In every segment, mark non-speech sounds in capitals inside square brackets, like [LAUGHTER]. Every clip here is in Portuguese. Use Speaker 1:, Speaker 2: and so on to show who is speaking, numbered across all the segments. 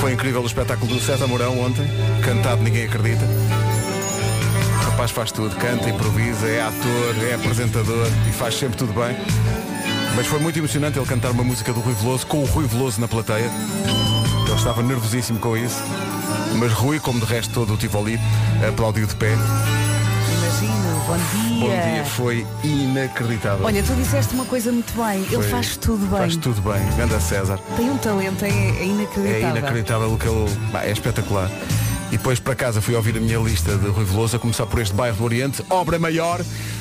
Speaker 1: Foi incrível o espetáculo do César Mourão ontem, cantado Ninguém Acredita. O rapaz faz tudo, canta, improvisa, é ator, é apresentador e faz sempre tudo bem. Mas foi muito emocionante ele cantar uma música do Rui Veloso com o Rui Veloso na plateia. Ele estava nervosíssimo com isso. Mas Rui, como de resto todo o Tivoli, aplaudiu de pé.
Speaker 2: Imagino, bom dia.
Speaker 1: Bom dia, foi inacreditável.
Speaker 2: Olha, tu disseste uma coisa muito bem. Ele
Speaker 1: Foi-
Speaker 2: faz tudo bem.
Speaker 1: Faz tudo bem. Ganda César.
Speaker 2: Tem um talento, é, é
Speaker 1: É
Speaker 2: inacreditável.
Speaker 1: inacreditável o que ele. Bah, é espetacular. E depois para casa fui ouvir a minha lista de Rui Veloso, a começar por este bairro do Oriente, obra maior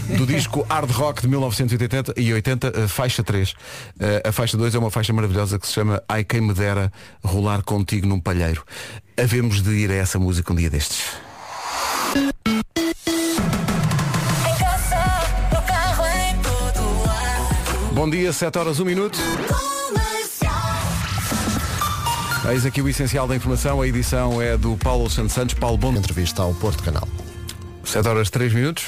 Speaker 1: do disco Hard Rock de 1980 e 80, eh, faixa 3. Eh, a faixa 2 é uma faixa maravilhosa que se chama Ai Quem Me Dera Rolar Contigo num Palheiro. Havemos de ir a essa música um dia destes.
Speaker 3: Em casa, no carro, em todo lado.
Speaker 1: Bom dia, 7 horas 1 minuto.
Speaker 3: Comercial.
Speaker 1: Eis aqui o essencial da informação, a edição é do Paulo Santos Santos. Paulo, bom
Speaker 4: Entrevista ao Porto Canal.
Speaker 1: 7 horas 3 minutos.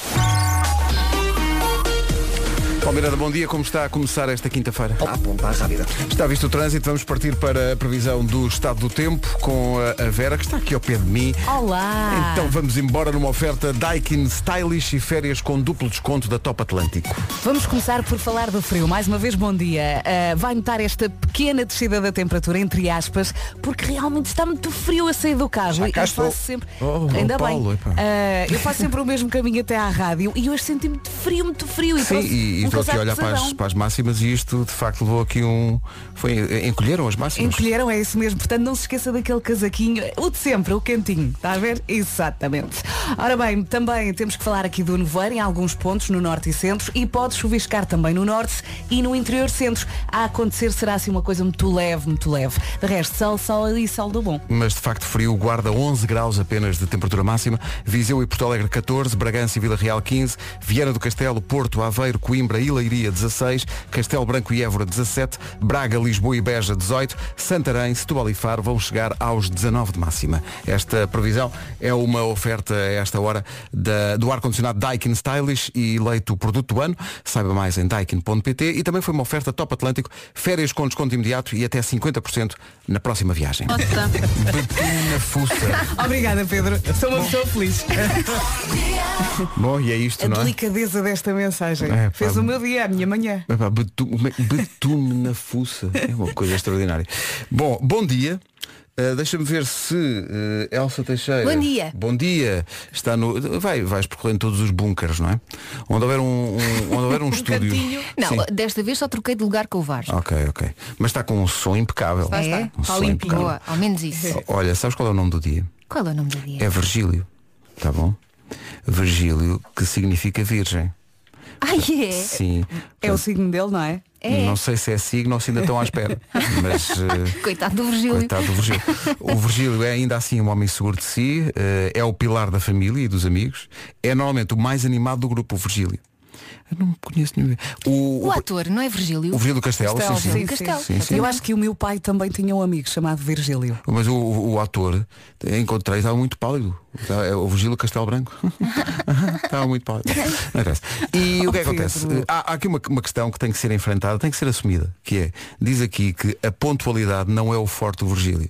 Speaker 1: Palmeirada, bom dia. Como está a começar esta quinta-feira?
Speaker 5: A apontar rápida.
Speaker 1: Está visto o trânsito, vamos partir para a previsão do estado do tempo com a- a Vera, que está aqui ao pé de mim.
Speaker 2: Olá!
Speaker 1: Então vamos embora numa oferta Daikin Stylish e férias com duplo desconto da Top Atlântico.
Speaker 2: Vamos começar por falar do frio. Mais uma vez, bom dia. Ah, vai notar esta pequena descida da temperatura, entre aspas, porque realmente está muito frio a sair do carro.
Speaker 1: Já
Speaker 2: E
Speaker 1: cá
Speaker 2: eu
Speaker 1: estou.
Speaker 2: faço sempre.
Speaker 1: Oh,
Speaker 2: Ainda
Speaker 1: oh, Paulo,
Speaker 2: bem.
Speaker 1: epá.
Speaker 2: Ah, eu faço sempre o mesmo caminho até à rádio e hoje senti muito frio, muito frio. E
Speaker 1: Sim,
Speaker 2: trouxe
Speaker 1: e, e
Speaker 2: um
Speaker 1: estou aqui a
Speaker 2: casaco
Speaker 1: olhar para as,
Speaker 2: pesadão.
Speaker 1: para as máximas e isto de facto levou aqui um. Foi, encolheram as máximas.
Speaker 2: Encolheram, é isso mesmo. Portanto, não se esqueça daquele casaquinho, o de sempre, o quentinho. Está a ver? Exatamente. Ora bem, também temos que falar aqui do nevoeiro em alguns pontos no norte e centro e pode chuviscar também no norte e no interior centro. A acontecer será assim uma coisa muito leve, muito leve. De resto, sol, sol e sol do bom.
Speaker 1: mas de facto frio, guarda 11 graus apenas de temperatura máxima, Viseu e Porto Alegre 14, Bragança e Vila Real 15, Viana do Castelo, Porto, Aveiro, Coimbra e Leiria 16, Castelo Branco e Évora 17, Braga, Lisboa e Beja 18, Santarém, Setúbal e Faro vão chegar aos 19 de máxima. Esta previsão é uma oferta a esta hora da- do ar-condicionado Daikin Stylish e eleito o produto do ano. Saiba mais em daikin.pt e também foi uma oferta Top Atlântico, férias com desconto imediato e até 50% na próxima viagem. Betina Fussa.
Speaker 2: [LAUGHS] Obrigada, Pedro. Sou uma pessoa feliz.
Speaker 1: Bom, e é isto,
Speaker 2: A
Speaker 1: não é?
Speaker 2: delicadeza desta mensagem
Speaker 1: É, pá.
Speaker 2: fez o meu dia, a minha manhã.
Speaker 1: Epá, betu- como é que- Betume na fuça. É uma coisa extraordinária. Bom, bom dia. Uh, Deixa-me ver se uh, Elsa Teixeira.
Speaker 6: Bom dia.
Speaker 1: Bom dia. Está no. Vai, vais percorrendo todos os bunkers, não é? Onde houver um, um- onde
Speaker 6: [LAUGHS]
Speaker 1: houver [LAUGHS] um, estúdio.
Speaker 6: Não, eh,
Speaker 1: Sim.
Speaker 6: desta vez só troquei de lugar com o VAR.
Speaker 1: Ok, ok. Mas está com um som impecável.
Speaker 6: Lá está.
Speaker 1: Um som impecável.
Speaker 6: Boa, ao menos isso.
Speaker 1: Olha, sabes qual é o nome do dia?
Speaker 6: Qual é o nome do dia?
Speaker 1: É Virgílio. Tá bom? Virgílio, que significa virgem.
Speaker 6: Ai, é.
Speaker 1: Sim.
Speaker 2: É o signo dele, não é?
Speaker 6: É.
Speaker 1: Não sei se é signo ou se ainda estão à espera. Mas. eh,
Speaker 6: [LAUGHS] Coitado do Virgílio.
Speaker 1: Coitado do Virgílio. O Virgílio é ainda assim um homem seguro de si, eh, é o pilar da família e dos amigos, é normalmente o mais animado do grupo, o Virgílio. Eu não conheço nenhum. O,
Speaker 6: O
Speaker 1: o,
Speaker 6: ator, não é Virgílio?
Speaker 1: o Virgílio Castelo,
Speaker 2: Castelo,
Speaker 1: sim, sim.
Speaker 2: sim,
Speaker 6: Castelo.
Speaker 1: Sim, sim.
Speaker 2: Eu acho que o meu pai também tinha um amigo chamado Virgílio.
Speaker 1: Mas o, o, o ator, eh, encontrei, estava muito pálido. Estava- é O Virgílio Castelo Branco. [LAUGHS] estava muito pálido. Não interessa. E o que é que
Speaker 2: Oh, Pedro.
Speaker 1: acontece? Há, há aqui uma, uma questão que tem que ser enfrentada, tem que ser assumida, que é, diz aqui que a pontualidade não é o forte do Virgílio.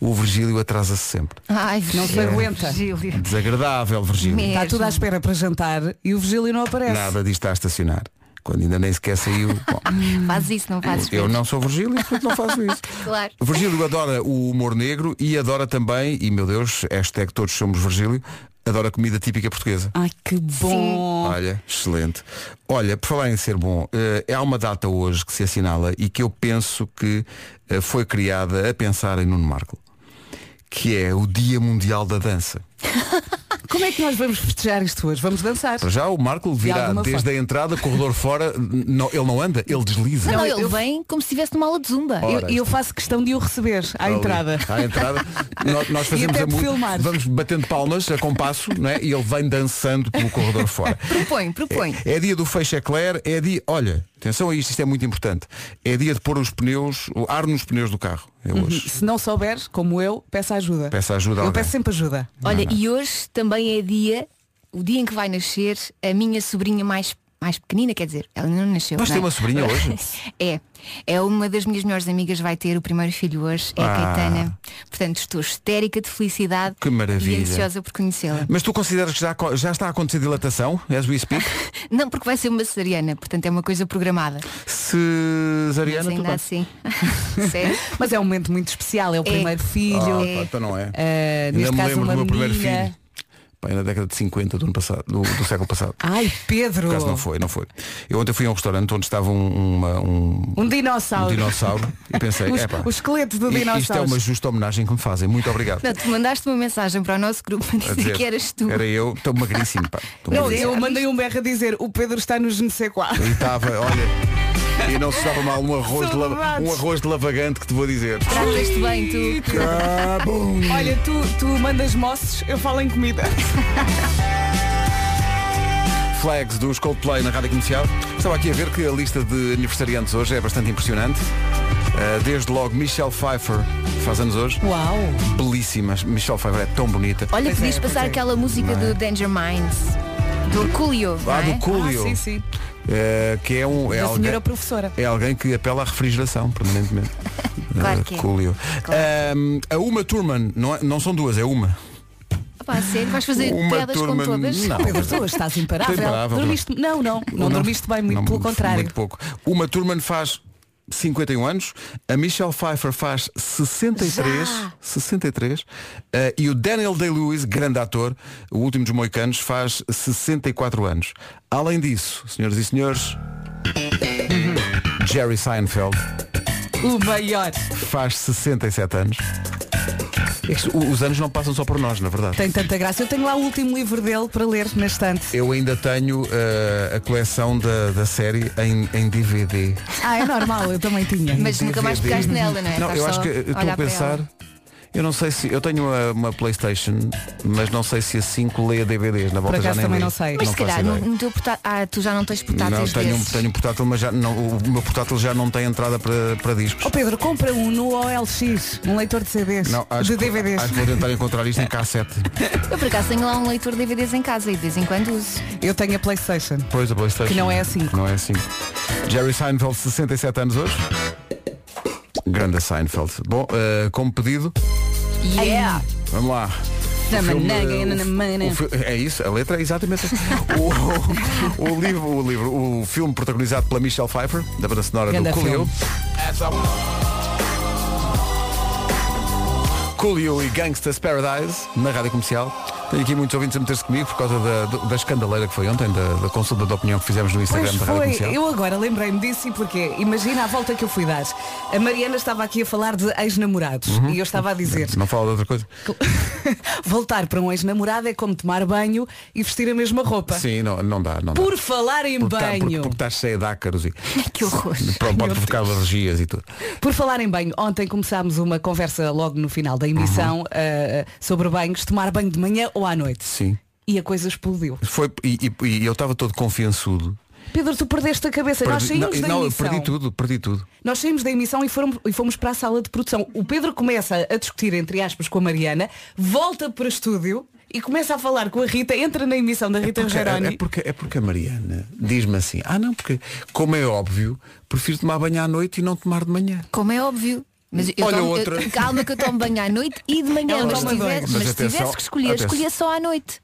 Speaker 1: O Virgílio atrasa-se sempre.
Speaker 6: Ai,
Speaker 2: Não se
Speaker 6: Virgílio.
Speaker 2: aguenta.
Speaker 6: Virgílio.
Speaker 1: Desagradável, Virgílio. Tá
Speaker 6: Mesmo.
Speaker 2: Está tudo à espera para jantar e o Virgílio não aparece.
Speaker 1: Nada disto está a estacionar. Quando ainda nem sequer saiu. Bom,
Speaker 6: Faz isso, não fazes.
Speaker 1: eu
Speaker 6: Pedro.
Speaker 1: não sou Virgílio, portanto não faço isso.
Speaker 6: [LAUGHS] Claro.
Speaker 1: Virgílio adora o humor negro e adora também, e meu Deus, hashtag todos somos Virgílio, adora comida típica portuguesa.
Speaker 2: Ai, que bom!
Speaker 1: Olha, excelente. Olha, por falar em ser bom, eh, há uma data hoje que se assinala e que eu penso que eh, foi criada a pensar em Nuno Marco, que é o Dia Mundial da Dança.
Speaker 2: Como é que nós vamos festejar isto hoje? Vamos dançar?
Speaker 1: Para já o Marco virá
Speaker 2: alguma
Speaker 1: desde
Speaker 2: forma.
Speaker 1: a entrada, corredor fora, n- não, ele não anda, ele desliza.
Speaker 6: Não,
Speaker 2: Não,
Speaker 6: ele
Speaker 2: eu-
Speaker 6: vem como se estivesse numa aula de zumba.
Speaker 1: Ora,
Speaker 2: Eu, eu faço questão de o receber à
Speaker 1: Ali,
Speaker 2: entrada.
Speaker 1: À entrada.
Speaker 2: [LAUGHS]
Speaker 1: No- nós
Speaker 2: E
Speaker 1: fazemos
Speaker 2: até
Speaker 1: a
Speaker 2: de
Speaker 1: música,
Speaker 2: filmar.
Speaker 1: vamos batendo palmas a compasso, não é? E ele vem dançando pelo corredor
Speaker 2: [LAUGHS]
Speaker 1: fora.
Speaker 6: Propõe, propõe.
Speaker 1: É, é dia do fecho eclair, é dia. Olha, atenção a isto, isto é muito importante. É dia de pôr os pneus, o ar nos pneus do carro. É hoje.
Speaker 2: Se não souberes, como eu, peço ajuda.
Speaker 1: Peço ajuda a
Speaker 2: Eu
Speaker 1: alguém.
Speaker 2: peço sempre ajuda.
Speaker 6: Olha, e hoje também é dia, o dia em que vai nascer a minha sobrinha mais mais pequenina, quer dizer, ela ainda não nasceu.
Speaker 1: Vais
Speaker 6: não é?
Speaker 1: ter
Speaker 6: [LAUGHS]
Speaker 1: uma sobrinha hoje?
Speaker 6: é. É uma das minhas melhores amigas, vai ter o primeiro filho hoje, é a
Speaker 1: Ah.
Speaker 6: Caetana. Portanto, estou histérica de felicidade
Speaker 1: Que maravilha.
Speaker 6: e ansiosa por conhecê-la.
Speaker 1: Mas tu consideras que já, co- já está a acontecer dilatação, as we
Speaker 2: [LAUGHS]
Speaker 1: speak?
Speaker 6: Não, porque vai ser uma cesariana, portanto é uma coisa programada. Mas
Speaker 1: Cesariana, tudo
Speaker 6: ainda
Speaker 1: bem.
Speaker 6: assim. [LAUGHS] Sério?
Speaker 2: Mas é um momento muito especial, é o primeiro filho.
Speaker 1: Ah, pá, então não é.
Speaker 2: eh,
Speaker 1: Ainda
Speaker 2: neste
Speaker 1: me
Speaker 2: caso
Speaker 1: lembro
Speaker 2: uma
Speaker 1: do meu
Speaker 2: menina.
Speaker 1: primeiro filho. Pá, é na década de 50 do, ano passado, do, do século passado.
Speaker 2: Ai, Pedro!
Speaker 1: Por acaso não foi, não foi. Eu ontem fui a um restaurante onde estava um, uma- um,
Speaker 2: Um
Speaker 1: um
Speaker 2: dinossauro.
Speaker 1: dinossauro e pensei,
Speaker 2: Os-
Speaker 1: epá,
Speaker 2: o esqueleto do
Speaker 1: i- é isto é
Speaker 2: dinossauro.
Speaker 1: uma justa homenagem que me fazem. Muito obrigado.
Speaker 6: Não, tu mandaste uma mensagem para o nosso grupo a dizer,
Speaker 1: A dizer,
Speaker 6: que eras tu.
Speaker 1: Era eu, estou magríssimo, pá. Estou
Speaker 2: Não,
Speaker 1: magríssimo.
Speaker 2: eu mandei um berro a dizer o Pedro está nos não sei qual.
Speaker 1: E estava, olha. E não se estava mal um arroz, de lava-
Speaker 2: Saudades.
Speaker 1: um arroz de lavagante que te vou dizer.
Speaker 6: Tratas-te bem, tu.
Speaker 1: Ah, bom.
Speaker 2: Olha, tu, tu mandas moços, eu falo em comida.
Speaker 1: Flags dos Coldplay na Rádio Comercial. Estava aqui a ver que a lista de aniversariantes hoje é bastante impressionante. Uh, desde logo Michelle Pfeiffer, que faz anos hoje,
Speaker 2: Uau!
Speaker 1: belíssima. Michelle Pfeiffer é tão bonita.
Speaker 6: Olha,
Speaker 2: Pois
Speaker 6: podias
Speaker 2: é, pois
Speaker 6: passar
Speaker 2: é.
Speaker 6: aquela música do Danger Minds. Do Coolio. não
Speaker 1: Ah,
Speaker 6: é?
Speaker 1: do Coolio,
Speaker 2: Ah, sim, sim.
Speaker 1: uh, que é um é
Speaker 2: Da
Speaker 1: alguém,
Speaker 2: senhora professora.
Speaker 1: é alguém que apela à refrigeração permanentemente.
Speaker 6: [LAUGHS] Claro
Speaker 1: Uh,
Speaker 6: que é.
Speaker 1: Coolio. Um, a Uma Turman, não, é- não são duas, é uma.
Speaker 6: Pá, sério, vais fazer
Speaker 1: Uma
Speaker 6: piadas
Speaker 1: turma-
Speaker 6: com todas?
Speaker 1: Não.
Speaker 2: Pedro, tu hoje estás imparável.
Speaker 1: Estou imparável.
Speaker 2: Dormiste... Não, não, não, dormiste bem, muito
Speaker 1: Não,
Speaker 2: pelo contrário.
Speaker 1: Muito pouco. Uma Turman faz 51 anos, a Michelle Pfeiffer faz 63,
Speaker 6: Já?
Speaker 1: 63 eh, e o Daniel Day-Lewis, grande ator, o último dos moicanos, faz 64 anos. Além disso, senhoras e senhores, Jerry Seinfeld
Speaker 2: O maior.
Speaker 1: faz 67 anos. É que o- Os anos não passam só por nós, na verdade.
Speaker 2: Tem tanta graça. Eu tenho lá o último livro dele para ler na estante.
Speaker 1: Eu ainda tenho eh, a coleção da, da série em- em DVD.
Speaker 2: Ah, é normal, [LAUGHS] eu também tinha.
Speaker 6: Mas nunca mais
Speaker 1: DVD.
Speaker 6: pegaste nela, não é? Estás
Speaker 1: eu
Speaker 6: só
Speaker 1: acho que eu
Speaker 6: a
Speaker 1: estou
Speaker 6: olhar
Speaker 1: a
Speaker 6: para
Speaker 1: pensar.
Speaker 6: ela.
Speaker 1: Eu não sei se. Eu tenho uma, uma Playstation, mas não sei se a 5 lê DVDs. Na volta já
Speaker 2: acaso
Speaker 1: nem
Speaker 2: também
Speaker 1: lê.
Speaker 2: não sei.
Speaker 6: Mas se
Speaker 1: faço
Speaker 6: calhar no,
Speaker 1: ideia.
Speaker 6: no teu portátil. Ah, tu já não tens portátil
Speaker 1: Não, tenho, um- tenho um portátil, mas já, não, o meu portátil já não tem entrada para, para discos.
Speaker 2: Ó Pedro, compra um no OLX, um leitor de CDs,
Speaker 1: Não, acho
Speaker 2: de
Speaker 1: que-
Speaker 2: DVDs.
Speaker 1: acho que vou tentar encontrar isto em cassete.
Speaker 6: Eu por acaso tenho lá um leitor de DVDs em casa e de vez em quando uso.
Speaker 2: Eu tenho a Playstation.
Speaker 1: Pois a Playstation.
Speaker 2: Que não é a cinco.
Speaker 1: Não é a cinco. Jerry Seinfeld, 67 anos hoje. Grande Seinfeld. Bom, eh, como pedido,
Speaker 6: Yeah!
Speaker 1: Vamos lá.
Speaker 2: Na
Speaker 1: O filme,
Speaker 2: managa,
Speaker 1: eh,
Speaker 2: na
Speaker 1: o-
Speaker 2: mana.
Speaker 1: o fi- é isso, a letra é exatamente essa. [LAUGHS] o, o- o livro, o livro, o filme protagonizado pela Michelle Pfeiffer, da banda sonora
Speaker 2: Ganda
Speaker 1: do Coolio.
Speaker 2: filme.
Speaker 1: Coolio e Gangsta's Paradise, na Rádio Comercial. Tenho aqui muitos ouvintes a meter-se comigo por causa da, do- da escandaleira que foi ontem, da, da consulta de opinião que fizemos no Instagram
Speaker 2: Pois
Speaker 1: da Rádio
Speaker 2: foi,
Speaker 1: Comercial.
Speaker 2: eu agora lembrei-me disso e porquê. Imagina a volta que eu fui dar. A Mariana estava aqui a falar de ex-namorados
Speaker 1: Uhum.
Speaker 2: e eu estava a dizer,
Speaker 1: Não fala de outra coisa? Uhum.
Speaker 2: voltar para um ex-namorado é como tomar banho e vestir a mesma roupa.
Speaker 1: Sim, não, não dá, não dá.
Speaker 2: Por falar em
Speaker 1: Porque tá- porque-
Speaker 2: banho.
Speaker 1: porque estás cheia de ácaros e
Speaker 6: Que horror.
Speaker 1: pode provocar alergias e tudo.
Speaker 2: Por falar em banho, ontem começámos uma conversa logo no final da
Speaker 1: Uhum.
Speaker 2: emissão eh, sobre banhos, tomar banho de manhã ou à noite.
Speaker 1: Sim.
Speaker 2: E a coisa explodiu.
Speaker 1: Foi, e, e- e eu estava todo confiançudo.
Speaker 2: Pedro, tu perdeste a cabeça. Nós
Speaker 1: Perdi-
Speaker 2: saímos da
Speaker 1: não, não, eu
Speaker 2: emissão.
Speaker 1: perdi tudo, perdi tudo.
Speaker 2: Nós saímos da emissão e fomos, e fomos para a sala de produção. O Pedro começa a discutir, entre aspas, com a Mariana, volta para o estúdio e começa a falar com a Rita, entra na emissão da Rita
Speaker 1: Porque-
Speaker 2: Geroni.
Speaker 1: é, porque, é porque a Mariana diz-me assim, ah não, porque como é óbvio, prefiro tomar banho à noite e não tomar de manhã.
Speaker 6: Como é óbvio. Mas eu
Speaker 1: Olha
Speaker 6: tomo-
Speaker 1: outra.
Speaker 6: eu- [LAUGHS] calma que eu tomo banho à noite e de manhã.
Speaker 2: Ela
Speaker 6: Mas se
Speaker 2: toma
Speaker 6: tivesse,
Speaker 2: banho.
Speaker 6: mas
Speaker 1: Mas
Speaker 6: se
Speaker 1: atenção,
Speaker 6: tivesse que escolher,
Speaker 1: atenção.
Speaker 6: escolhia só à noite.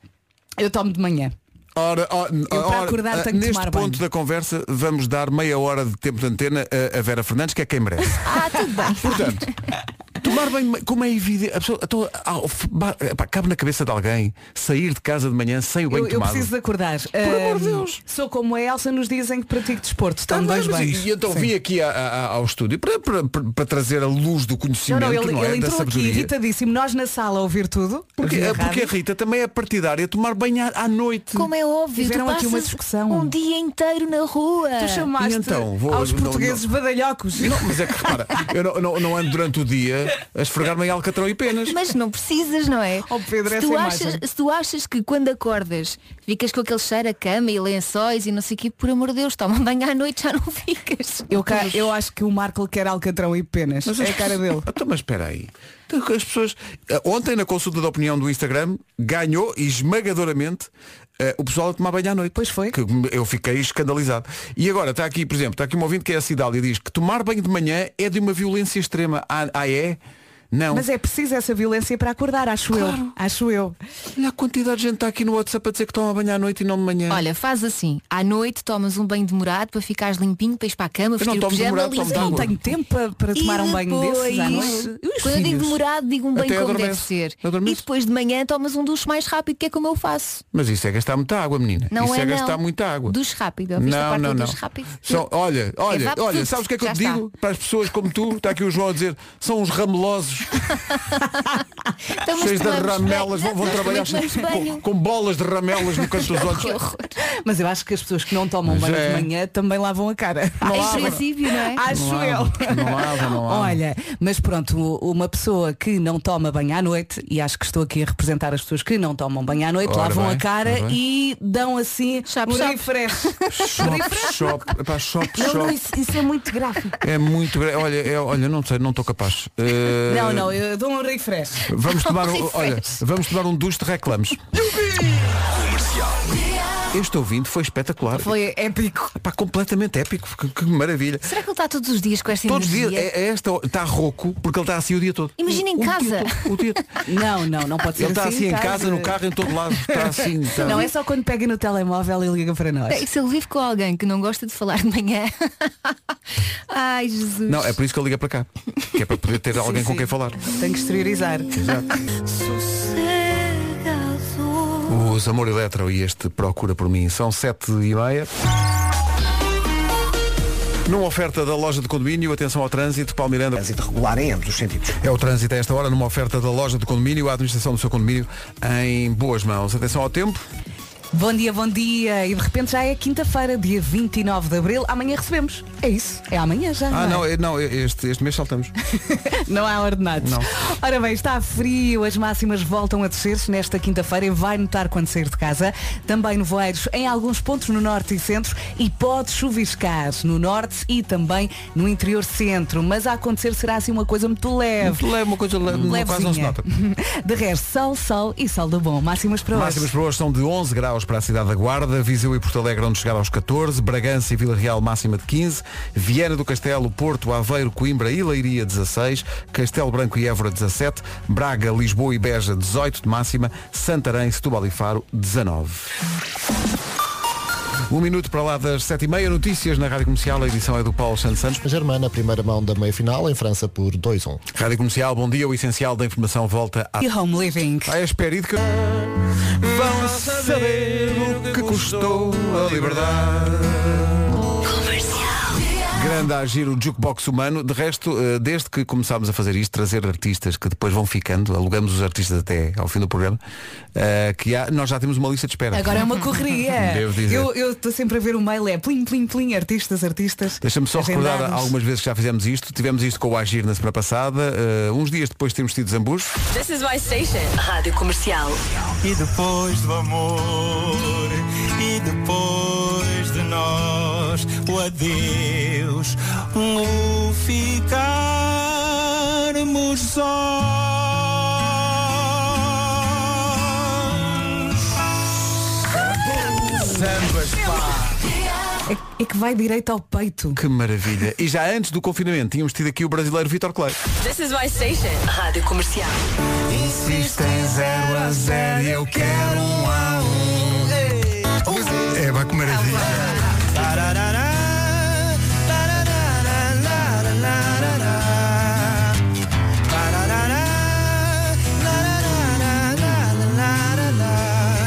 Speaker 2: Eu tomo de manhã.
Speaker 1: Ora, ó-
Speaker 2: para
Speaker 1: ora,
Speaker 2: acordar
Speaker 1: ah,
Speaker 2: tenho que
Speaker 1: neste
Speaker 2: tomar
Speaker 1: ponto
Speaker 2: banho.
Speaker 1: da conversa vamos dar meia hora de tempo de antena a, a Vera Fernandes, que é quem merece.
Speaker 2: [LAUGHS]
Speaker 6: Ah, tudo bem.
Speaker 1: Portanto, tomar banho, como é evidente, a pessoa, então, ah, f- ba- pá, cabe na cabeça de alguém sair de casa de manhã sem o banho
Speaker 2: Eu, eu
Speaker 1: é tomado.
Speaker 2: preciso de acordar. Por
Speaker 1: amor de Deus.
Speaker 2: Sou como a Elsa nos dizem que pratico desporto.
Speaker 1: Tá
Speaker 2: Tomo
Speaker 1: bem,
Speaker 2: dois
Speaker 1: mas
Speaker 2: banhos.
Speaker 1: e, e então
Speaker 2: Sim.
Speaker 1: vim aqui a- a- ao estúdio para, para- para- para trazer a luz do
Speaker 2: Não,
Speaker 1: conhecimento,
Speaker 2: não,
Speaker 1: não,
Speaker 2: ele,
Speaker 1: é?
Speaker 2: ele
Speaker 1: da
Speaker 2: entrou aqui
Speaker 1: sabedoria.
Speaker 2: irritadíssimo. Nós na sala a ouvir tudo.
Speaker 1: Porque,
Speaker 2: ouvir a
Speaker 1: porque a
Speaker 2: rádio.
Speaker 1: Rita também é partidária de tomar banho à- à noite.
Speaker 6: Como é óbvio, tu
Speaker 2: Tiveram aqui
Speaker 6: passas
Speaker 2: uma discussão.
Speaker 6: um dia inteiro na rua.
Speaker 2: Tu chamaste
Speaker 1: E então, vou-
Speaker 2: aos
Speaker 1: não, não.
Speaker 2: portugueses badalhocos.
Speaker 1: Não, mas é que repara, eu não, não- não ando durante o dia a esfregar-me em Alcatrão e penas.
Speaker 6: Mas não precisas, não é?
Speaker 2: Oh, Pedro,
Speaker 6: se,
Speaker 2: essa
Speaker 6: tu
Speaker 2: imagem.
Speaker 6: achas, se tu achas que quando acordas ficas com aquele cheiro a cama e lençóis e não sei o quê, por amor de Deus, toma banho à noite, já não [LAUGHS] ficas.
Speaker 2: Eu, ca- eu acho que o Marco quer alcatrão e penas.
Speaker 1: Mas
Speaker 2: é
Speaker 1: as
Speaker 2: a cara
Speaker 1: pessoas-
Speaker 2: dele.
Speaker 1: Então, mas espera aí. Então, As pessoas. eh, Ontem, na consulta da opinião do Instagram, ganhou esmagadoramente eh, o pessoal a tomar banho à noite.
Speaker 2: Pois foi.
Speaker 1: Que eu fiquei escandalizado. E agora, está aqui, por exemplo, está aqui um ouvinte que é a Cidália e diz que tomar banho de manhã é de uma violência extrema. Ah, ah, é? Não.
Speaker 2: Mas é preciso essa violência para acordar, acho eu. Acho eu.
Speaker 1: Olha a quantidade de gente que está aqui no WhatsApp a dizer que toma banho à noite e não de manhã.
Speaker 6: Olha, faz assim. À noite tomas um banho demorado para ficares limpinho, para ires para a cama, vestir
Speaker 1: não
Speaker 6: o
Speaker 1: tomo
Speaker 6: pijama,
Speaker 1: demorado, tomo
Speaker 2: Eu
Speaker 6: lisa.
Speaker 1: de
Speaker 2: não
Speaker 1: água.
Speaker 2: tenho tempo para, para tomar um banho desses à noite.
Speaker 6: Quando eu digo
Speaker 1: filhos.
Speaker 6: demorado, digo um banho
Speaker 1: Até
Speaker 6: como deve
Speaker 1: adormece.
Speaker 6: ser.
Speaker 1: Adormece.
Speaker 6: E depois de manhã tomas um duche mais rápido, que é como eu faço.
Speaker 1: Mas isso é gastar muita água, menina.
Speaker 6: Não
Speaker 1: isso
Speaker 6: é,
Speaker 1: é,
Speaker 6: não.
Speaker 1: gastar muita água.
Speaker 6: Duche rápido. Ouviste a
Speaker 1: Não,
Speaker 6: parte
Speaker 1: não,
Speaker 6: do
Speaker 1: não.
Speaker 6: duche rápido?
Speaker 1: São- olha, olha,
Speaker 6: vá,
Speaker 1: olha,
Speaker 6: tudo.
Speaker 1: sabes o que é que eu
Speaker 6: Já
Speaker 1: te digo? Para as pessoas como tu, está aqui o João a dizer, são uns ramelosos,
Speaker 6: [LAUGHS] Então, mas
Speaker 1: cheios de
Speaker 6: tomamos banho.
Speaker 1: ramelas, vão, vão
Speaker 6: Nós
Speaker 1: trabalhar assim,
Speaker 6: também tomamos
Speaker 1: com,
Speaker 6: banho.
Speaker 1: com bolas de ramelas no canto
Speaker 6: [LAUGHS]
Speaker 1: dos
Speaker 6: Que
Speaker 1: olhos.
Speaker 6: horror.
Speaker 2: Mas eu acho que as pessoas que não tomam
Speaker 1: Mas
Speaker 2: banho
Speaker 1: é.
Speaker 2: de manhã também lavam a cara.
Speaker 6: Em princípio, não é?
Speaker 2: Acho
Speaker 1: Não
Speaker 2: eu.
Speaker 1: lava, não lava, não lava.
Speaker 2: Olha, mas pronto, uma pessoa que não toma banho à noite, e acho que estou aqui a representar as pessoas que não tomam banho à noite,
Speaker 1: Ora
Speaker 2: lavam
Speaker 1: bem,
Speaker 2: a cara
Speaker 1: ora bem.
Speaker 2: e dão assim
Speaker 6: Chape,
Speaker 2: um
Speaker 6: chape.
Speaker 2: refresh. [LAUGHS]
Speaker 1: Shop, shop, pá, shop,
Speaker 4: Não, não,
Speaker 1: shop.
Speaker 4: isso, isso é muito gráfico.
Speaker 1: É muito gra- Olha, é- olha, não sei, não
Speaker 6: [LAUGHS]
Speaker 1: estou capaz. Eh,
Speaker 2: Não, não, eu dou um refresh.
Speaker 1: Vamos
Speaker 2: [LAUGHS]
Speaker 1: tomar, um- olha, vamos tomar um duche de reclames. Este ouvinte foi espetacular.
Speaker 2: Foi épico.
Speaker 1: Pá, completamente épico, que, que maravilha.
Speaker 6: Será que ele está todos os dias com esta
Speaker 1: Todos os
Speaker 6: energia?
Speaker 1: dias, é, é esta, está rouco, porque ele está assim o dia todo.
Speaker 6: Imagina em
Speaker 1: O dia
Speaker 6: casa.
Speaker 1: todo, o
Speaker 6: [LAUGHS]
Speaker 1: dia todo.
Speaker 2: Não, não, não pode ser
Speaker 1: Ele está assim em
Speaker 2: tá
Speaker 1: casa,
Speaker 2: de-
Speaker 1: no carro, em todo lado. Está
Speaker 2: [LAUGHS]
Speaker 1: assim. está-
Speaker 2: Não, é só quando pega no telemóvel e liga para nós.
Speaker 6: E É, se ele vive com alguém que não gosta de falar de manhã? [LAUGHS] Ai, Jesus.
Speaker 1: Não, é por isso que ele liga para cá. Que é para poder ter alguém com
Speaker 2: [LAUGHS] sim.
Speaker 1: quem falar.
Speaker 2: Tem que exteriorizar.
Speaker 1: Os Amor Eletro e este Procura por mim são sete e meia. Numa oferta da loja de condomínio, atenção ao trânsito, Palmeiranda.
Speaker 5: trânsito regular em ambos os sentidos.
Speaker 1: É o trânsito a esta hora, numa oferta da loja de condomínio, a administração do seu condomínio em boas mãos. Atenção ao tempo.
Speaker 2: Bom dia, bom dia. E de repente já é quinta-feira, dia 29 de abril. Amanhã recebemos. É isso. É amanhã já.
Speaker 1: Ah,
Speaker 2: é?
Speaker 1: não, eh, não este, este mês saltamos.
Speaker 2: Não há ordenados.
Speaker 1: Não.
Speaker 2: Ora bem, está frio, as máximas voltam a descer nesta quinta-feira e vai notar quando sair de casa. Também nevoeiros em alguns pontos no norte e centro e pode chuviscar no norte e também no interior centro. Mas a acontecer será assim uma coisa muito leve.
Speaker 1: Leva uma coisa, le-
Speaker 2: Levezinha.
Speaker 1: quase não se nota.
Speaker 2: [LAUGHS] De resto, sol, sol e sol do bom. Máximas para
Speaker 1: Máximas
Speaker 2: hoje.
Speaker 1: para hoje são de 11 graus para a cidade da Guarda, Viseu e Porto Alegre onde chegar aos 14, Bragança e Vila Real máxima de 15, Viana do Castelo, Porto, Aveiro, Coimbra e Leiria 16, Castelo Branco e Évora 17, Braga, Lisboa e Beja 18 de máxima, Santarém, Setúbal e Faro 19. Um minuto para lá das 7h30, notícias na Rádio Comercial, a edição é do Paulo Santos Santos.
Speaker 7: Germana, primeira mão da meia-final, em França por 2-1.
Speaker 1: Rádio Comercial, bom dia, o essencial da informação volta à
Speaker 2: E home living.
Speaker 1: Ah, é esperido que vão saber o que custou a liberdade. Grande a agir o jukebox humano. De resto, eh, desde que começámos a fazer isto, trazer artistas que depois vão ficando, alugamos os artistas até ao fim do programa, eh, que há- nós já temos uma lista de espera.
Speaker 2: Agora é uma correria.
Speaker 1: [LAUGHS] Devo dizer.
Speaker 2: Eu eu estou sempre a ver o mail, é plim, plim, plim, artistas, artistas.
Speaker 1: Deixa-me só recordar
Speaker 2: Agendados.
Speaker 1: algumas vezes que já fizemos isto. Tivemos isto com o Agir na semana passada. eh, uns dias depois temos tido Zambujo.
Speaker 8: This is my station.
Speaker 3: Rádio Comercial.
Speaker 9: E depois do amor, e depois de nós, o adeus, o ficarmos sós.
Speaker 2: É, é que vai direito ao peito.
Speaker 1: Que maravilha. E já antes do confinamento tínhamos tido aqui o brasileiro Vitor Clay.
Speaker 8: This is my station.
Speaker 3: Rádio Comercial.
Speaker 1: Insistem 0 a 0 eu quero um a um. É, vai que maravilha.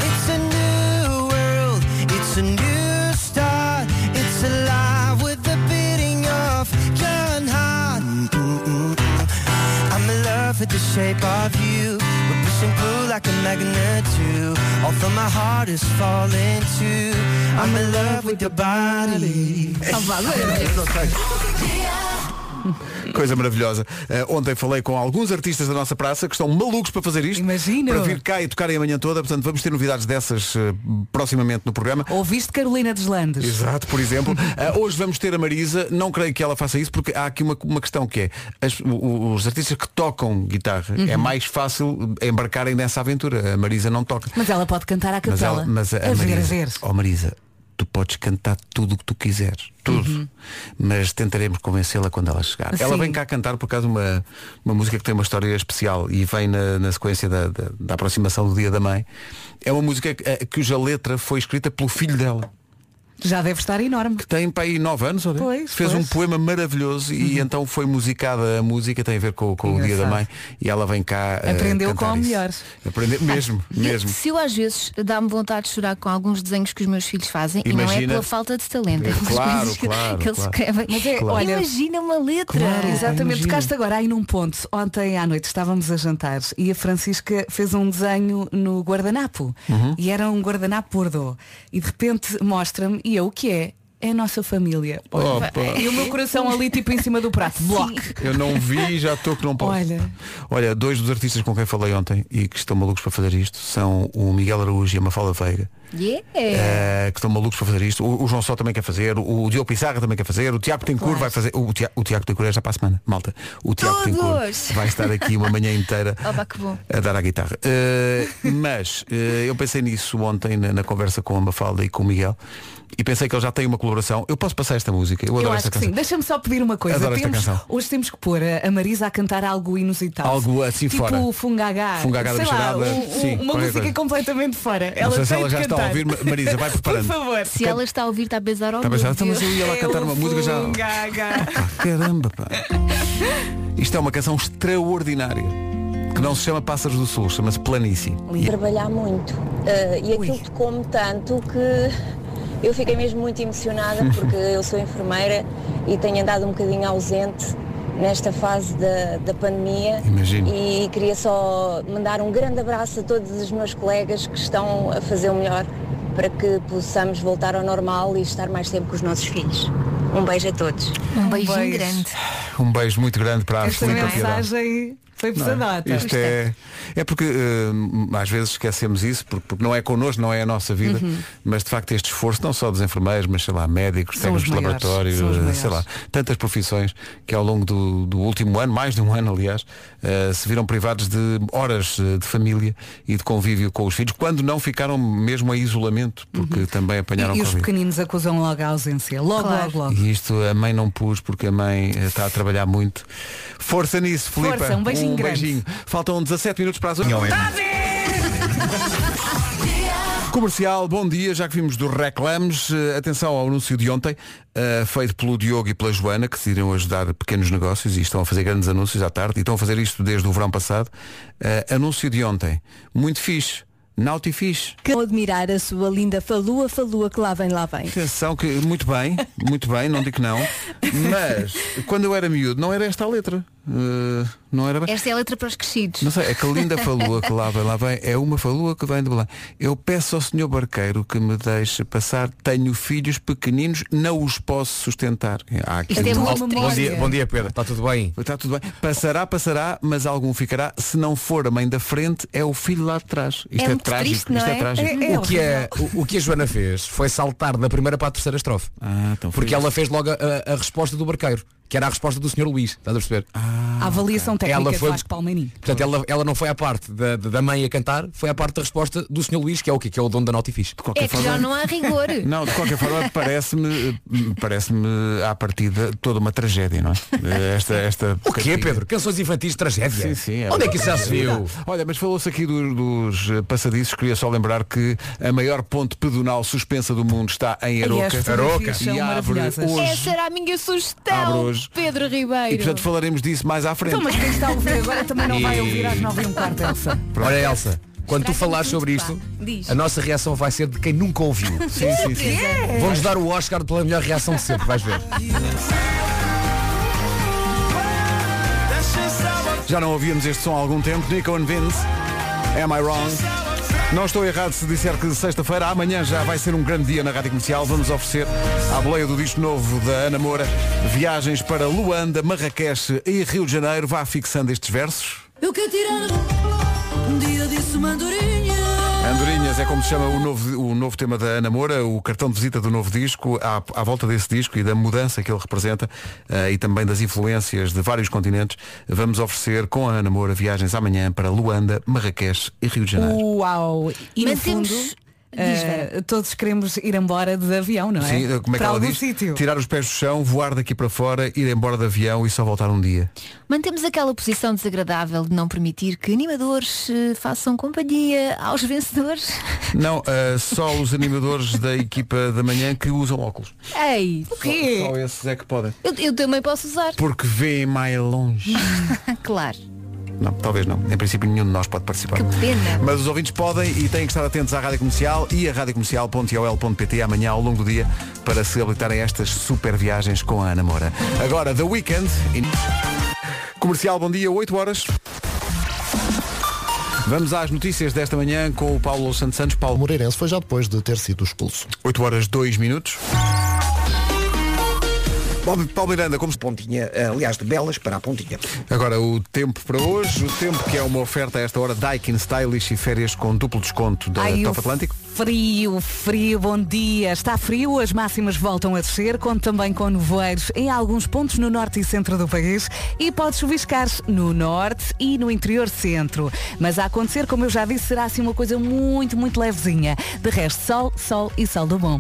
Speaker 9: It's a new world, it's a new start, it's alive with the beating of John Hart. I'm in love with the shape of you. We're pushing through like a magnet too. Although my heart is falling too. I'm in love with your body.
Speaker 1: Coisa maravilhosa. Eh, ontem falei com alguns artistas da nossa praça que estão malucos para fazer isto.
Speaker 2: Imagino.
Speaker 1: Para vir cá e tocarem a manhã toda. Portanto, vamos ter novidades dessas eh, proximamente no programa.
Speaker 2: Ouviste Carolina dos Landes?
Speaker 1: Exato, por exemplo.
Speaker 2: [LAUGHS]
Speaker 1: Ah, hoje vamos ter a Marisa, não creio que ela faça isso, porque há aqui uma, uma questão que é, as- o- o- os artistas que tocam guitarra,
Speaker 2: Uhum.
Speaker 1: é mais fácil embarcarem nessa aventura. A Marisa não toca.
Speaker 2: Mas ela pode cantar à
Speaker 1: Mas
Speaker 2: capela.
Speaker 1: ela, mas a, a
Speaker 2: a ver, a
Speaker 1: Marisa,
Speaker 2: ver.
Speaker 1: Oh Marisa, tu podes cantar tudo o que tu quiseres, tudo. Mas tentaremos convencê-la quando ela chegar. Ela
Speaker 2: Uhum. Sim.
Speaker 1: vem cá cantar por causa de uma, uma música que tem uma história especial e vem na, na sequência da, da, da aproximação do Dia da Mãe. É uma música que, eh, cuja letra foi escrita pelo filho dela
Speaker 2: Já deve estar enorme.
Speaker 1: que tem para aí 9 anos, ou não?
Speaker 2: Pois,
Speaker 1: fez
Speaker 2: pois. Uhum.
Speaker 1: um poema maravilhoso e então foi musicada a música, tem a ver com, com o Dia da
Speaker 2: Engraçado.
Speaker 1: Mãe e ela vem cá. eh,
Speaker 2: Aprendeu
Speaker 1: cantar
Speaker 2: com a
Speaker 1: isso.
Speaker 2: melhor.
Speaker 1: Aprendeu mesmo,
Speaker 2: [LAUGHS]
Speaker 1: mesmo.
Speaker 6: Se eu às vezes dá-me vontade de chorar com alguns desenhos que os meus filhos fazem e não é
Speaker 1: Imagina-
Speaker 6: pela falta de talento, é pelas
Speaker 1: Claro,
Speaker 6: coisas que,
Speaker 1: claro,
Speaker 6: que eles
Speaker 1: claro.
Speaker 6: escrevem.
Speaker 2: Mas é, olha-
Speaker 6: Imagina uma letra.
Speaker 2: Exatamente,
Speaker 1: imagino.
Speaker 2: tocaste agora aí num ponto. Ontem à noite estávamos a jantar e a Francisca fez um desenho no guardanapo.
Speaker 1: Uhum.
Speaker 2: E era um guardanapo bordeaux. E de repente mostra-me e eu o que é? É a nossa família.
Speaker 1: Opa.
Speaker 2: E o meu coração ali tipo em cima do prato. Block.
Speaker 1: Eu não vi e já estou que não posso.
Speaker 2: Olha.
Speaker 1: Olha, dois dos artistas com quem falei ontem e que estão malucos para fazer isto são o Miguel Araújo e a Mafalda Veiga.
Speaker 2: É.
Speaker 6: Yeah.
Speaker 1: eh, que estão malucos para fazer isto. O, o João Só também quer fazer, o, o Diogo Pissarra também quer fazer, o Tiago Tencourt
Speaker 6: Claro.
Speaker 1: vai fazer. O, Tia- o Tiago Tencourt é já para a semana, malta. O Tiago
Speaker 6: Todos!
Speaker 1: Tencourt vai estar aqui uma manhã
Speaker 2: [LAUGHS]
Speaker 1: inteira
Speaker 6: Opa, que bom.
Speaker 1: a dar à guitarra. Eh, mas eh, eu pensei nisso ontem na, na conversa com a Mafalda e com o Miguel e pensei que eles já têm uma colaboração. Eu posso passar esta música, eu
Speaker 2: Eu
Speaker 1: adoro
Speaker 2: acho
Speaker 1: esta
Speaker 2: que
Speaker 1: canção.
Speaker 2: sim. Deixa-me só pedir uma coisa.
Speaker 1: Adoro esta
Speaker 2: Temos-
Speaker 1: canção.
Speaker 2: Hoje temos que pôr a a Marisa a cantar algo inusitado.
Speaker 1: Algo assim
Speaker 2: tipo
Speaker 1: fora.
Speaker 2: Tipo fungagá.
Speaker 1: Fungagá da
Speaker 2: Sei lá,
Speaker 1: bicharada.
Speaker 2: um- um-
Speaker 1: Sim,
Speaker 2: uma
Speaker 1: qualquer
Speaker 2: música
Speaker 1: coisa.
Speaker 2: completamente fora.
Speaker 1: Não
Speaker 2: ela
Speaker 1: sei se
Speaker 2: tem
Speaker 1: ela
Speaker 2: de
Speaker 1: já está
Speaker 2: cantar.
Speaker 1: a ouvir, Ma- Marisa, vai
Speaker 2: [LAUGHS] Por
Speaker 1: preparando.
Speaker 2: favor.
Speaker 6: Se ela está a ouvir, está a pensar ao
Speaker 1: Está a pensar, "Então, mas
Speaker 6: Deus.
Speaker 1: eu ia lá cantar
Speaker 2: É
Speaker 1: uma
Speaker 2: o
Speaker 1: música já.
Speaker 2: fungagá.
Speaker 1: Pá, Caramba, pá. Isto é uma canção extraordinária. Que não se chama Pássaros do Sul, chama-se Planície.
Speaker 4: trabalhar muito. Ah, e aquilo tocou-me tanto que eu fiquei mesmo muito emocionada
Speaker 1: [LAUGHS]
Speaker 4: porque eu sou enfermeira e tenho andado um bocadinho ausente nesta fase da, da pandemia.
Speaker 1: Imagino.
Speaker 4: E queria só mandar um grande abraço a todos os meus colegas que estão a fazer o melhor para que possamos voltar ao normal e estar mais tempo com os nossos filhos. Um beijo a todos.
Speaker 6: Um beijinho
Speaker 2: beijo.
Speaker 6: grande.
Speaker 1: Um beijo muito grande para a
Speaker 2: Esta
Speaker 1: Filipe Piedade.
Speaker 2: mensagem foi
Speaker 1: Não é?
Speaker 2: pesadota.
Speaker 1: Isto é, é porque hum, às vezes esquecemos isso, porque, porque não é connosco, não é a nossa vida,
Speaker 2: Uhum.
Speaker 1: mas de facto este esforço, não só dos enfermeiros, mas sei lá, médicos,
Speaker 2: São
Speaker 1: técnicos
Speaker 2: os
Speaker 1: de
Speaker 2: maiores,
Speaker 1: laboratório,
Speaker 2: são os
Speaker 1: eh,
Speaker 2: maiores.
Speaker 1: sei lá, tantas profissões que ao longo do, do último ano, mais de um ano aliás, eh, se viram privados de horas eh, de família e de convívio com os filhos, quando não ficaram mesmo em isolamento, porque também apanharam
Speaker 2: Uhum. E, e os
Speaker 1: Covid.
Speaker 2: pequeninos acusam logo a ausência. Logo,
Speaker 6: Claro.
Speaker 2: logo, logo.
Speaker 1: E isto a mãe não pus porque a mãe eh, está a trabalhar muito. Força nisso, Filipe.
Speaker 2: Força, um beijinho grande.
Speaker 1: Faltam 17 minutos para as 8. Comercial, bom dia, já que vimos dos reclames, eh, atenção ao anúncio de ontem, eh, feito pelo Diogo e pela Joana, que decidiram ajudar pequenos negócios e estão a fazer grandes anúncios à tarde, e estão a fazer isto desde o verão passado. Eh, anúncio de ontem, muito fixe, naughty fixe.
Speaker 5: que admirar a sua linda falua, falua que lá vem, lá vem.
Speaker 1: Atenção que, muito bem, muito bem, não digo que
Speaker 2: [LAUGHS]
Speaker 1: não, mas quando eu era miúdo não era esta a letra, Eh, não era
Speaker 6: [LAUGHS]
Speaker 1: bem.
Speaker 6: Esta é a letra para os crescidos.
Speaker 1: Não sei, é que a
Speaker 6: [LAUGHS]
Speaker 1: linda falua que lá vem, lá vem, é uma falua que vem de Belém. Eu peço ao senhor barqueiro que me deixe passar, tenho filhos pequeninos, não os posso sustentar. Há aqui
Speaker 6: Isto é
Speaker 1: um-
Speaker 6: muito
Speaker 2: Bom
Speaker 6: triste.
Speaker 2: dia,
Speaker 10: Bom dia, Pedro. Está tudo bem?
Speaker 1: Está tudo bem. Passará, passará, mas algum ficará. Se não for a mãe da frente, é o filho lá de trás. Isto é,
Speaker 6: muito
Speaker 1: trágico.
Speaker 6: triste, não
Speaker 1: isto é,
Speaker 6: é?
Speaker 1: trágico.
Speaker 2: É- é
Speaker 10: O que, a, o, o que a Joana fez foi saltar da primeira para a terceira estrofe.
Speaker 1: Ah, então foi
Speaker 10: porque
Speaker 1: isso.
Speaker 10: ela fez logo a, a- a resposta do barqueiro, que era a resposta do Sr. Luís. Estás a perceber?
Speaker 1: Ah.
Speaker 2: A avaliação técnica
Speaker 10: Ela
Speaker 2: de
Speaker 10: foi-
Speaker 2: Vasco Palmeirim.
Speaker 10: Portanto, ela, ela não foi à parte da, da mãe a cantar, foi à parte da resposta do Sr. Luís, que é o quê? Que é o dono da Notifix.
Speaker 1: De qualquer
Speaker 6: É que já não há rigor.
Speaker 1: [LAUGHS] Não, de qualquer forma parece-me parece-me à partida toda uma tragédia, não é? Esta, esta
Speaker 10: O quê, Pedro? Canções infantis de tragédia.
Speaker 1: Sim, sim, é
Speaker 10: Onde é que isso já se viu?
Speaker 1: verdade. Olha, mas falou-se aqui do- dos eh, passadiços, queria só lembrar que a maior ponte pedonal suspensa do mundo está em
Speaker 2: E as
Speaker 1: Aroca.
Speaker 2: fotografias são
Speaker 1: E abre
Speaker 2: maravilhosas.
Speaker 1: hoje.
Speaker 6: Essa era a minha
Speaker 1: Abre
Speaker 6: sugestão,
Speaker 1: hoje.
Speaker 6: Pedro
Speaker 1: E
Speaker 6: Ribeiro.
Speaker 1: portanto falaremos disso mais à frente.
Speaker 2: Então, mas quem está a ouvir agora também não vai ouvir às 9 e um quarto, Elsa.
Speaker 10: Olha, Elsa, quando tu
Speaker 6: Estraga-me
Speaker 10: falares
Speaker 6: tudo,
Speaker 10: sobre
Speaker 6: pá.
Speaker 10: isto,
Speaker 6: Diz.
Speaker 10: a nossa reação vai ser de quem nunca ouviu.
Speaker 1: Sim, sim, sim.
Speaker 10: Vamos dar o Oscar pela melhor reação de sempre, vais ver.
Speaker 1: Já não ouvíamos este som há algum tempo. Nico and Vince. Am I wrong? Não estou errado se disser que sexta-feira, amanhã já vai ser um grande dia na Rádio Comercial. Vamos oferecer à boleia do disco novo da Ana Moura viagens para Luanda, Marrakech e Rio de Janeiro. Vá fixando estes versos.
Speaker 3: Eu quero tirar um dia disso mandorinha.
Speaker 1: Andorinhas é como se chama o novo, o novo tema da Ana Moura, o cartão de visita do novo disco, à, à volta desse disco e da mudança que ele representa eh, e também das influências de vários continentes, vamos oferecer com a Ana Moura viagens amanhã para Luanda, Marrakech e Rio de Janeiro.
Speaker 2: Uau! E no
Speaker 6: Mas temos-
Speaker 2: fundo,
Speaker 6: diz,
Speaker 2: eh, todos queremos ir embora de avião, não é?
Speaker 1: Sim, eh, como é que
Speaker 2: Para
Speaker 1: ela
Speaker 2: algum
Speaker 1: diz?
Speaker 2: sítio.
Speaker 1: Tirar os pés do chão, voar daqui para fora, ir embora de avião e só voltar um dia.
Speaker 6: Mantemos aquela posição desagradável de não permitir que animadores eh, façam companhia aos vencedores.
Speaker 1: Não, eh, só os animadores da equipa da manhã que usam óculos.
Speaker 6: Ei, o
Speaker 1: Só, só esses é que podem.
Speaker 6: Eu, eu também posso usar.
Speaker 1: Porque vêem mais longe.
Speaker 6: [LAUGHS] Claro.
Speaker 1: Não, talvez não. Em princípio nenhum de nós pode participar.
Speaker 6: Que pena.
Speaker 1: Mas os ouvintes podem e têm que estar atentos à Rádio Comercial e a radiocomercial.ol.pt amanhã ao longo do dia para se habilitarem estas super viagens com a Ana Moura. Agora, The Weekend. Comercial, bom dia, 8 horas. Vamos às notícias desta manhã com o Paulo Santos Santos.
Speaker 7: O
Speaker 1: Paulo,
Speaker 7: Moreirense foi já depois de ter sido expulso.
Speaker 1: 8 horas, 2 minutos. Paulo- Paulo Miranda, como se...
Speaker 11: Pontinha, eh, aliás, de Belas para a Pontinha.
Speaker 1: Agora o tempo para hoje, o tempo que é uma oferta a esta hora Daikin Stylish e férias com duplo desconto da
Speaker 2: Ai,
Speaker 1: Top
Speaker 2: o
Speaker 1: Atlântico.
Speaker 2: Frio, frio, bom dia. Está frio, as máximas voltam a descer, conto também com nevoeiros em alguns pontos no norte e centro do país e pode chuviscar no norte e no interior centro. Mas a acontecer, como eu já disse, será assim uma coisa muito, muito levezinha. De resto, sol, sol e sol do bom.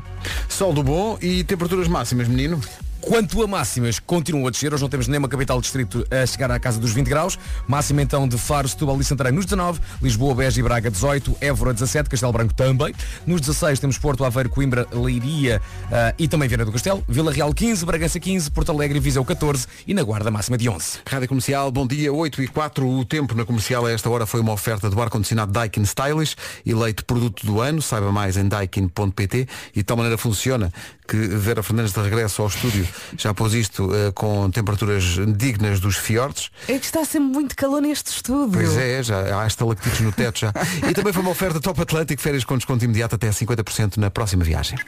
Speaker 1: Sol do bom e temperaturas máximas, menino.
Speaker 10: Quanto a máximas, continuam a descer. Hoje não temos nenhuma capital distrito a chegar à casa dos 20 graus. Máxima então de Faro, Setúbal e Santarém nos 19, Lisboa, Beja e Braga 18, Évora 17, Castelo Branco também. Nos 16 temos Porto, Aveiro, Coimbra, Leiria ah, e também Viana do Castelo. Vila Real 15, Bragança 15, Porto Alegre e Viseu 14 e na Guarda máxima de
Speaker 1: [LAUGHS]
Speaker 10: 11.
Speaker 1: Rádio Comercial, bom dia, 8 e 4. O tempo na comercial a esta hora foi uma oferta do ar-condicionado Daikin Stylish, eleito produto do ano, saiba mais em daikin.pt e de tal maneira funciona que Vera Fernandes de regresso ao estúdio já pôs isto eh, com temperaturas dignas dos fiordes.
Speaker 2: É que está sempre muito calor neste estudo.
Speaker 1: Pois é, já há estalactites no teto já. E também foi uma oferta Top Atlântico, férias com desconto imediato até 50% na próxima viagem.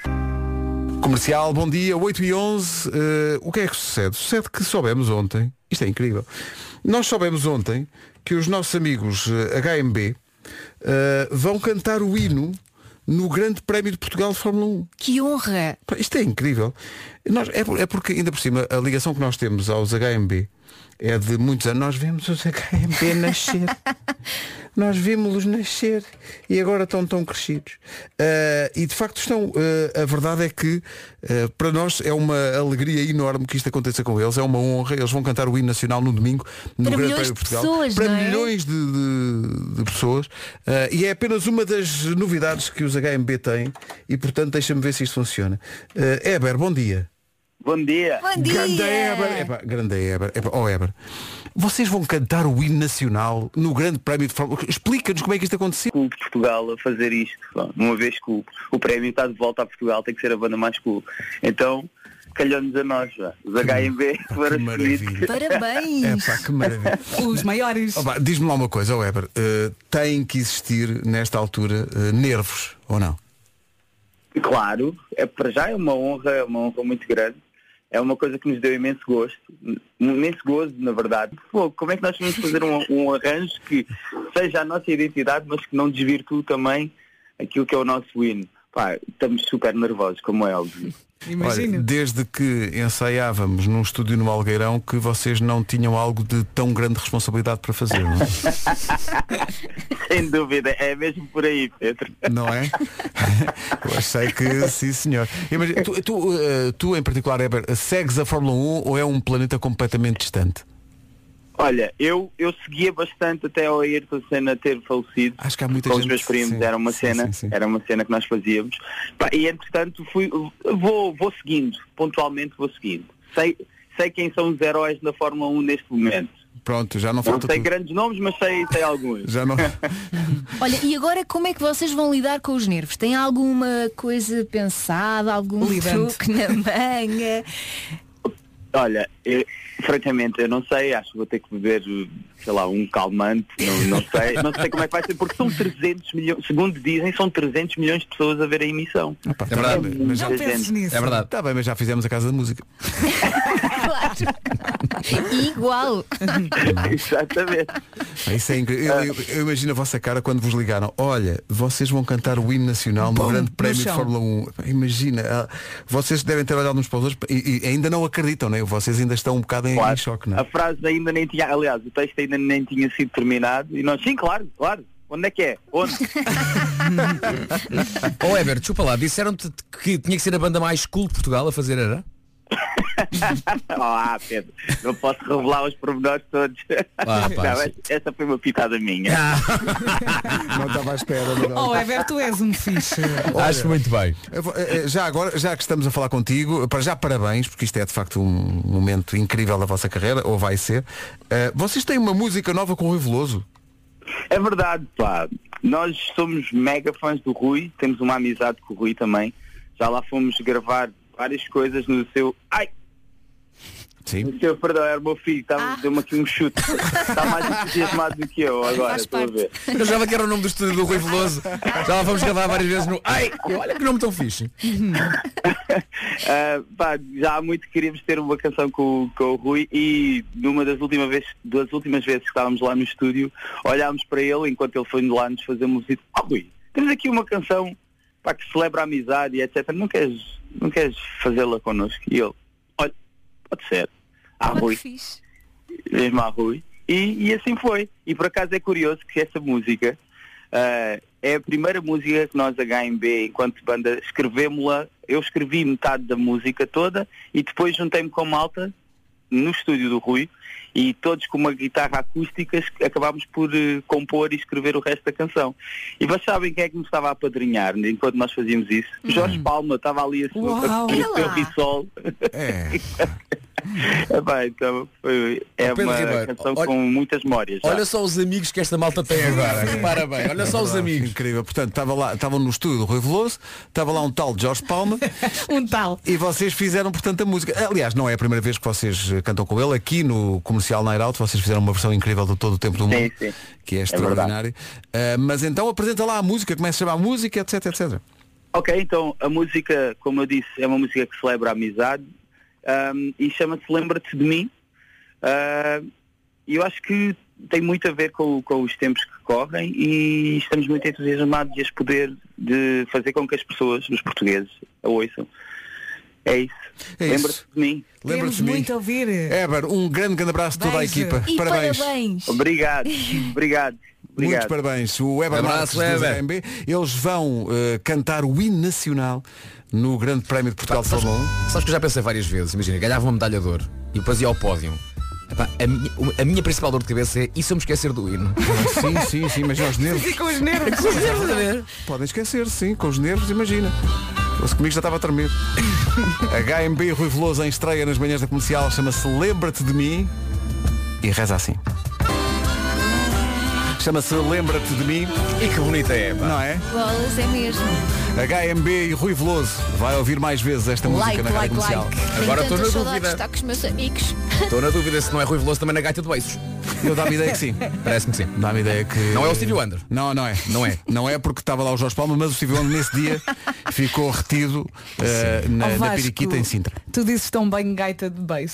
Speaker 1: Comercial, bom dia, 8 e 11. Eh, o que é que sucede? Sucede que soubemos ontem, isto é incrível, nós soubemos ontem que os nossos amigos eh, HMB eh, vão cantar o hino no Grande Prémio de Portugal de Fórmula 1.
Speaker 6: Que honra.
Speaker 1: Pá, Isto é incrível. Nós, é, por- é porque, ainda por cima, a ligação que nós temos aos HMB é de muitos anos. Nós vemos os HMB É nascer. nós vimos-los nascer e agora estão tão crescidos. Ah, e de facto estão. ah, a verdade é que ah, para nós é uma alegria enorme que isto aconteça com eles. É uma honra. Eles vão cantar o hino nacional no domingo no
Speaker 6: Para
Speaker 1: Grande
Speaker 6: milhões
Speaker 1: Prémio
Speaker 6: de
Speaker 1: Portugal.
Speaker 6: pessoas,
Speaker 1: para
Speaker 6: não é?
Speaker 1: milhões de, de- de pessoas. Ah, e é apenas uma das novidades que os HMB têm e portanto deixa-me ver se isto funciona. Ah, Eber, bom dia.
Speaker 12: Bom dia.
Speaker 6: Bom
Speaker 1: Grande
Speaker 6: dia.
Speaker 1: Eber, Epá, grande Eber, Epá, oh Eber, vocês vão cantar o hino nacional no Grande Prémio de Fórmula Explica-nos como é que isto aconteceu.
Speaker 12: Clube de Portugal a fazer isto. Bom, Uma vez que o, o prémio está de volta a Portugal, tem que ser a banda mais cool. Então, calhou-nos a nós, vá. os
Speaker 1: [LAUGHS]
Speaker 12: HMB foram escolhidos.
Speaker 6: Parabéns.
Speaker 1: Epá, que maravilha.
Speaker 2: Os maiores.
Speaker 1: Oh, pá, Diz-me lá uma coisa, oh Eber, eh, tem que existir nesta altura eh, nervos, ou não?
Speaker 12: Claro, é, para já é uma honra, é uma honra muito grande. É uma coisa que nos deu imenso gosto, um imenso gozo, na verdade. Pô, como é que nós vamos fazer um, um arranjo que seja a nossa identidade, mas que não desvirtue também aquilo que é o nosso hino? Pá, estamos super nervosos, como é óbvio.
Speaker 1: Olha, desde que ensaiávamos num estúdio no Algueirão que vocês não tinham algo de tão grande responsabilidade para fazer, não é? [LAUGHS]
Speaker 12: Sem dúvida, é mesmo por aí, Pedro. [LAUGHS]
Speaker 1: Não é? Eu achei que sim, senhor. Imagina, tu, tu, eh, tu, em particular, Eber, segues a Fórmula 1 ou é um planeta completamente distante?
Speaker 12: Olha, eu, eu seguia bastante até ao Ayrton Senna ter falecido.
Speaker 1: Acho que há muita
Speaker 12: com os
Speaker 1: gente
Speaker 12: meus
Speaker 1: que-
Speaker 12: primos,
Speaker 1: sim,
Speaker 12: era uma
Speaker 1: sim,
Speaker 12: cena,
Speaker 1: sim, sim.
Speaker 12: era uma cena que nós fazíamos. Pá, e entretanto fui, vou, vou seguindo, pontualmente vou seguindo. Sei, sei quem são os heróis da Fórmula 1 neste momento.
Speaker 1: Pronto, já não
Speaker 12: Não
Speaker 1: falta
Speaker 12: sei
Speaker 1: tudo.
Speaker 12: grandes nomes, mas sei, sei alguns.
Speaker 1: Já não...
Speaker 6: Olha, e agora como é que vocês vão lidar com os nervos? Tem alguma coisa pensada, algum
Speaker 2: [LAUGHS] Lidante.
Speaker 6: truque na manga?
Speaker 12: [LAUGHS] Olha, eu- francamente, eu não sei, acho que vou ter que beber, sei lá, um calmante, não, não sei, não sei como é que vai ser, porque são 300 milhões, segundo dizem, são 300 milhões de pessoas a ver a emissão.
Speaker 1: É verdade. mas-
Speaker 12: Não penses nisso.
Speaker 1: É verdade. Está bem, mas já fizemos a casa de música.
Speaker 2: [LAUGHS]
Speaker 6: Igual.
Speaker 12: [LAUGHS] Exatamente. Ah.
Speaker 1: Isso é incrível. Eu, eu- eu imagino a vossa cara quando vos ligaram. Olha, vocês vão cantar o hino nacional no
Speaker 13: Bom,
Speaker 1: Grande Prémio
Speaker 13: no
Speaker 1: de
Speaker 13: chão.
Speaker 1: Fórmula 1. Imagina, ah, vocês devem ter olhado uns para os outros e, e ainda não acreditam, né? Vocês ainda estão um bocado em, em choque, não
Speaker 12: A
Speaker 1: é?
Speaker 12: frase ainda nem tinha, aliás, o texto ainda nem tinha sido terminado e nós, sim, claro, claro, onde é que é?
Speaker 1: [LAUGHS]
Speaker 12: Onde?
Speaker 10: Ó oh, Eber, chupa lá, disseram-te que tinha que ser a banda mais cool de Portugal a fazer, era?
Speaker 12: ah, Pedro, não posso revelar os pormenores todos.
Speaker 10: Ah, pá,
Speaker 12: [LAUGHS] Não,
Speaker 10: sim.
Speaker 12: essa foi uma pitada minha.
Speaker 1: [LAUGHS] Não estava à espera.
Speaker 2: Oh, Ever, tu és um fixe.
Speaker 10: Acho muito bem.
Speaker 1: eh, Já agora, já que estamos a falar contigo, para já parabéns, porque isto é de facto um momento incrível da vossa carreira, ou vai ser. Ah, vocês têm uma música nova com o Rui Veloso.
Speaker 12: É verdade, pá. Nós somos mega fãs do Rui, temos uma amizade com o Rui também. Já lá fomos gravar várias coisas no seu. Ai!
Speaker 1: Sim.
Speaker 12: No seu, perdão, era o meu filho, tá, deu-me aqui um chute. Está mais entusiasmado do que eu agora, estou a ver.
Speaker 10: Eu já que era o nome do estúdio do Rui Veloso. Já lá vamos gravar várias vezes no. Ai, olha que nome tão fixe.
Speaker 12: [LAUGHS] Ah, pá, já há muito queríamos ter uma canção com, o- com o Rui e numa das últimas, vezes, das últimas vezes que estávamos lá no estúdio, olhámos para ele enquanto ele foi lá nos fazer um visita. Oh, Rui, temos aqui uma canção pá, que celebra a amizade e etc. Não queres, não queres fazê-la connosco? E ele, olha, pode ser. Ah, Rui. Mesmo à Rui. E, e assim foi. E por acaso é curioso que essa música ah, é a primeira música que nós, HMB, enquanto banda, escrevemos-la. Eu escrevi metade da música toda e depois juntei-me com a malta no estúdio do Rui e todos com uma guitarra acústica es- acabámos por eh, compor e escrever o resto da canção. E vocês sabem quem é que nos estava a padrinhar enquanto nós fazíamos isso? Jorge Palma estava ali a
Speaker 13: Hum. Uau.
Speaker 12: a- a- a-
Speaker 13: Olha
Speaker 12: o seu
Speaker 13: lá.
Speaker 12: risol. [LAUGHS] É bem, então foi, é
Speaker 10: Ó, Pedro
Speaker 12: uma
Speaker 10: Ribeiro,
Speaker 12: canção
Speaker 10: olha-
Speaker 12: com muitas memórias. já.
Speaker 10: Olha só os amigos que esta malta tem agora. Repara bem, olha só os amigos.
Speaker 1: Incrível. Portanto, estava lá, estavam no estúdio do Rui Veloso, estava lá um tal de Jorge Palma.
Speaker 2: [LAUGHS] um tal.
Speaker 1: E vocês fizeram, portanto, a música. Aliás, não é a primeira vez que vocês eh, cantam com ele. Aqui no comercial Night Out, vocês fizeram uma versão incrível do Todo o Tempo do Mundo, que é extraordinário. Eh, mas então apresenta lá a música, como é que se chama a música, etc, etc.
Speaker 12: Ok, então a música, como eu disse, é uma música que celebra a amizade ahm, e chama-se Lembra-te de mim. Ah, E eu acho que tem muito a ver com, com os tempos que correm e estamos muito entusiasmados de as poder de fazer com que as pessoas, os portugueses, a ouçam. É isso.
Speaker 1: É
Speaker 12: Lembra-te
Speaker 1: isso.
Speaker 12: de mim.
Speaker 1: Lembra-te de mim.
Speaker 2: ouvir.
Speaker 1: Éber, um grande, grande abraço a toda a
Speaker 12: Beijo.
Speaker 1: equipa.
Speaker 12: eh, E
Speaker 1: parabéns.
Speaker 12: parabéns. Obrigado.
Speaker 1: [LAUGHS]
Speaker 12: Obrigado.
Speaker 1: Muitos
Speaker 12: Obrigado.
Speaker 1: parabéns. O Weber Marques
Speaker 10: Abraço,
Speaker 1: dos
Speaker 10: Weber.
Speaker 1: AMB. Eles vão eh, cantar o hino nacional no Grande Prémio de Portugal de Fórmula 1.
Speaker 10: Sabes que eu já pensei várias vezes, imagina, ganhava uma medalha de ouro e depois ia ao pódio. Epá, a, minha, a minha principal dor de cabeça é e se eu me esquecer do hino?
Speaker 1: Sim, sim, sim, mas nós nervos.
Speaker 2: com os nervos.
Speaker 10: Com os nervos, a ver.
Speaker 1: Podem esquecer, sim, com os nervos, imagina. Se comigo já estava a tremer. HMB Rui Veloso em estreia nas manhãs da comercial chama-se Lembra-te de mim e reza assim. Chama-se Lembra-te de mim.
Speaker 10: E que bonita é, pá.
Speaker 1: Não é?
Speaker 6: Bolas é mesmo.
Speaker 1: HMB e Rui Veloso. Vai ouvir mais vezes esta
Speaker 6: Like,
Speaker 1: música na rádio
Speaker 6: like,
Speaker 1: comercial.
Speaker 6: like. Tenho tantas saudades de estar com os meus amigos.
Speaker 10: Estou na dúvida se não é Rui Veloso também na gaita de beijos.
Speaker 1: Eu dá-me ideia que sim.
Speaker 10: Parece-me que sim.
Speaker 1: Dá-me ideia que.
Speaker 10: Não é o Stevie Wonder.
Speaker 1: Não, não é.
Speaker 10: Não é.
Speaker 1: Não é porque estava lá o Jorge Palma, mas o Stevie Wonder nesse dia ficou retido eh, na,
Speaker 2: Oh,
Speaker 1: na
Speaker 2: Vasco,
Speaker 1: periquita em Sintra.
Speaker 2: Tu dizes tão bem gaita de beijo.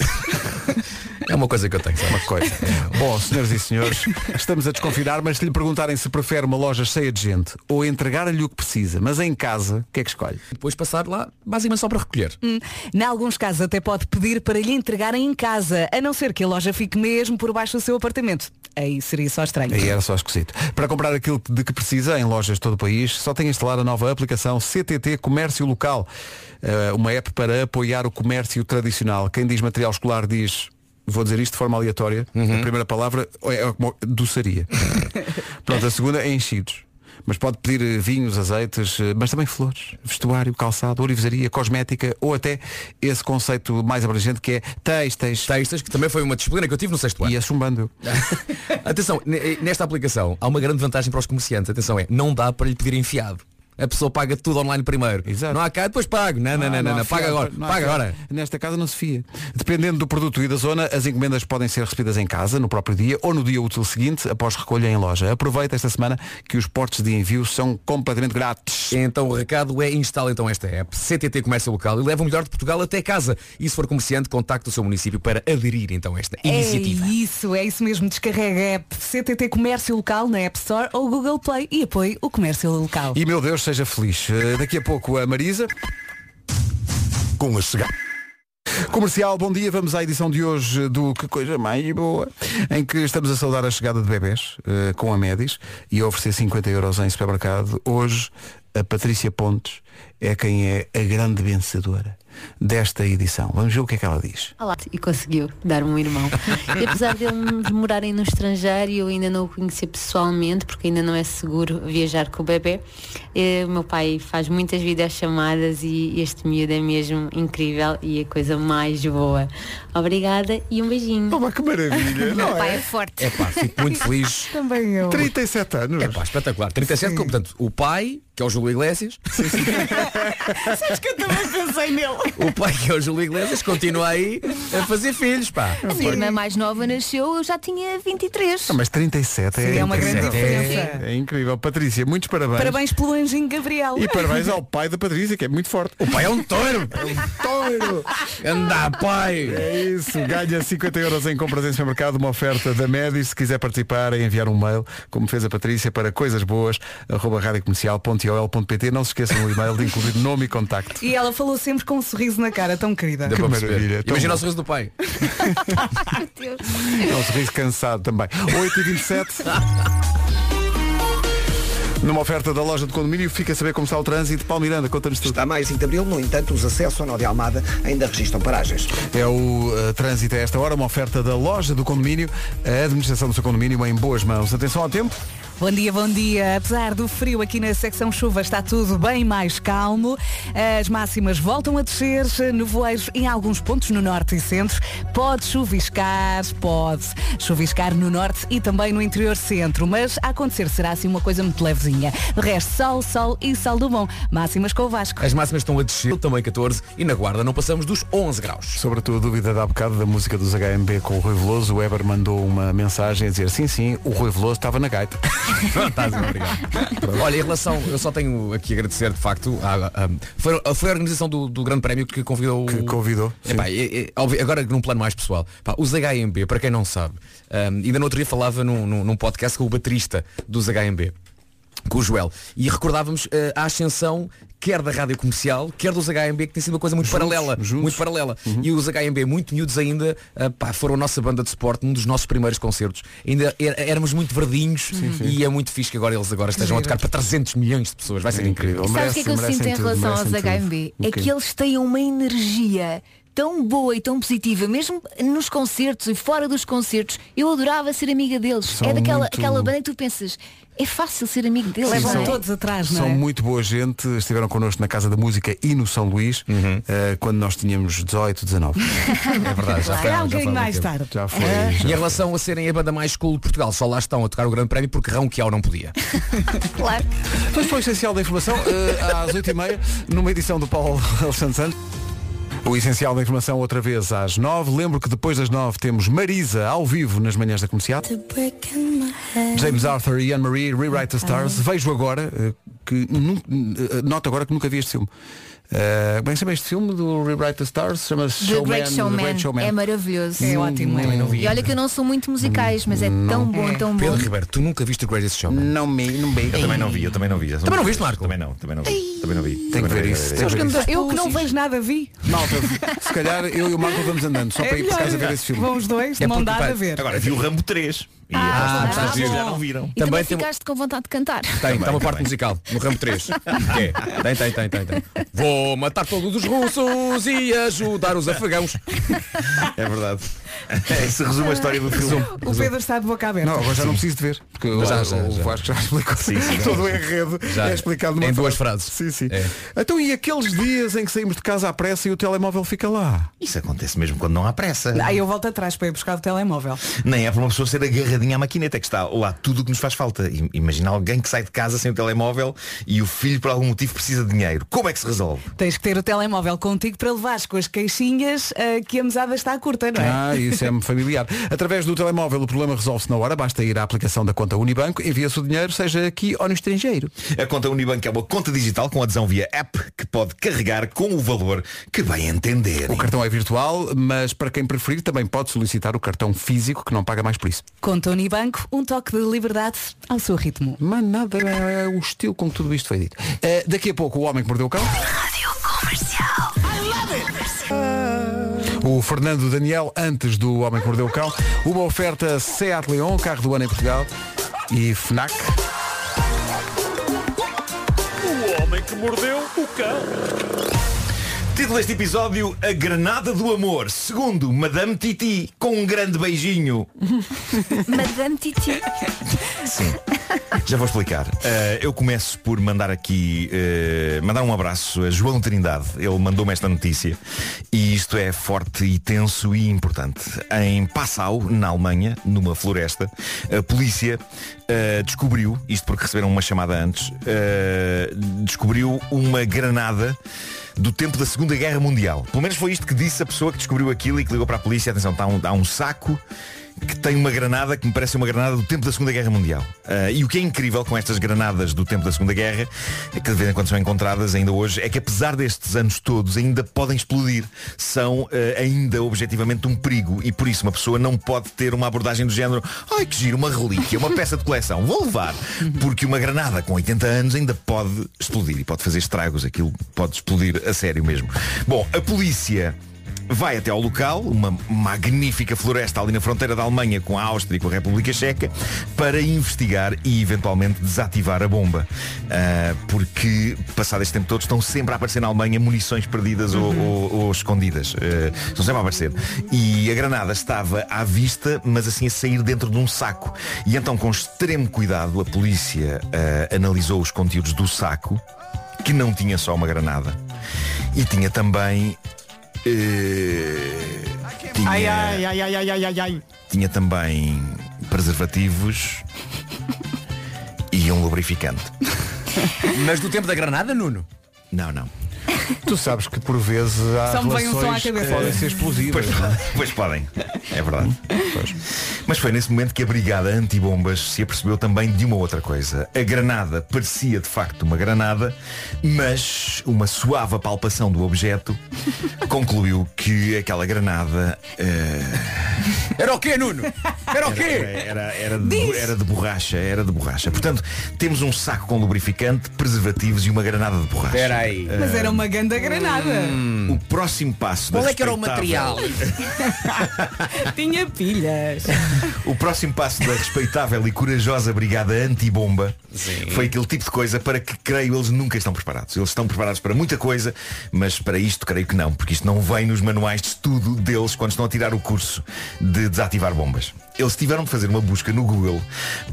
Speaker 10: É uma coisa que eu tenho.
Speaker 1: Uma coisa. é. Bom, senhoras e senhores, estamos a desconfinar, mas se lhe perguntarem se prefere uma loja cheia de gente ou entregar-lhe o que precisa, mas em casa, o que é que escolhe?
Speaker 10: Depois passar lá, basicamente só para recolher.
Speaker 2: Hum, Em alguns casos até pode pedir para lhe entregarem em casa, a não ser que a loja fique mesmo por baixo do seu apartamento. Aí seria só estranho.
Speaker 1: Aí era só esquisito. Para comprar aquilo de que precisa em lojas de todo o país, só tem a instalar a nova aplicação CTT Comércio Local. Eh, uma app para apoiar o comércio tradicional. Quem diz material escolar diz, vou dizer isto de forma aleatória,
Speaker 10: Uhum.
Speaker 1: a primeira palavra é, é como
Speaker 10: [LAUGHS]
Speaker 1: doçaria. Pronto, a segunda é enchidos. Mas pode pedir eh, vinhos, azeites, eh, mas também flores, vestuário, calçado, orivesaria, cosmética ou até esse conceito mais abrangente que é textas.
Speaker 10: Textas, que também foi uma disciplina que eu tive no sexto ano. eh,
Speaker 1: E
Speaker 10: [LAUGHS]
Speaker 1: assumbando.
Speaker 10: Atenção, ne- nesta aplicação há uma grande vantagem para os comerciantes. Atenção, é não dá para lhe pedir enfiado. a pessoa paga tudo online primeiro. Não há cá, depois pago. Não, não,
Speaker 1: Ah,
Speaker 10: não, não,
Speaker 1: há
Speaker 10: não. paga
Speaker 1: fiado,
Speaker 10: agora,
Speaker 1: não há
Speaker 10: paga
Speaker 1: fiado.
Speaker 10: agora.
Speaker 1: Nesta casa não se fia. Dependendo do produto e da zona, as encomendas podem ser recebidas em casa, no próprio dia ou no dia útil seguinte, após recolha em loja. Aproveita esta semana que os portes de envio são completamente grátis.
Speaker 10: Então o recado é instala então esta app CTT Comércio Local e leva o melhor de Portugal até casa. E se for comerciante, contacte o seu município para aderir então a esta iniciativa.
Speaker 2: É isso, é isso mesmo. Descarrega a app CTT Comércio Local na App Store ou Google Play e apoie o comércio local.
Speaker 1: E meu Deus, seja feliz. Eh, Daqui a pouco a Marisa. Com a chegar. Comercial, bom dia. Vamos à edição de hoje do Que Coisa Mais Boa, em que estamos a saudar a chegada de bebés eh, com a Médis e a oferecer 50 euros em supermercado. Hoje, a Patrícia Pontes é quem é a grande vencedora desta edição. Vamos ver o que é que ela diz.
Speaker 13: Olá, e conseguiu dar-me um irmão. E apesar de ele demorarem no estrangeiro e eu ainda não o conhecer pessoalmente, porque ainda não é seguro viajar com o bebê, eh, o meu pai faz muitas videochamadas e este miúdo é mesmo incrível e a coisa mais boa. Obrigada e um beijinho.
Speaker 1: que maravilha!
Speaker 13: meu pai é forte.
Speaker 10: É pá, fico muito feliz.
Speaker 2: Também eu.
Speaker 1: 37 anos.
Speaker 10: É pá, espetacular. 37, com, portanto, o pai, que é o Júlio Iglesias.
Speaker 2: Sabes que [LAUGHS] eu também pensei nele.
Speaker 10: [LAUGHS] O pai, que é o Júlio Iglesias, continua aí a fazer filhos, pá.
Speaker 6: A minha irmã mais nova nasceu, eu já tinha 23.
Speaker 1: Ah, mas 37 é,
Speaker 10: Sim, é uma grande
Speaker 1: 37 é-
Speaker 10: diferença.
Speaker 1: é incrível. Patrícia, muitos parabéns.
Speaker 2: Parabéns pelo anjinho Gabriel.
Speaker 1: E parabéns
Speaker 2: [LAUGHS]
Speaker 1: ao pai da Patrícia, que é muito forte. O pai é um touro! É um touro! Anda, pai! É isso, ganha 50 euros em compras em supermercado, uma oferta da Medis. Se quiser participar, é enviar um mail, como fez a Patrícia, para coisasboas.radiocomercial.ol.pt. Não se esqueçam o e-mail de incluir nome e contacto.
Speaker 2: E ela falou sempre com um sorriso na cara, tão querida.
Speaker 1: Dá para perceber.
Speaker 10: Imagina
Speaker 1: bom.
Speaker 10: o sorriso do pai.
Speaker 1: É um sorriso cansado também. 8h27. Numa oferta da loja de condomínio, fica a saber como está o trânsito. Paulo Miranda, conta-nos tudo.
Speaker 11: Está mais 20 de abril, no entanto, os acessos ao Nó de Almada ainda registram paragens.
Speaker 1: É o eh, trânsito a esta hora, uma oferta da loja do condomínio, a administração do seu condomínio em boas mãos. Atenção ao tempo.
Speaker 2: Bom dia, bom dia. Apesar do frio aqui na secção chuva, está tudo bem mais calmo. As máximas voltam a descer, nevoeiros em alguns pontos no norte e centro. Pode chuviscar, pode chuviscar no norte e também no interior centro, mas a acontecer será assim uma coisa muito levezinha. De resto, sol, sol e sol do bom. Máximas com o Vasco.
Speaker 10: As máximas estão a descer, também 14, e na guarda não passamos dos 11 graus.
Speaker 1: Sobre a tua dúvida da bocado da música dos HMB com o Rui Veloso, o Weber mandou uma mensagem a dizer sim, sim, o Rui Veloso estava na gaita.
Speaker 10: Estás a ver, obrigado. Olha, em relação, eu só tenho aqui a agradecer de facto. à- à- foi, foi a organização do, do Grande Prémio que convidou. Que
Speaker 1: convidou.
Speaker 10: agora num plano mais pessoal. Pá, os HMB, para quem não sabe, ahm, ainda no outro dia falava num, num, num podcast com o baterista dos HMB. Com o Joel. E recordávamos eh, a ascensão quer da rádio comercial, quer dos HMB, que tem sido uma coisa muito paralela. Muito paralela.
Speaker 1: Uhum.
Speaker 10: E os HMB, muito miúdos ainda, ah, pá, foram a nossa banda de suporte, um dos nossos primeiros concertos. Ainda é- éramos muito verdinhos
Speaker 1: sim.
Speaker 10: e é muito fixe que agora eles agora estejam a tocar para 300 milhões de pessoas. Vai ser incrível.
Speaker 6: Sabes o que é que eu sinto em relação aos HMB? É que eles têm uma energia tão boa e tão positiva, mesmo nos concertos e fora dos concertos, eu adorava ser amiga deles.
Speaker 1: São
Speaker 6: é daquela
Speaker 1: muito-
Speaker 6: aquela banda que tu pensas, é fácil ser amigo deles. não é?
Speaker 1: São muito boa gente, estiveram connosco na Casa da Música e no São Luís, eh, quando nós tínhamos 18, 19.
Speaker 10: É verdade, já foi, já foi há algum tempo.
Speaker 1: Já foi.
Speaker 6: É.
Speaker 10: E em relação a serem a banda mais cool de Portugal, só lá estão a tocar o Grande Prémio porque Rão Kiau não
Speaker 1: [LAUGHS]
Speaker 10: podia.
Speaker 1: Claro. Mas foi o essencial da informação, eh, às 8h30, numa edição do Paulo [LAUGHS] Alexandre Santos. O essencial da informação outra vez às 9. Lembro que depois das 9 temos Marisa ao vivo nas manhãs da comercial. James Arthur e Anne-Marie, Rewrite the
Speaker 2: Ah.
Speaker 1: Stars. Vejo agora, eh, que nun- eh, noto agora que nunca vi este filme. Eh, Como é que se chama este filme do Rewrite the Stars? Chama-se
Speaker 6: The Great Showman, é maravilhoso.
Speaker 1: É ótimo, é. Também não vi
Speaker 6: E olha que eu não sou muito musicais, mas é tão bom, tão bom.
Speaker 10: Pedro Ribeiro, tu nunca viste o Greatest Show?
Speaker 1: Não me, não vi.
Speaker 14: Eu também não vi, eu também não vi.
Speaker 10: Também não viste, Marco?
Speaker 14: Também não, também não vi. Também não vi. Também
Speaker 1: que
Speaker 14: não
Speaker 1: ver
Speaker 14: vi, também
Speaker 1: isso, tem
Speaker 14: não
Speaker 1: que
Speaker 14: vi.
Speaker 1: ver isso.
Speaker 2: Eu que não vejo nada vi.
Speaker 1: Malta, se calhar eu e o Marco vamos andando, só
Speaker 2: É
Speaker 1: para ir por
Speaker 2: melhor.
Speaker 1: casa ver esse filme.
Speaker 2: Vão os dois, de É mão porque, dada, pá, a ver.
Speaker 14: Agora, vi o Rambo 3. E
Speaker 6: Ah,
Speaker 14: aposto que
Speaker 6: tá
Speaker 14: vocês
Speaker 6: bom.
Speaker 14: já não viram.
Speaker 6: E também, ficaste com vontade de cantar.
Speaker 10: um- Tem, tem uma parte musical, no ramo 3. é, Tem, tem, tem, tem, tem. Vou matar todos os russos e ajudar os afegãos.
Speaker 14: É verdade. Se É, resume a história do filme.
Speaker 2: O Pedro está de boca aberta.
Speaker 1: Não, agora já não preciso de ver, porque o-
Speaker 10: Já, Ah, já,
Speaker 1: o
Speaker 10: já.
Speaker 1: Vasco já explicou
Speaker 10: Sim,
Speaker 1: [LAUGHS]
Speaker 10: sim, já.
Speaker 1: todo o enredo.
Speaker 10: Já.
Speaker 1: É explicado numa
Speaker 10: Em duas frases.
Speaker 1: Sim, sim. Então e aqueles dias em que saímos de casa à pressa e o telemóvel fica lá?
Speaker 14: Isso acontece mesmo quando não há pressa.
Speaker 2: Aí eu volto atrás para ir buscar o telemóvel.
Speaker 14: Nem é para uma pessoa ser agarradinha bocadinho à maquineta, que está lá tudo o que nos faz falta. I- Imagina alguém que sai de casa sem o telemóvel e o filho, por algum motivo, precisa de dinheiro. Como é que se resolve?
Speaker 2: Tens que ter o telemóvel contigo para levares com as caixinhas eh, que a mesada está curta, não é?
Speaker 1: Ah, isso é-me familiar. Através do telemóvel o problema resolve-se na hora, basta ir à aplicação da conta Unibanco, envia-se o dinheiro, seja aqui ou no estrangeiro.
Speaker 14: A conta Unibanco é uma conta digital com adesão via app que pode carregar com o valor que bem entender.
Speaker 1: O cartão é virtual, mas para quem preferir também pode solicitar o cartão físico que não paga mais por isso.
Speaker 2: Conta Unibanco, um toque de liberdade
Speaker 14: Então,
Speaker 2: ao seu ritmo.
Speaker 1: Mas nada é o estilo com que tudo isto foi dito. Eh, daqui a pouco o homem que mordeu o cão.
Speaker 15: É
Speaker 1: O Fernando Daniel, antes do Homem que Mordeu o Cão, uma oferta Seat Leon, carro do ano em Portugal, e FNAC.
Speaker 9: O homem que mordeu o cão.
Speaker 14: Título deste episódio A Granada do Amor Segundo Madame Titi Com um grande beijinho
Speaker 6: [LAUGHS] Madame Titi.
Speaker 14: Sim Já vou explicar Eh, Eu começo por mandar aqui eh, Mandar um abraço a João Trindade Ele mandou-me esta notícia E isto é forte e tenso e importante Em Passau, na Alemanha Numa floresta A polícia eh, descobriu Isto porque receberam uma chamada antes eh, Descobriu uma granada do tempo da Segunda Guerra Mundial. Pelo menos foi isto que disse a pessoa que descobriu aquilo e que ligou para a polícia. Atenção, está um, há um saco que tem uma granada que me parece uma granada do tempo da Segunda Guerra Mundial. Ah, e o que é incrível com estas granadas do tempo da Segunda Guerra, é que de vez em quando são encontradas ainda hoje, é que apesar destes anos todos ainda podem explodir. São ah, ainda objetivamente um perigo e por isso uma pessoa não pode ter uma abordagem do género ai que giro, uma relíquia, uma peça de coleção, vou levar. Porque uma granada com 80 anos ainda pode explodir e pode fazer estragos. Aquilo pode explodir a sério mesmo. Bom, a polícia vai até ao local, uma magnífica floresta ali na fronteira da Alemanha com a Áustria e com a República Checa, para investigar e eventualmente desativar a bomba. Ah, porque, passado este tempo todo, estão sempre a aparecer na Alemanha munições perdidas ou, ou- ou escondidas. Ah, estão sempre a aparecer. E a granada estava à vista, mas assim a sair dentro de um saco. E então, com extremo cuidado, a polícia ah, analisou os conteúdos do saco, que não tinha só uma granada. E tinha também eh, tinha,
Speaker 9: Ai, ai, ai, ai, ai, ai, ai, ai.
Speaker 14: tinha também
Speaker 9: [LAUGHS]
Speaker 14: preservativos e um lubrificante.
Speaker 10: Mas do tempo da granada, Nuno?
Speaker 14: Não, não.
Speaker 1: Tu sabes que por vezes há
Speaker 10: Só me vem um som à
Speaker 1: relações que
Speaker 10: cabeça.
Speaker 1: podem ser explosivas.
Speaker 14: Pois, [LAUGHS] pois podem, é verdade. Pois. Mas foi nesse momento que a brigada antibombas se apercebeu também de uma outra coisa. A granada parecia de facto uma granada, mas uma suave palpação
Speaker 10: [LAUGHS]
Speaker 14: do objeto concluiu que aquela granada eh,
Speaker 10: Era o quê, Nuno? Era o quê?
Speaker 14: Era, era- era de, era de borracha, era de borracha. Portanto, temos um saco com lubrificante, preservativos e uma granada de borracha. Espera aí.
Speaker 2: Mas era uma ganda granada.
Speaker 14: O próximo passo da
Speaker 2: Qual é que era o
Speaker 14: respeitável-
Speaker 3: [LAUGHS]
Speaker 2: Tinha pilhas.
Speaker 14: [LAUGHS] O próximo passo da respeitável e corajosa brigada antibomba foi aquele tipo de coisa para que creio eles nunca estão preparados. Eles estão preparados para muita coisa, mas para isto creio que não, porque isto não vem nos manuais de estudo deles quando estão a tirar o curso de desativar bombas. Eles tiveram de fazer uma busca no Google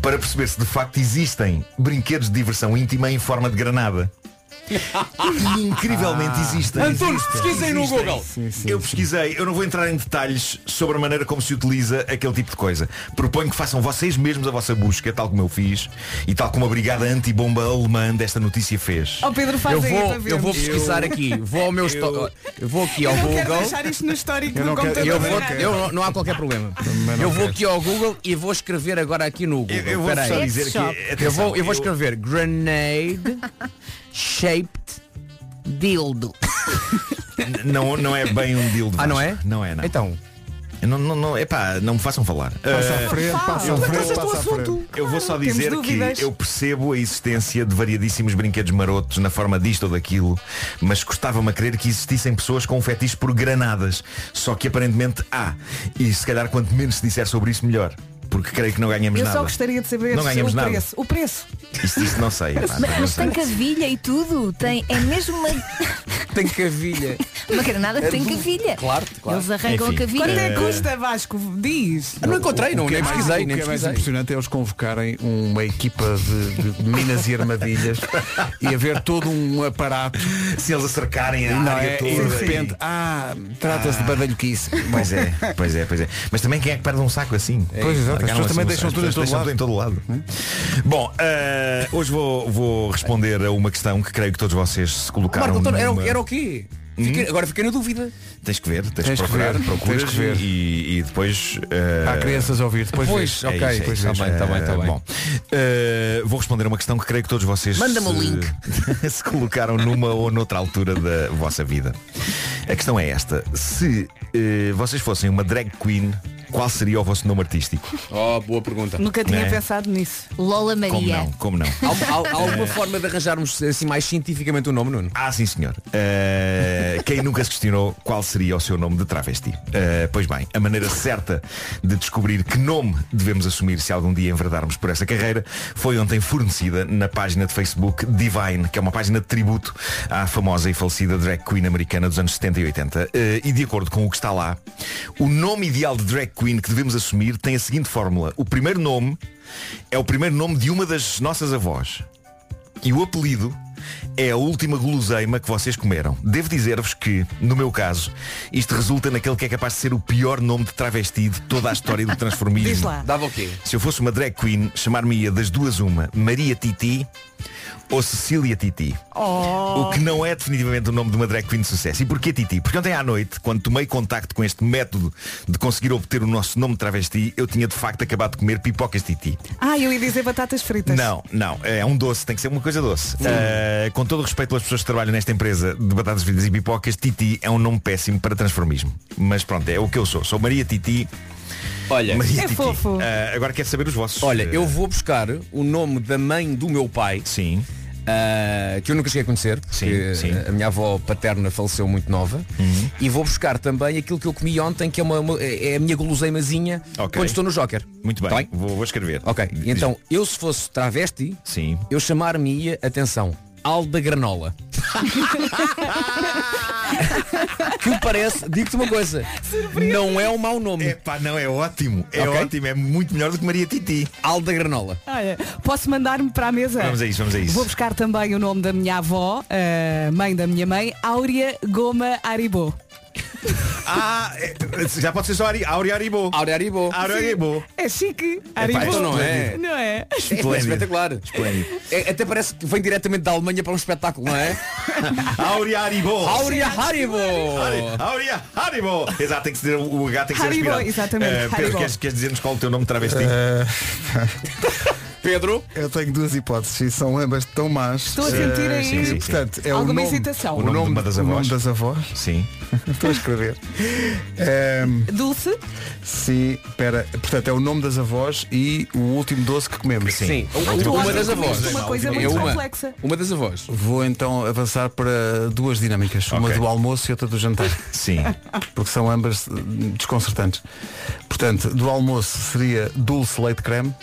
Speaker 14: para perceber se de facto existem brinquedos de diversão íntima em forma de granada. E incrivelmente
Speaker 10: Ah.
Speaker 14: existem.
Speaker 10: Antunes,
Speaker 14: Existem,
Speaker 10: pesquisem no
Speaker 14: existem.
Speaker 10: Google.
Speaker 14: Eu pesquisei, eu não vou entrar em detalhes sobre a maneira como se utiliza aquele tipo de coisa. Proponho que façam vocês mesmos a vossa busca, tal como eu fiz, e tal como a brigada antibomba alemã desta notícia fez.
Speaker 2: Ó Oh, Pedro, faz
Speaker 10: eu
Speaker 2: aí
Speaker 10: vou,
Speaker 2: para ver.
Speaker 10: eu vou pesquisar aqui, vou ao meu esto- eu vou aqui ao
Speaker 2: eu não
Speaker 10: Google.
Speaker 2: quero deixar isto no histórico
Speaker 10: Eu
Speaker 2: do
Speaker 10: não quero-
Speaker 2: computador.
Speaker 10: eu vou-
Speaker 2: não é?
Speaker 10: eu não- não há qualquer problema. Eu vou aqui ao Google e vou escrever agora aqui no Google.
Speaker 14: eu vou
Speaker 10: Espera
Speaker 14: só
Speaker 10: aí.
Speaker 14: dizer que-
Speaker 10: eu
Speaker 14: atenção,
Speaker 10: vou, eu vou
Speaker 14: eu-
Speaker 10: escrever grenade shaped dildo.
Speaker 14: N- Não, não é bem um deal de
Speaker 10: Ah, não
Speaker 14: Vasco.
Speaker 10: é?
Speaker 14: Não é, não.
Speaker 10: Então.
Speaker 14: Não, não, não, epá, não me façam falar.
Speaker 1: Passa
Speaker 14: Eh,
Speaker 1: à frente, passa à frente, passa à frente.
Speaker 14: Eu vou só
Speaker 1: Temos
Speaker 14: dizer que
Speaker 1: dúvidas.
Speaker 14: eu percebo a existência de variadíssimos brinquedos marotos na forma disto ou daquilo, mas custava-me a crer que existissem pessoas com um fetiche por granadas. Só que aparentemente há. E se calhar quanto menos se disser sobre isso, melhor. Porque creio que não ganhamos
Speaker 2: Eu
Speaker 14: nada.
Speaker 2: só gostaria de saber
Speaker 14: Não
Speaker 2: se
Speaker 14: ganhamos
Speaker 2: o
Speaker 14: nada.
Speaker 2: preço. O preço.
Speaker 6: [LAUGHS]
Speaker 14: Isto, isto não sei. pá,
Speaker 6: Mas,
Speaker 14: não
Speaker 6: mas
Speaker 14: sei.
Speaker 6: tem cavilha e tudo. Tem, é mesmo uma.
Speaker 10: Tem cavilha.
Speaker 6: Uma granada que tem cavilha.
Speaker 10: É Claro, claro.
Speaker 6: Eles arrancam
Speaker 10: Enfim,
Speaker 6: a cavilha.
Speaker 2: Quanto é que
Speaker 1: eh,
Speaker 2: custa Vasco? Diz.
Speaker 10: Não encontrei, não,
Speaker 1: O que é
Speaker 10: nem
Speaker 1: mais-
Speaker 10: pesquisei, nem
Speaker 1: O que é mais
Speaker 10: pesquisei.
Speaker 1: impressionante é eles convocarem uma equipa de, de minas e armadilhas e haver todo um aparato.
Speaker 14: Se eles acercarem a
Speaker 1: não,
Speaker 14: área
Speaker 1: é,
Speaker 14: toda
Speaker 1: E de repente,
Speaker 14: e-
Speaker 1: ah, trata-se de badalhoquice.
Speaker 14: Pois [LAUGHS] é, pois é, pois é. Mas também quem é que perde um saco assim?
Speaker 1: Pois,
Speaker 14: isso,
Speaker 1: exato, as
Speaker 14: agarram
Speaker 1: pessoas também
Speaker 14: assim um
Speaker 1: deixam
Speaker 14: saco,
Speaker 1: tudo em
Speaker 14: as pessoas deixam tudo
Speaker 1: todo
Speaker 14: em todo lado. né? Bom, eh, hoje vou, vou responder a uma questão que creio que todos vocês se colocaram.
Speaker 10: Marco António, era, o-
Speaker 14: numa-
Speaker 10: era o quê? Fiquei-
Speaker 14: Hum?
Speaker 10: Agora fiquei na dúvida.
Speaker 14: Tens que ver, tens,
Speaker 1: Tens
Speaker 14: que
Speaker 1: que
Speaker 14: procurar,
Speaker 1: ver,
Speaker 14: procuras
Speaker 1: tens que ver.
Speaker 14: E, e depois. eh,
Speaker 1: Há crianças a ouvir, depois
Speaker 10: Pois,
Speaker 1: vês.
Speaker 10: ok,
Speaker 14: é isso, é
Speaker 10: pois
Speaker 14: isso.
Speaker 10: está bem, está bem, está
Speaker 14: Eh,
Speaker 10: bem.
Speaker 14: Bom, eh, vou responder a uma questão que creio que todos vocês
Speaker 10: Manda-me
Speaker 14: se-
Speaker 10: o link.
Speaker 14: [LAUGHS] se colocaram numa ou noutra altura da vossa vida. A questão é esta: se eh, vocês fossem uma drag queen, qual seria o vosso nome artístico?
Speaker 10: Oh, boa pergunta.
Speaker 2: Nunca tinha
Speaker 14: Não é?
Speaker 2: pensado nisso.
Speaker 6: Lola
Speaker 14: Como não? Como não?
Speaker 10: Há, há- há alguma forma de arranjarmos assim mais cientificamente o nome, Nuno?
Speaker 14: Ah, sim senhor. Eh, quem nunca se questionou qual seria o seu nome de travesti? Eh, pois bem, a maneira certa de descobrir que nome devemos assumir se algum dia enverdarmos por essa carreira foi ontem fornecida na página de Facebook Divine, que é uma página de tributo à famosa e falecida drag queen americana dos anos 70 e 80. Eh, e de acordo com o que está lá, o nome ideal de drag queen que devemos assumir tem a seguinte fórmula. O primeiro nome é o primeiro nome de uma das nossas avós. E o apelido é a última guloseima que vocês comeram. Devo dizer-vos que, no meu caso, isto resulta naquele que é capaz de ser o pior nome de travesti de toda a história
Speaker 2: [LAUGHS]
Speaker 14: do transformismo.
Speaker 2: Diz lá.
Speaker 10: Dava o quê?
Speaker 14: Se eu fosse uma drag queen, chamar-me-ia das duas uma, Maria Titi ou Cecília Titi.
Speaker 2: [LAUGHS] Oh.
Speaker 14: O que não é definitivamente o nome de uma drag queen de sucesso. E porquê Titi? Porque ontem à noite, quando tomei contacto com este método de conseguir obter o nosso nome de travesti, eu tinha de facto acabado de comer pipocas Titi.
Speaker 2: Ah, eu ia dizer batatas fritas.
Speaker 14: Não, não, é um doce, tem que ser uma coisa doce. Uh, com todo o respeito pelas pessoas que trabalham nesta empresa de batatas fritas e pipocas, Titi é um nome péssimo para transformismo. Mas pronto, é o que eu sou. Sou Maria Titi.
Speaker 10: Olha,
Speaker 14: Maria
Speaker 2: É
Speaker 14: Titi.
Speaker 2: fofo.
Speaker 14: Uh, agora quero saber os vossos.
Speaker 10: Olha,
Speaker 14: Uh,
Speaker 10: eu vou buscar o nome da mãe do meu pai.
Speaker 14: Sim.
Speaker 10: ah, que eu nunca cheguei a conhecer, porque
Speaker 14: Sim, sim. Uhum.
Speaker 10: a minha avó paterna faleceu muito nova. E vou buscar também aquilo que eu comi ontem, que é, uma, uma- é a minha goloseimazinha
Speaker 14: Ok.
Speaker 10: quando estou no Joker.
Speaker 14: Muito bem,
Speaker 10: Tá bem?
Speaker 14: Vou, vou escrever.
Speaker 10: Ok,
Speaker 14: Diz-
Speaker 10: então eu se fosse travesti,
Speaker 14: Sim.
Speaker 10: eu chamar-me-ia, atenção, Alda
Speaker 14: [LAUGHS]
Speaker 10: Granola. que parece, digo-te uma coisa, não é um mau nome.
Speaker 14: Epá, não, é ótimo. É
Speaker 10: Ok.
Speaker 14: ótimo, é muito melhor do que Maria Titi.
Speaker 10: Alda Granola.
Speaker 2: Olha, Ah, é. posso mandar-me para a mesa?
Speaker 14: Vamos a isso, vamos a isso.
Speaker 2: Vou buscar também o nome da minha avó, eh, mãe da minha mãe, Áurea Goma Aribô.
Speaker 14: Ah, é, já pode ser só Ari, Auri Aribo.
Speaker 10: Áurea Aribo.
Speaker 14: Auri Aribo.
Speaker 2: É chique, Aribô.
Speaker 10: então não é.
Speaker 2: Não é?
Speaker 10: É espetacular. É, até parece que vem diretamente da Alemanha para um espetáculo, não
Speaker 14: [LAUGHS]
Speaker 10: é?
Speaker 14: Auri Aribo.
Speaker 10: Áurea Haribo!
Speaker 1: Oh.
Speaker 14: Áurea Haribo! Exato, tem que ser o H tem que ser
Speaker 2: Haribo,
Speaker 14: aspirado.
Speaker 2: exatamente,
Speaker 14: Eh, Pedro,
Speaker 2: Haribo.
Speaker 14: queres, queres dizer-nos qual o teu nome de travesti?
Speaker 1: Eh, [LAUGHS]
Speaker 10: Pedro?
Speaker 1: Eu tenho duas hipóteses e são ambas tão más. Eh,
Speaker 2: Estou a sentir aí
Speaker 14: sim, sim.
Speaker 1: Portanto, é
Speaker 2: alguma
Speaker 1: o nome,
Speaker 2: hesitação.
Speaker 1: O nome,
Speaker 14: de uma das
Speaker 1: o nome
Speaker 14: avós.
Speaker 1: das avós.
Speaker 14: Sim.
Speaker 1: [LAUGHS] Estou a escrever. Ehm,
Speaker 2: Dulce,
Speaker 1: sim, espera. Portanto, é o nome das avós e o último doce que comemos.
Speaker 10: Sim.
Speaker 2: tu
Speaker 10: Uma
Speaker 2: achas
Speaker 10: das
Speaker 2: que comeste
Speaker 10: avós.
Speaker 2: uma coisa
Speaker 10: É
Speaker 2: muito
Speaker 10: uma.
Speaker 2: complexa.
Speaker 10: Uma das avós.
Speaker 1: Vou então avançar para duas dinâmicas. Uma
Speaker 14: Ok.
Speaker 1: do almoço e outra do jantar.
Speaker 14: [LAUGHS] Sim.
Speaker 1: Porque são ambas eh, desconcertantes. Portanto, do almoço seria dulce leite creme.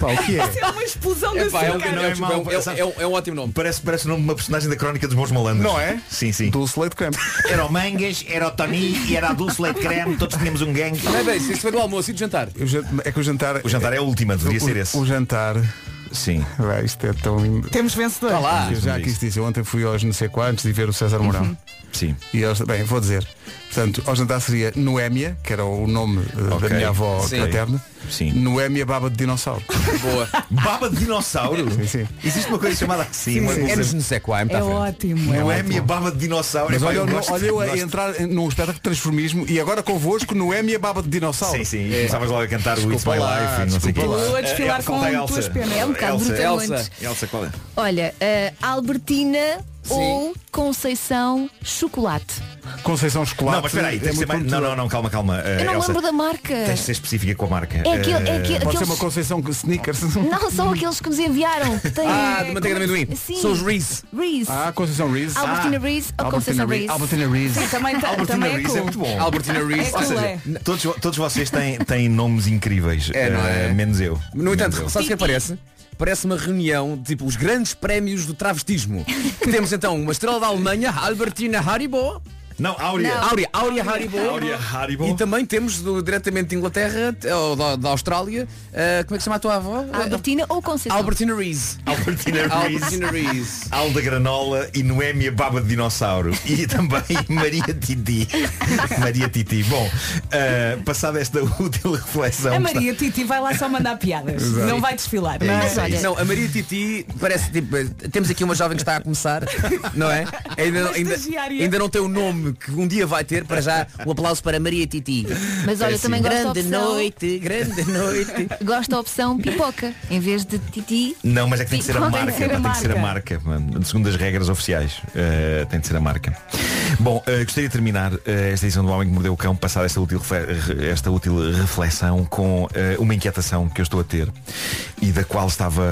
Speaker 1: Pá, o que é?
Speaker 2: Isso é uma explosão de
Speaker 10: Epá, é, um,
Speaker 2: açúcar.
Speaker 10: não, é,
Speaker 14: mau,
Speaker 10: é um- é um- é um ótimo nome.
Speaker 14: Parece, parece o nome de uma personagem da crónica dos bons malandros.
Speaker 1: Não é?
Speaker 14: Sim, sim.
Speaker 1: Dulce leite creme.
Speaker 14: Era o Mangas, era o Tony e era a Dulce Leite Creme, todos tínhamos um gangue.
Speaker 10: Não é bem, isso foi do almoço e do jantar.
Speaker 1: O jan- É que o jantar.
Speaker 14: O jantar é a última, deveria
Speaker 1: o-
Speaker 14: ser esse.
Speaker 1: O jantar.
Speaker 14: Sim.
Speaker 1: Vai, isto é tão lindo.
Speaker 2: Temos vencedor.
Speaker 14: Tá
Speaker 10: Está lá.
Speaker 1: Eu Ah, já aqui se disse, eu ontem fui aos não sei quantos e ver o César Mourão.
Speaker 14: Uhum. Sim.
Speaker 1: E eles, bem, vou dizer. Portanto, ao jantar seria Noémia, que era o nome eh,
Speaker 14: Ok.
Speaker 1: da minha avó
Speaker 10: Sim.
Speaker 1: paterna.
Speaker 14: Sim.
Speaker 1: Noémia Baba de Dinossauro.
Speaker 10: Boa.
Speaker 14: [LAUGHS] Baba de dinossauro?
Speaker 1: Sim, sim.
Speaker 14: Existe uma coisa chamada assim, uma
Speaker 10: É
Speaker 14: coisa.
Speaker 10: nos no Sequaim,
Speaker 2: É
Speaker 10: está
Speaker 2: ótimo.
Speaker 14: Não é minha baba de dinossauro.
Speaker 1: Mas
Speaker 14: Epá,
Speaker 1: olha, eu,
Speaker 14: gosto-
Speaker 1: olha eu a
Speaker 14: gosto.
Speaker 1: entrar num espetáculo de transformismo e agora convosco Noémia Baba de Dinossauro.
Speaker 14: Sim,
Speaker 1: É.
Speaker 14: sim. E começavas logo a cantar o It's
Speaker 1: Desculpa
Speaker 14: My
Speaker 1: lá,
Speaker 14: Life e não sei o quê.
Speaker 1: desculpa
Speaker 2: lá. Eu a desfilar
Speaker 14: Eh,
Speaker 2: com
Speaker 14: falta a
Speaker 2: duas
Speaker 14: Elsa.
Speaker 2: penas.
Speaker 6: É um bocado
Speaker 14: Elsa,
Speaker 6: brutamontes.
Speaker 10: Elsa.
Speaker 14: Elsa, qual é?
Speaker 6: Olha, eh, Albertina ou Conceição Chocolate.
Speaker 1: Conceição Chocolate.
Speaker 14: Não, mas espera aí,
Speaker 1: é
Speaker 14: tens de ser
Speaker 1: muito
Speaker 14: mais... Não,
Speaker 1: cultural.
Speaker 14: não, não, calma, calma. eh,
Speaker 6: Eu não
Speaker 14: Elsa,
Speaker 6: lembro da marca.
Speaker 14: Tens de ser específica com a marca. Eh,
Speaker 6: É aquele, é aquele,
Speaker 1: Pode ser
Speaker 6: aqueles...
Speaker 1: uma Conceição Sneakers. [LAUGHS]
Speaker 6: Não, são aqueles que nos enviaram. que têm-
Speaker 10: Ah, de manteiga de amendoim.
Speaker 6: Sim.
Speaker 10: São os Reese.
Speaker 6: Reese.
Speaker 1: Ah, Conceição Reese.
Speaker 6: Albertina
Speaker 1: Ah,
Speaker 6: Reese ou
Speaker 1: Albertina
Speaker 6: Conceição
Speaker 1: Reese.
Speaker 6: Reese?
Speaker 1: Albertina Reese.
Speaker 2: Também, tá-
Speaker 14: Albertina
Speaker 2: também é
Speaker 14: Reese é
Speaker 2: cool.
Speaker 14: muito bom.
Speaker 10: Albertina Reese.
Speaker 2: É
Speaker 10: Ou seja,
Speaker 2: culé.
Speaker 14: Todos, todos vocês têm, têm nomes incríveis,
Speaker 10: É, não é?
Speaker 14: eh, menos eu.
Speaker 10: No entanto,
Speaker 14: Menos eu.
Speaker 10: sabes quem aparece? parece uma reunião de, tipo os grandes prémios
Speaker 6: [LAUGHS]
Speaker 10: do travestismo. Que temos então uma estrela da Alemanha, Albertina Haribo.
Speaker 14: Não, Áurea.
Speaker 10: Não. Áurea, Áurea Haribo.
Speaker 14: Áurea Haribo.
Speaker 10: E também temos do, diretamente de Inglaterra, t- ou da, da Austrália, eh, como é que se chama a tua avó?
Speaker 6: Albertina ou Conceição?
Speaker 10: Albertina Reese.
Speaker 14: Albertina
Speaker 10: [LAUGHS]
Speaker 14: Reese.
Speaker 10: Albertina Reese.
Speaker 14: Alda Granola e Noémia Baba de Dinossauro. E [LAUGHS] também Maria Titi. Maria Titi. Bom, uh, passada esta [LAUGHS] útil reflexão.
Speaker 2: A
Speaker 14: que está-
Speaker 2: Maria Titi vai lá só mandar piadas.
Speaker 14: um Exato.
Speaker 2: Não vai desfilar.
Speaker 14: É
Speaker 2: Ah, mas
Speaker 14: isso, é isso.
Speaker 10: Não, a Maria Titi parece tipo, eh, temos aqui uma jovem que está a começar, não
Speaker 2: [LAUGHS]
Speaker 10: é? Ainda, não-
Speaker 2: Uma
Speaker 10: ainda,
Speaker 2: estagiária.
Speaker 10: ainda não tem o nome que um dia vai ter, para já um aplauso para Maria Titi.
Speaker 6: Mas olha,
Speaker 10: É assim.
Speaker 6: também gosto da
Speaker 10: Grande
Speaker 6: opção.
Speaker 10: noite, grande noite.
Speaker 6: [LAUGHS] Gosto da opção pipoca, em vez de titi.
Speaker 14: Não, mas é que tem que ser a
Speaker 6: Pipoca.
Speaker 14: marca, pá, tem que ser a marca, mano. segundo as regras oficiais, eh, tem de ser a marca. Bom, eh, gostaria de terminar eh, esta edição do Homem que Mordeu o Cão, passada esta útil, refle- esta útil reflexão com eh, uma inquietação que eu estou a ter e da qual estava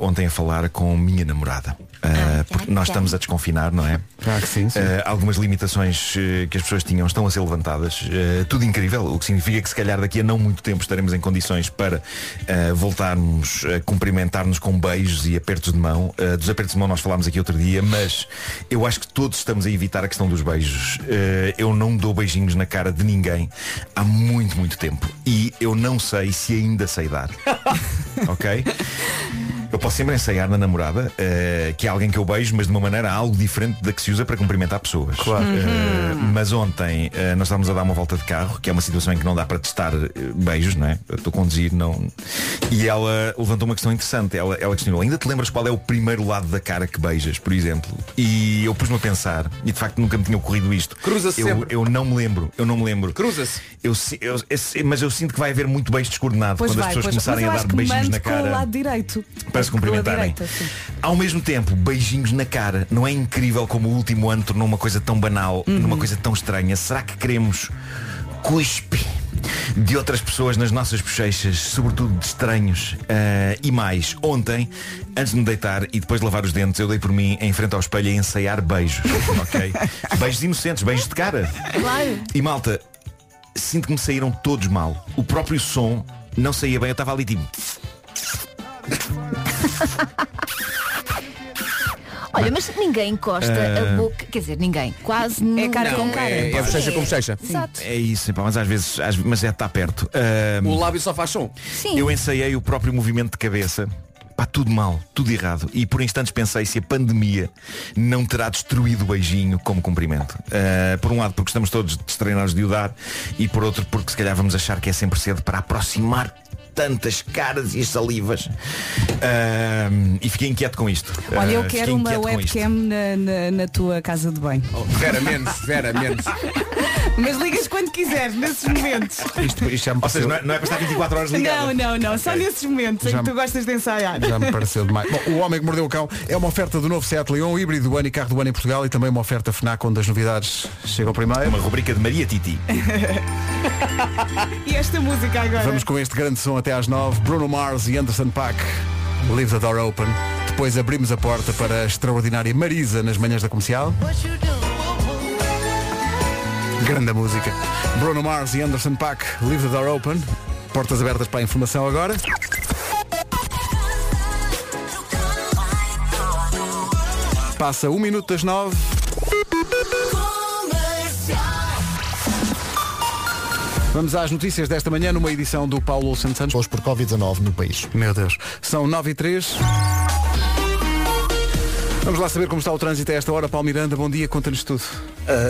Speaker 14: ontem a falar com a minha namorada. Eh, porque nós estamos a desconfinar, não é?
Speaker 1: Claro que sim. sim.
Speaker 14: Eh, algumas limitações eh, que as pessoas tinham estão a ser levantadas. Eh, tudo incrível, o que significa que se calhar daqui a não muito tempo estaremos em condições para eh, voltarmos a cumprimentar-nos com beijos e apertos de mão. Eh, dos apertos de mão nós falámos aqui outro dia, mas eu acho que todos estamos a evitar a questão dos beijos. Eh, eu não dou beijinhos na cara de ninguém há muito, muito tempo. E eu não sei se ainda sei dar. [LAUGHS] ok? Eu posso sempre ensaiar na namorada eh, que é alguém que eu beijo, mas de uma maneira algo diferente da que se usa para cumprimentar pessoas. Claro. mas ontem eh, nós estávamos a dar uma volta de carro, que é uma situação em que não dá para testar eh, beijos, não é? Eu Estou a conduzir, não. E ela levantou uma questão interessante. Ela, ela questionou, ainda te lembras qual é o primeiro lado da cara que beijas, por exemplo? E eu pus-me a pensar, e de facto nunca me tinha ocorrido isto.
Speaker 10: Cruza-se
Speaker 14: eu,
Speaker 10: sempre.
Speaker 14: eu não me lembro, eu não me lembro.
Speaker 10: Cruza-se.
Speaker 14: Eu, si- eu- esse- mas eu sinto que vai haver muito beijo descoordenado
Speaker 2: Pois
Speaker 14: quando
Speaker 2: vai,
Speaker 14: as pessoas
Speaker 2: pois. Mas
Speaker 14: começarem
Speaker 2: eu
Speaker 14: a
Speaker 2: acho
Speaker 14: dar
Speaker 2: que
Speaker 14: beijinhos
Speaker 2: mando
Speaker 14: na cara.
Speaker 2: com o lado direito.
Speaker 14: Para se
Speaker 2: Com a
Speaker 14: cumprimentarem.
Speaker 2: direita, sim.
Speaker 14: Ao mesmo tempo, beijinhos na cara. Não é incrível como o último ano tornou uma coisa tão banal, numa coisa tão estranha? Será que queremos cuspe de outras pessoas nas nossas bochechas, sobretudo de estranhos? Ah, e mais, ontem, antes de me deitar e depois de lavar os dentes, eu dei por mim em frente ao espelho a ensaiar beijos. [LAUGHS] ok? Beijos inocentes, beijos de cara.
Speaker 6: Claro.
Speaker 14: E malta, sinto que me saíram todos mal. O próprio som não saía bem, eu estava ali tipo.
Speaker 6: Olha, mas ninguém encosta
Speaker 14: Ah.
Speaker 6: a boca, quer dizer, ninguém. Quase nunca.
Speaker 10: É, é bochecha com bochecha.
Speaker 6: Exato.
Speaker 14: É isso, epá, mas às vezes, às- mas é está perto. Ahm,
Speaker 10: O lábio só faz som.
Speaker 6: Sim.
Speaker 14: Eu ensaiei o próprio movimento de cabeça. Pá, tudo mal, tudo errado. E por instantes pensei se a pandemia não terá destruído o beijinho como cumprimento. Ah, por um lado, porque estamos todos destreinados de o dar, e por outro, porque se calhar vamos achar que é sempre cedo para aproximar tantas caras e salivas. Ah, e fiquei inquieto com isto.
Speaker 2: Olha,
Speaker 1: Eh,
Speaker 2: eu
Speaker 14: Ah, fiquei
Speaker 2: quero uma
Speaker 14: inquieto com isto.
Speaker 2: webcam na, na, na tua casa de banho.
Speaker 10: Oh, Vera Mendes, Vera Mendes.
Speaker 2: Mas ligas quando quiseres, nesses momentos.
Speaker 1: Isto, isto já me
Speaker 14: Ou seja,
Speaker 1: pareceu-
Speaker 14: não é, não é para estar 24 horas ligado.
Speaker 2: Não, não, não. Só nesses momentos em
Speaker 1: Já
Speaker 2: que
Speaker 1: me-
Speaker 2: tu gostas de ensaiar.
Speaker 1: Já me pareceu demais. Bom, o Homem que Mordeu o Cão é uma oferta do novo Seat Leon, híbrido do ano e carro do ano em Portugal e também uma oferta FNAC onde as novidades chegam primeiro.
Speaker 14: Uma rubrica de Maria Titi.
Speaker 2: [LAUGHS] E esta música agora.
Speaker 1: Vamos com este grande som até às 9. Bruno Mars e Anderson Paak. Leave the door open. Depois abrimos a porta para a extraordinária Marisa nas manhãs da comercial. Grande música. Bruno Mars e Anderson Paak. Leave the door open. Portas abertas para a informação agora. Passa um minuto das 9. Vamos às notícias desta manhã numa edição do Paulo Santos.
Speaker 7: Hoje por Covid-19 no país.
Speaker 1: Meu Deus. São 9 e 3. Vamos lá saber como está o trânsito a esta hora. Paulo Miranda, bom dia, conta-nos tudo.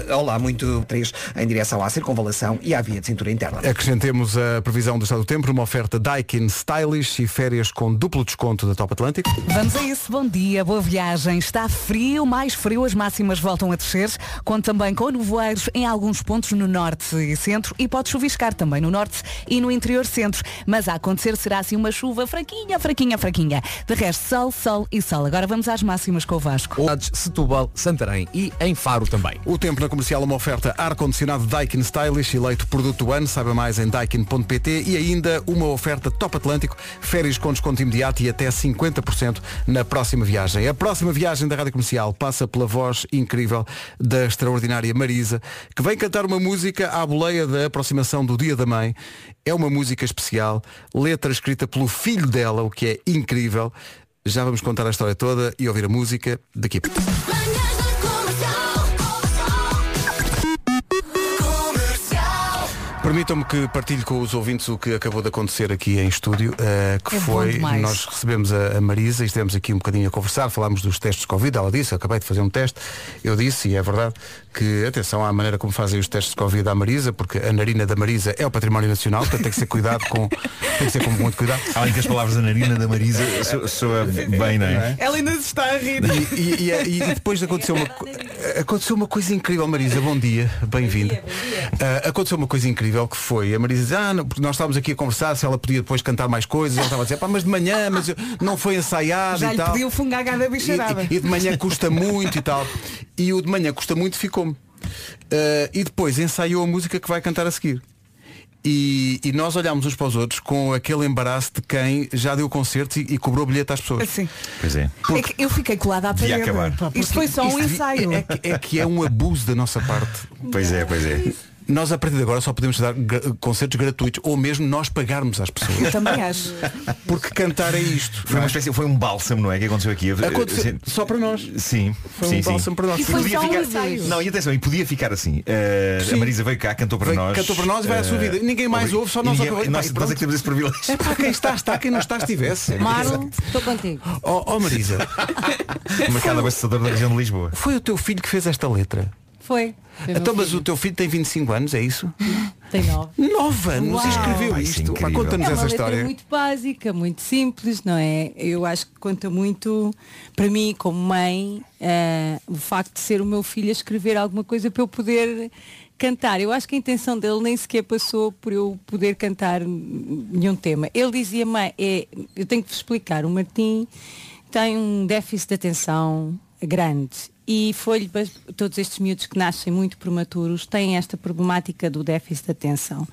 Speaker 11: Ah, olá, muito três em direção à circunvalação e à via de cintura interna.
Speaker 1: Acrescentemos a previsão do estado do tempo numa oferta Daikin Stylish e férias com duplo desconto da Top Atlântico.
Speaker 2: Vamos a isso, bom dia, boa viagem. Está frio, mais frio, as máximas voltam a descer. Conto também com nevoeiros em alguns pontos no norte e centro e pode chuviscar também no norte e no interior centro. Mas a acontecer será assim uma chuva fraquinha, fraquinha, fraquinha. De resto, sol, sol e sol. Agora vamos às máximas com o Vasco.
Speaker 10: Cidades, Setúbal, Santarém e em Faro também.
Speaker 1: O tempo na comercial, uma oferta ar-condicionado Daikin Stylish, eleito produto do ano, saiba mais em daikin.pt e ainda uma oferta Top Atlântico, férias com desconto imediato e até 50% na próxima viagem. A próxima viagem da Rádio Comercial passa pela voz incrível da extraordinária Marisa, que vem cantar uma música à boleia da aproximação do Dia da Mãe. É uma música especial, letra escrita pelo filho dela, o que é incrível. Já vamos contar a história toda e ouvir a música daqui a pouco. Permitam-me que partilhe com os ouvintes o que acabou de acontecer aqui em estúdio, eh, que
Speaker 2: É bom
Speaker 1: foi,
Speaker 2: demais.
Speaker 1: nós recebemos a, a Marisa e estivemos aqui um bocadinho a conversar, falámos dos testes de Covid, ela disse, eu acabei de fazer um teste, eu disse, e é verdade, que atenção à maneira como fazem os testes de Covid à Marisa, porque a narina da Marisa é o património nacional, portanto tem que ser cuidado com, tem que ser com muito cuidado.
Speaker 14: Além que as palavras da narina da
Speaker 1: [LAUGHS]
Speaker 14: Marisa so- soa bem, não é?
Speaker 2: Ela ainda se está a rir.
Speaker 1: E, e- e- e depois aconteceu uma, co- aconteceu uma coisa incrível, Marisa. Bom dia, bem-vinda. Ah, aconteceu uma coisa incrível que foi a Marisa diz, ah, não, porque nós estávamos aqui a conversar se ela podia depois cantar mais coisas. Ela estava a dizer, pá, mas de manhã, mas eu- não foi ensaiado
Speaker 2: Já
Speaker 1: e
Speaker 2: lhe
Speaker 1: tal.
Speaker 2: pediu fungo à gada
Speaker 1: E-
Speaker 2: bicharada.
Speaker 1: E, e de manhã custa muito e tal. E o de manhã custa muito ficou-me. Ah, e depois ensaiou a música que vai cantar a seguir. E, e nós olhámos uns para os outros com aquele embaraço de quem já deu concertos e, e cobrou bilhete às pessoas.
Speaker 2: Sim.
Speaker 14: Pois é.
Speaker 2: É que eu fiquei colada à
Speaker 14: Devia
Speaker 2: parede.
Speaker 14: acabar.
Speaker 2: Pá, Isto foi só um
Speaker 1: Isto devia-
Speaker 2: ensaio.
Speaker 1: É que, é que é um abuso da nossa parte.
Speaker 14: Pois é, pois é.
Speaker 1: Nós a partir de agora só podemos dar gra- concertos gratuitos ou mesmo nós pagarmos às pessoas.
Speaker 2: Eu também acho.
Speaker 1: Porque cantar é isto.
Speaker 14: Foi uma espécie, foi um bálsamo, não é? Que aconteceu aqui. Eu- eu-
Speaker 1: Aconteceu
Speaker 14: eu-
Speaker 1: só para nós.
Speaker 14: Sim,
Speaker 1: Foi um
Speaker 14: sim, sim.
Speaker 1: bálsamo para nós. E foi
Speaker 14: podia
Speaker 1: só um
Speaker 14: ficar-
Speaker 1: ensaio.
Speaker 14: Não, e atenção, e podia ficar assim. Eh, a
Speaker 1: Sim.
Speaker 14: Marisa veio cá, cantou para
Speaker 1: Veio-
Speaker 14: nós.
Speaker 1: cantou para nós e vai à sua
Speaker 14: eh,
Speaker 1: vida. Ninguém mais ouve, só
Speaker 14: e
Speaker 1: nós
Speaker 14: ninguém- Nós,
Speaker 1: acabamos- Pá, e
Speaker 14: nós é
Speaker 1: pronto.
Speaker 14: que temos esse privilégio.
Speaker 1: É para quem está, está, quem não
Speaker 14: [LAUGHS]
Speaker 1: está estivesse.
Speaker 15: Marlon, estou contigo.
Speaker 1: Oh, oh Marisa,
Speaker 14: Marcada abastecedor da região de Lisboa.
Speaker 1: foi o teu filho que fez esta letra.
Speaker 15: Foi. Foi meu
Speaker 1: Então,
Speaker 2: um
Speaker 1: mas
Speaker 15: filho.
Speaker 1: o teu filho tem 25 anos, é isso?
Speaker 15: Tem nove.
Speaker 1: 9 anos
Speaker 15: Uau.
Speaker 1: e escreveu
Speaker 14: Vai ser
Speaker 1: isto. Pá,
Speaker 14: Ah, incrível.
Speaker 1: Conta-nos
Speaker 15: É uma
Speaker 1: essa
Speaker 15: letra
Speaker 1: história.
Speaker 15: muito básica, muito simples, não é? Eu acho que conta muito, para mim, como mãe, eh, o facto de ser o meu filho a escrever alguma coisa para eu poder cantar. Eu acho que a intenção dele nem sequer passou por eu poder cantar nenhum tema. Ele dizia, mãe, é, eu tenho que vos explicar, o Martim tem um déficit de atenção grande. E foi-lhe, bas- todos estes miúdos que nascem muito prematuros têm esta problemática do déficit de atenção.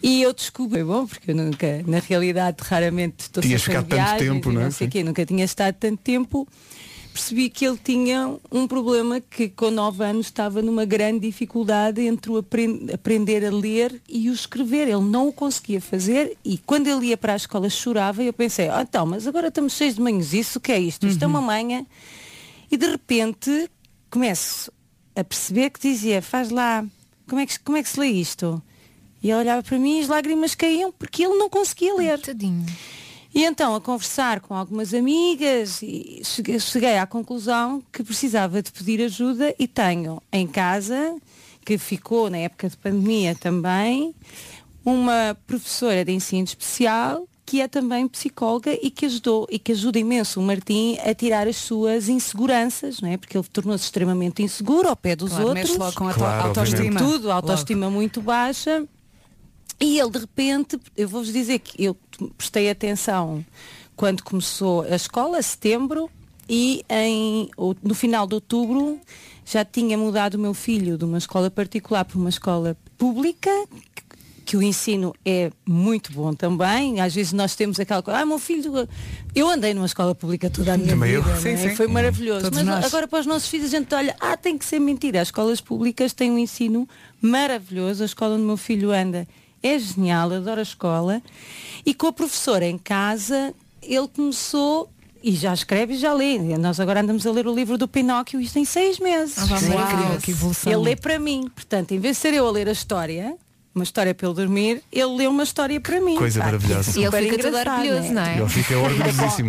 Speaker 15: E eu descobri, bom, porque eu nunca, na realidade, raramente estou
Speaker 1: Tinhas
Speaker 15: sempre em
Speaker 1: ficado tanto
Speaker 15: viagens
Speaker 1: tempo,
Speaker 15: e
Speaker 1: não é?
Speaker 15: não sei o quê, nunca tinha estado tanto tempo, percebi que ele tinha um problema que com 9 anos estava numa grande dificuldade entre o apren- aprender a ler e o escrever. Ele não o conseguia fazer e quando ele ia para a escola chorava e eu pensei, ah então, mas agora estamos cheios de manhos, isso o que é isto? Isto é uma manha. E de repente começo a perceber que dizia, faz lá, como é que, como é que se lê isto? E ele olhava para mim e as lágrimas caíam porque ele não conseguia ler. E então, a conversar com algumas amigas, e cheguei, cheguei à conclusão que precisava de pedir ajuda e tenho em casa, que ficou na época de pandemia também, uma professora de ensino especial que é também psicóloga e que ajudou e que ajuda imenso o Martim a tirar as suas inseguranças, não é? Porque ele tornou-se extremamente inseguro ao pé dos
Speaker 2: Claro, mexe
Speaker 15: outros.
Speaker 2: logo com a auto- Claro, autoestima. obviamente.
Speaker 15: Tudo, a autoestima muito baixa. E ele de repente, eu vou-vos dizer que eu prestei atenção quando começou a escola, setembro, e em, ou- no final de outubro já tinha mudado o meu filho de uma escola particular para uma escola pública, que o ensino é muito bom também. Às vezes nós temos aquela coisa, ah, meu filho, eu andei numa escola pública toda a minha
Speaker 1: Também eu.
Speaker 15: vida.
Speaker 1: Sim,
Speaker 15: não é?
Speaker 1: sim.
Speaker 15: Foi maravilhoso.
Speaker 2: Todos
Speaker 15: Mas
Speaker 2: nós.
Speaker 15: agora para os nossos filhos a gente olha, ah, tem que ser mentira. As escolas públicas têm um ensino maravilhoso. A escola onde o meu filho anda é genial, adoro a escola. E com a professora em casa, ele começou e já escreve e já lê. Nós agora andamos a ler o livro do Pinóquio, isto em seis meses.
Speaker 2: Ah, vá, Sim. uau, incrível, que evolução.
Speaker 15: Ele lê para mim. Portanto, em vez de ser eu a ler a história, uma história para ele dormir, ele lê uma história para mim.
Speaker 1: Coisa
Speaker 15: Pá,
Speaker 1: maravilhosa.
Speaker 15: que
Speaker 1: E
Speaker 6: ele
Speaker 15: super
Speaker 6: fica todo
Speaker 15: engraçado, né?
Speaker 6: orgulhoso, não é?
Speaker 1: Ele fica orgulhosíssimo,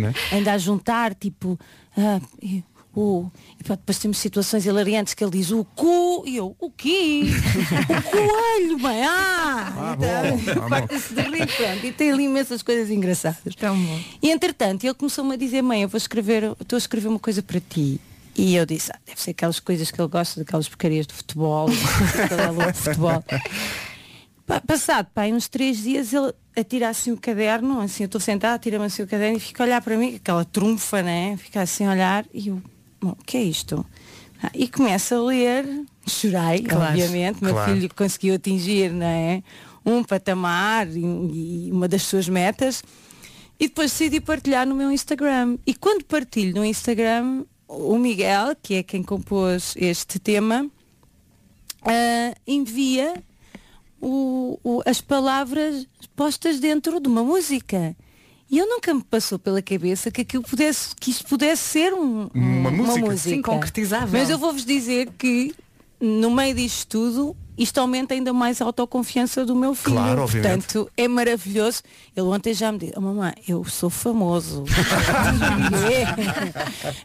Speaker 15: [LAUGHS]
Speaker 1: não é?
Speaker 15: anda a juntar tipo ah, e- o e pá, depois temos situações hilariantes que ele diz o cu e eu o quê o coelho mãe ah,
Speaker 1: bom, ah, bom.
Speaker 15: parte-se de rir, pronto, e tem ali imensas coisas engraçadas e entretanto ele começou-me a dizer mãe eu vou escrever eu estou a escrever uma coisa para ti e eu disse, ah, deve ser aquelas coisas que ele gosta, daquelas porcarias de futebol, [LAUGHS] aquela louca de Tá futebol.
Speaker 2: É
Speaker 15: Pa- Passado pá, aí uns três dias ele atira assim o caderno, assim eu estou sentada, atira-me assim o caderno e fica a olhar para mim, aquela trunfa, né? Fica assim a olhar e eu, "Bom, o que é isto? Ah, e começa a ler, chorei,
Speaker 2: Claro,
Speaker 15: obviamente, meu
Speaker 2: claro.
Speaker 15: filho conseguiu atingir, não é? Um patamar e, e uma das suas metas. E depois decidi partilhar no meu Instagram. E quando partilho no Instagram, o Miguel, que é quem compôs este tema, ah, envia o- o- as palavras postas dentro de uma música. E eu nunca me passou pela cabeça que aquilo pudesse, que isto pudesse ser um, um-
Speaker 2: Uma música.
Speaker 15: uma
Speaker 2: Sim, concretizável.
Speaker 15: Mas eu vou-vos dizer que no meio disto tudo, isto aumenta ainda mais a autoconfiança do meu filho.
Speaker 1: Claro, obviamente.
Speaker 15: Portanto, é maravilhoso. Ele ontem já me disse, oh, mamãe, eu sou famoso.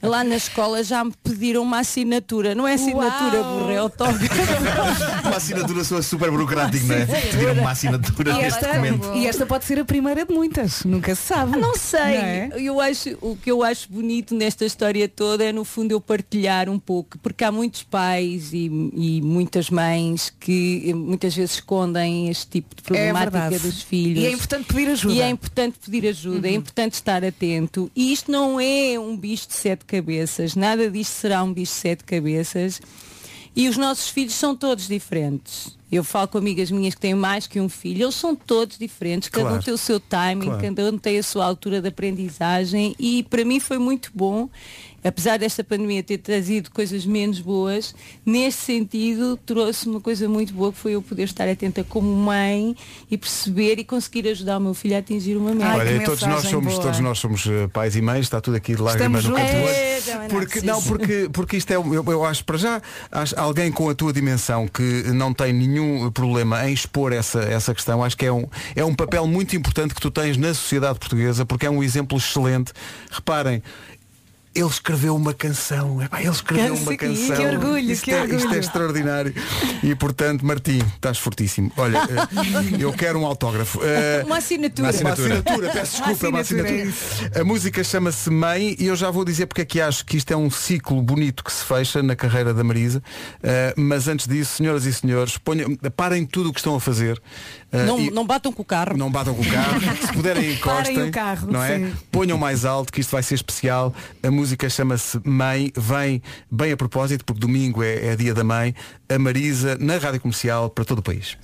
Speaker 15: É. Lá na escola já me pediram uma assinatura. Não é assinatura,
Speaker 6: Uau.
Speaker 15: burro, é autógrafo.
Speaker 14: Uma assinatura sua super burocrática, não é? Pediram uma assinatura
Speaker 2: E
Speaker 14: neste
Speaker 2: esta,
Speaker 14: documento.
Speaker 2: e esta pode ser a primeira de muitas, nunca se sabe.
Speaker 15: Ah, Não sei.
Speaker 2: é?
Speaker 15: Eu acho, o que eu acho bonito nesta história toda é no fundo eu partilhar um pouco, porque há muitos pais e, e muitas mães que eh, muitas vezes escondem este tipo de
Speaker 2: É
Speaker 15: problemática
Speaker 2: verdade.
Speaker 15: dos filhos.
Speaker 2: E é importante pedir ajuda.
Speaker 15: E é importante pedir ajuda,
Speaker 16: Uhum.
Speaker 15: é importante estar atento. E isto não é um bicho de sete cabeças, nada disto será um bicho de sete cabeças. E os nossos filhos são todos diferentes. Eu falo com amigas minhas que têm mais que um filho, eles são todos diferentes, cada um
Speaker 16: Claro.
Speaker 15: tem o seu timing,
Speaker 16: Claro.
Speaker 15: cada um tem a sua altura de aprendizagem e para mim foi muito bom, apesar desta pandemia ter trazido coisas menos boas, neste sentido trouxe uma coisa muito boa que foi eu poder estar atenta como mãe e perceber e conseguir ajudar o meu filho a atingir uma meta.
Speaker 1: Olha, e todos nós somos, todos nós somos eh, pais e mães, está tudo aqui de lágrimas no
Speaker 15: Estamos
Speaker 1: canto do
Speaker 15: juntos.
Speaker 1: olho.
Speaker 15: É, também não,
Speaker 1: Porque,
Speaker 15: sim,
Speaker 1: não,
Speaker 15: sim.
Speaker 1: porque, porque isto é, um- eu, eu acho para já, acho, alguém com a tua dimensão que não tem nenhum problema em expor essa, essa questão, acho que é um, é um papel muito importante que tu tens na sociedade portuguesa, porque é um exemplo excelente. Reparem, ele escreveu uma canção, epá, ele escreveu
Speaker 2: Que-
Speaker 1: uma canção.
Speaker 2: que orgulho,
Speaker 1: isto,
Speaker 2: que
Speaker 1: é,
Speaker 2: orgulho.
Speaker 1: isto é extraordinário. E portanto, Martim, estás fortíssimo. Olha,
Speaker 15: [LAUGHS]
Speaker 1: eh, eu quero um autógrafo. Eh,
Speaker 15: Uma assinatura.
Speaker 1: Uma assinatura,
Speaker 15: Uma assinatura.
Speaker 1: peço desculpa, uma
Speaker 15: Uma assinatura,
Speaker 1: assinatura.
Speaker 15: é
Speaker 1: A música chama-se Mãe e eu já vou dizer porque é que acho que isto é um ciclo bonito que se fecha na carreira da Marisa. Eh, mas antes disso, senhoras e senhores, ponham, parem tudo o que estão a fazer. Eh,
Speaker 15: Não,
Speaker 1: e-
Speaker 15: não batam com o carro.
Speaker 1: não batam com
Speaker 15: [LAUGHS]
Speaker 1: o carro, se puderem encostem,
Speaker 15: Parem o carro,
Speaker 1: não é?
Speaker 15: sim.
Speaker 1: Ponham mais alto que isto vai ser especial. A música chama-se Mãe, vem bem a propósito porque domingo é, é dia da mãe. A Marisa na rádio comercial para todo o país.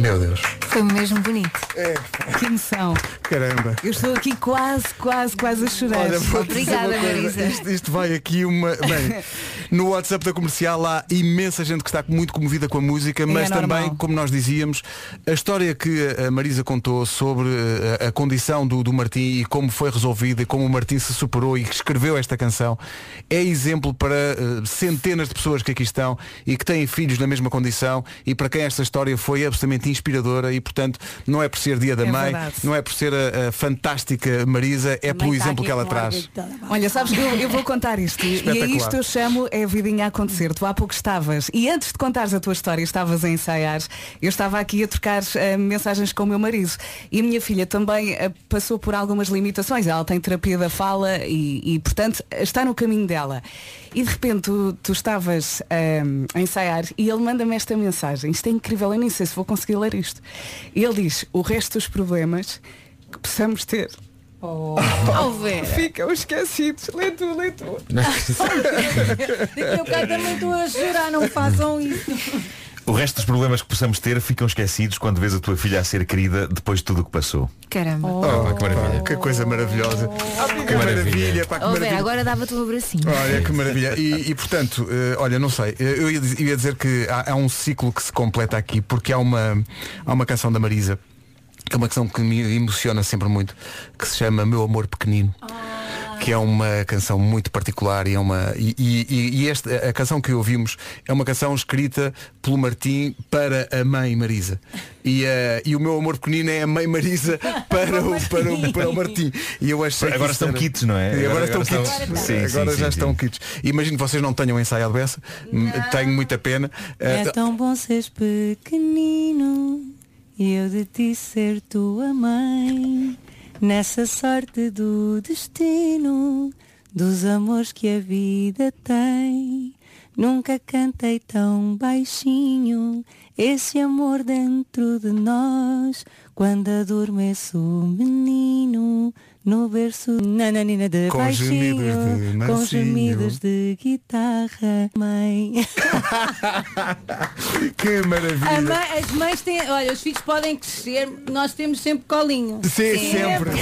Speaker 1: Meu Deus,
Speaker 6: Foi mesmo bonito.
Speaker 1: É.
Speaker 2: Que emoção.
Speaker 1: caramba.
Speaker 2: Eu estou aqui quase, quase, quase a chorar.
Speaker 1: Olha, vou dizer uma coisa. Isto, isto vai aqui uma.
Speaker 2: [LAUGHS]
Speaker 1: Bem, no WhatsApp da comercial há imensa gente que está muito comovida com a música, mas
Speaker 2: É normal.
Speaker 1: também, como nós dizíamos, a história que a Marisa contou sobre eh, a, a condição do, do Martim e como foi resolvida e como o Martim se superou e que escreveu esta canção é exemplo para eh, centenas de pessoas que aqui estão e que têm filhos na mesma condição e para quem esta história foi absolutamente inspiradora e, portanto, não é por ser dia da
Speaker 2: É
Speaker 1: mãe,
Speaker 2: verdade.
Speaker 1: não é por ser a, a fantástica Marisa, é pelo exemplo que ela traz.
Speaker 2: Olha, sabes que eu, eu vou contar isto e a
Speaker 1: Espetacular.
Speaker 2: isto eu chamo é a vidinha a acontecer. Tu há pouco estavas e antes de contares a tua história estavas a ensaiar. Eu estava aqui a trocar eh, mensagens com o meu marido e a minha filha também eh, passou por algumas limitações. Ela tem terapia da fala e, e, portanto está no caminho dela. E de repente tu, tu estavas eh, a ensaiar e ele manda-me esta mensagem. Isto é incrível, eu nem sei se vou conseguir ler isto. E ele diz, o resto dos problemas que possamos ter.
Speaker 15: Oh.
Speaker 2: Ficam esquecidos. Lê tu, lê tu.
Speaker 1: é-
Speaker 2: [LAUGHS]
Speaker 16: Eu cá também estou a jurar, não façam isso.
Speaker 14: O resto dos problemas que possamos ter ficam esquecidos quando vês a tua filha a ser querida depois de tudo o que passou.
Speaker 6: Caramba.
Speaker 14: Oh, que maravilha.
Speaker 1: Que coisa maravilhosa. Ah, que maravilha, pá, que
Speaker 6: Oh, Vera,
Speaker 1: maravilha.
Speaker 6: agora dava-te um abracinho.
Speaker 1: Olha que maravilha. E, e, portanto, eh, olha, não sei, eh, eu ia diz- eu ia dizer que há, há um ciclo que se completa aqui, porque há uma, há uma canção da Marisa, que é uma canção que me emociona sempre muito, que se chama Meu Amor Pequenino. Que é uma canção muito particular e é uma. E, e- e- e esta, a canção que ouvimos é uma canção escrita pelo Martim para a mãe Marisa. E, eh, e o meu amor pequenino é a mãe Marisa para o, para o, para o Martim. E eu achei que
Speaker 14: Agora
Speaker 1: isso
Speaker 14: estão
Speaker 1: era-
Speaker 14: kits, não é?
Speaker 1: E
Speaker 14: Agora
Speaker 1: agora, estão
Speaker 14: estão-
Speaker 1: kits.
Speaker 14: Agora estão. Sim, sim,
Speaker 1: agora
Speaker 14: sim,
Speaker 1: já
Speaker 14: sim.
Speaker 1: estão kits. Imagino que vocês não tenham ensaiado essa. Tenho muita pena.
Speaker 15: É
Speaker 1: Eh,
Speaker 16: tá-
Speaker 15: tão bom seres pequenino e eu de ti ser tua mãe. Nessa sorte do destino, dos amores que a vida tem. Nunca cantei tão baixinho esse amor dentro de nós. Quando adormeço o menino no berço nananina de
Speaker 16: Com
Speaker 15: baixinho,
Speaker 16: gemidos de
Speaker 15: com
Speaker 16: mansinho.
Speaker 15: gemidos de guitarra, mãe. [LAUGHS]
Speaker 1: que
Speaker 15: A
Speaker 1: maravilha.
Speaker 15: mãe- as mães têm, olha, os filhos podem crescer, nós temos sempre colinho.
Speaker 1: Sim, sempre.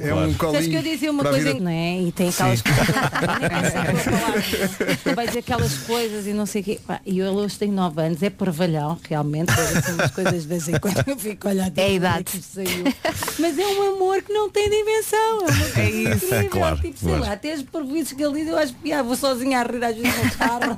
Speaker 1: É um colinho.
Speaker 15: Sabes que eu dizia uma
Speaker 1: para a
Speaker 15: coisa,
Speaker 1: vida.
Speaker 15: não é? E tem
Speaker 1: [LAUGHS]
Speaker 15: aquelas coisas, vais aquelas coisas e não sei o quê. Pá, E eu hoje tenho 9 anos, é parvalhão,
Speaker 16: realmente, vejo assim umas coisas de vez em quando eu fico tipo, olhando.
Speaker 6: É a idade.
Speaker 16: Saiu. Mas é um amor que não tem dimensão. É, uma coisa
Speaker 14: É isso.
Speaker 16: incrível.
Speaker 14: É claro,
Speaker 16: Tipo, sei
Speaker 14: claro.
Speaker 16: lá, até as porvices que ali eu acho que ah, vou sozinha a rir às vezes no
Speaker 1: [LAUGHS]
Speaker 16: carro.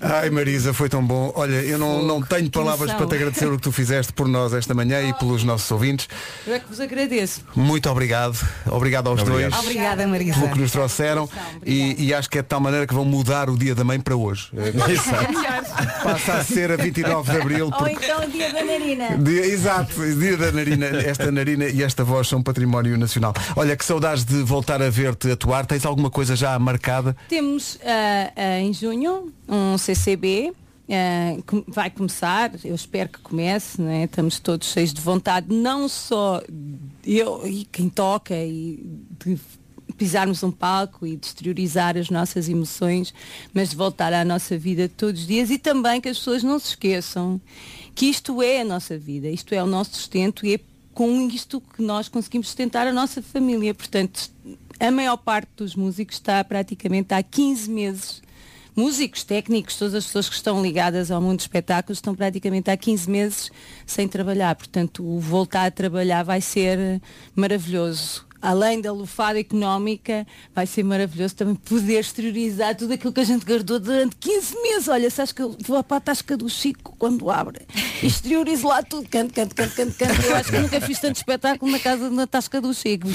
Speaker 1: Ai Marisa, foi tão bom. Olha, eu não, não tenho palavras
Speaker 16: emoção.
Speaker 1: para te agradecer o que tu fizeste por nós esta manhã e pelos nossos ouvintes.
Speaker 15: Eu é que vos agradeço.
Speaker 1: Muito obrigado. Obrigado aos dois.
Speaker 2: Obrigada, Marisa.
Speaker 1: Pelo que nos trouxeram e, e acho que é de tal maneira que vão mudar o dia da mãe para [LAUGHS] hoje.
Speaker 15: É
Speaker 1: Passa a ser a 29 de Abril,
Speaker 16: Ou então o dia da narina.
Speaker 1: Dia- exato, dia da narina. Esta narina e esta voz são património nacional. Olha, que saudades de voltar a ver-te atuar. Tens alguma coisa já marcada?
Speaker 15: Temos ah, ah, em junho um CCB. ah, que vai começar, eu espero que comece, né? estamos todos cheios de vontade, não só eu e quem toca e de pisarmos um palco e de exteriorizar as nossas emoções, mas de voltar à nossa vida todos os dias e também que as pessoas não se esqueçam que isto é a nossa vida, isto é o nosso sustento e é com isto que nós conseguimos sustentar a nossa família. Portanto, a maior parte dos músicos está praticamente há 15 meses. Músicos, técnicos, todas as pessoas que estão ligadas ao mundo dos espetáculos estão praticamente há 15 meses sem trabalhar. Portanto, o voltar a trabalhar vai ser eh, maravilhoso. Além da lufada económica, vai ser maravilhoso também poder exteriorizar tudo aquilo que a gente guardou durante 15 meses. Olha, sabes que eu vou para a tasca do Chico quando abre. Exteriorizo lá tudo, canto, canto, canto, canto, canto. Eu acho que nunca fiz tanto espetáculo na casa na tasca do Chico.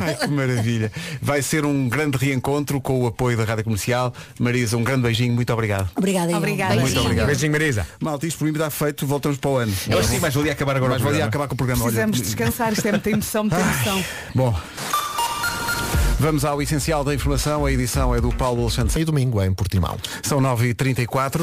Speaker 1: Ai, que maravilha. Vai ser um grande reencontro com o apoio da Rádio Comercial. Marisa, um grande beijinho, muito obrigado.
Speaker 16: Obrigada.
Speaker 6: Obrigada.
Speaker 1: Muito obrigado.
Speaker 10: Beijinho, Marisa.
Speaker 1: Malta, isto por mim está feito, voltamos para o ano.
Speaker 14: Eu acho que sim, mais valia acabar agora
Speaker 1: Mais
Speaker 14: o
Speaker 1: valia
Speaker 14: programa.
Speaker 1: acabar com o programa. Olha,
Speaker 2: Precisamos descansar, isto é muita emoção, muita emoção.
Speaker 1: Bom. Vamos ao essencial da informação. A edição é do Paulo Alexandre.
Speaker 7: E domingo é em Portimão.
Speaker 1: São 9h34.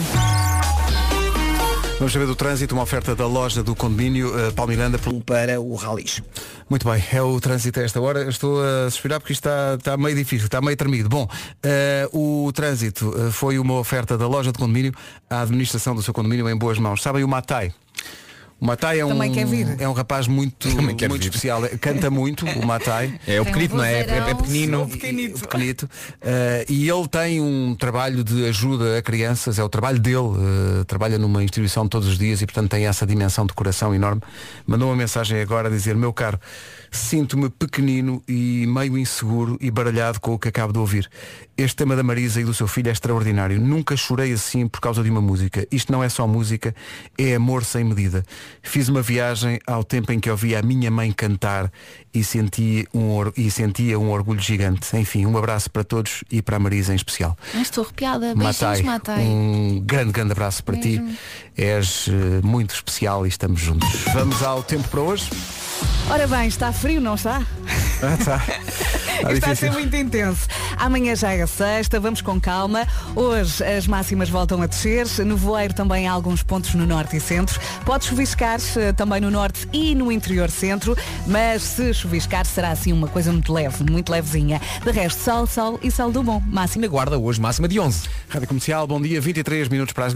Speaker 1: Vamos saber do trânsito, uma oferta da loja do condomínio eh, Palmiranda
Speaker 11: para o Ralis.
Speaker 1: Muito bem, é o trânsito a esta hora. Eu Estou a suspirar porque isto está, está meio difícil, está meio tremido. Bom, eh, o trânsito eh, foi uma oferta da loja do condomínio à administração do seu condomínio em boas mãos. Sabem o Matai? O Matai é um,
Speaker 2: Também quer vir.
Speaker 1: é um rapaz muito, muito
Speaker 14: quer vir.
Speaker 1: especial. Canta muito, o Matai.
Speaker 14: É o
Speaker 2: Tem um pequenito, não é? É- é- é pequenino. vozeirão.
Speaker 1: pequenito. Eh, e ele tem um trabalho de ajuda a crianças, é o trabalho dele, eh, trabalha numa instituição todos os dias e portanto tem essa dimensão de coração enorme. Mandou uma mensagem agora a dizer, meu caro, sinto-me pequenino e meio inseguro e baralhado com o que acabo de ouvir. Este tema da Marisa e do seu filho é extraordinário. Nunca chorei assim por causa de uma música. Isto não é só música, é amor sem medida. Fiz uma viagem ao tempo em que ouvi a minha mãe cantar e senti um, or- e sentia um orgulho gigante. Enfim, um abraço para todos e para a Marisa em especial.
Speaker 6: Mas estou arrepiada. Beijinhos, Matai.
Speaker 1: um grande, grande abraço para
Speaker 6: Mesmo.
Speaker 1: ti. És eh, muito especial e estamos juntos. Vamos ao tempo para hoje?
Speaker 2: Ora bem, está frio, não está?
Speaker 1: Ah, [LAUGHS] tá. Tá
Speaker 2: Está a ser
Speaker 1: difícil.
Speaker 2: muito intenso. Amanhã já é sexta, vamos com calma. Hoje as máximas voltam a descer. No voeiro também há alguns pontos no norte e centro. Pode chuviscar eh, também no norte e no interior centro, mas se chuviscar será assim uma coisa muito leve, muito levezinha. De resto, sol, sol e sol do bom. Máxima.
Speaker 10: Guarda hoje máxima de 11.
Speaker 1: Rádio Comercial, bom dia, 23 minutos para as...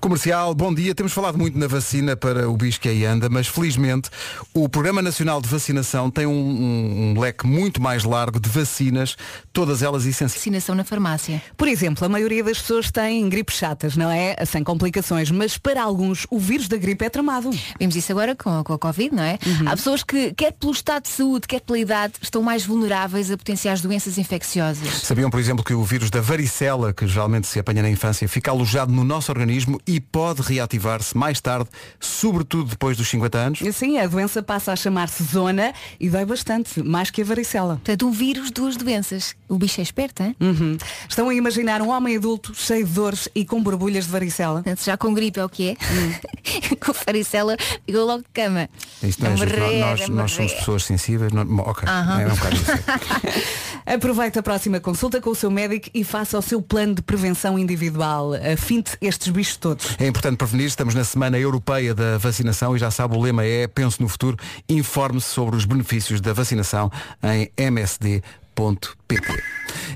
Speaker 1: Comercial, bom dia. Temos falado muito na vacina para o bicho que aí anda, mas felizmente o Programa Nacional de Vacinação tem um, um- um leque muito mais largo de vacinas, todas elas essenciais.
Speaker 6: Vacinação na farmácia.
Speaker 2: Por exemplo, a maioria das pessoas têm gripes chatas, não é? Sem complicações, mas para alguns o vírus da gripe é tramado.
Speaker 6: Vimos isso agora com, com a Covid, não é?
Speaker 1: Uhum.
Speaker 6: Há pessoas que, quer pelo estado de saúde, quer pela idade, estão mais vulneráveis a potenciais doenças infecciosas.
Speaker 1: Sabiam, por exemplo, que o vírus da varicela, que geralmente se apanha na infância, fica alojado no nosso organismo e pode reativar-se mais tarde, sobretudo depois dos 50 anos?
Speaker 2: Assim, a doença passa a chamar-se zona e dói bastante, mais que a varicela.
Speaker 6: Portanto, um vírus, duas doenças. O bicho é esperto, hein?
Speaker 2: Uhum. Estão a imaginar um homem adulto cheio de dores e com borbulhas de varicela? Hum.
Speaker 6: Portanto, já com gripe é o que é. [LAUGHS] com varicela, ficou logo de cama.
Speaker 1: Isto não
Speaker 6: A
Speaker 1: é justo.
Speaker 6: morrer,
Speaker 1: Nós,
Speaker 6: a
Speaker 1: nós somos
Speaker 6: morrer.
Speaker 1: pessoas sensíveis. Não... Ok,
Speaker 6: Aham.
Speaker 1: é um bocado isso.
Speaker 2: [LAUGHS] Aproveite a próxima consulta com o seu médico e faça o seu plano de prevenção individual. Afinte estes bichos todos.
Speaker 1: É importante prevenir, estamos na Semana Europeia da Vacinação e já sabe, o lema é Pense no Futuro, informe-se sobre os benefícios da vacinação em msd.pt.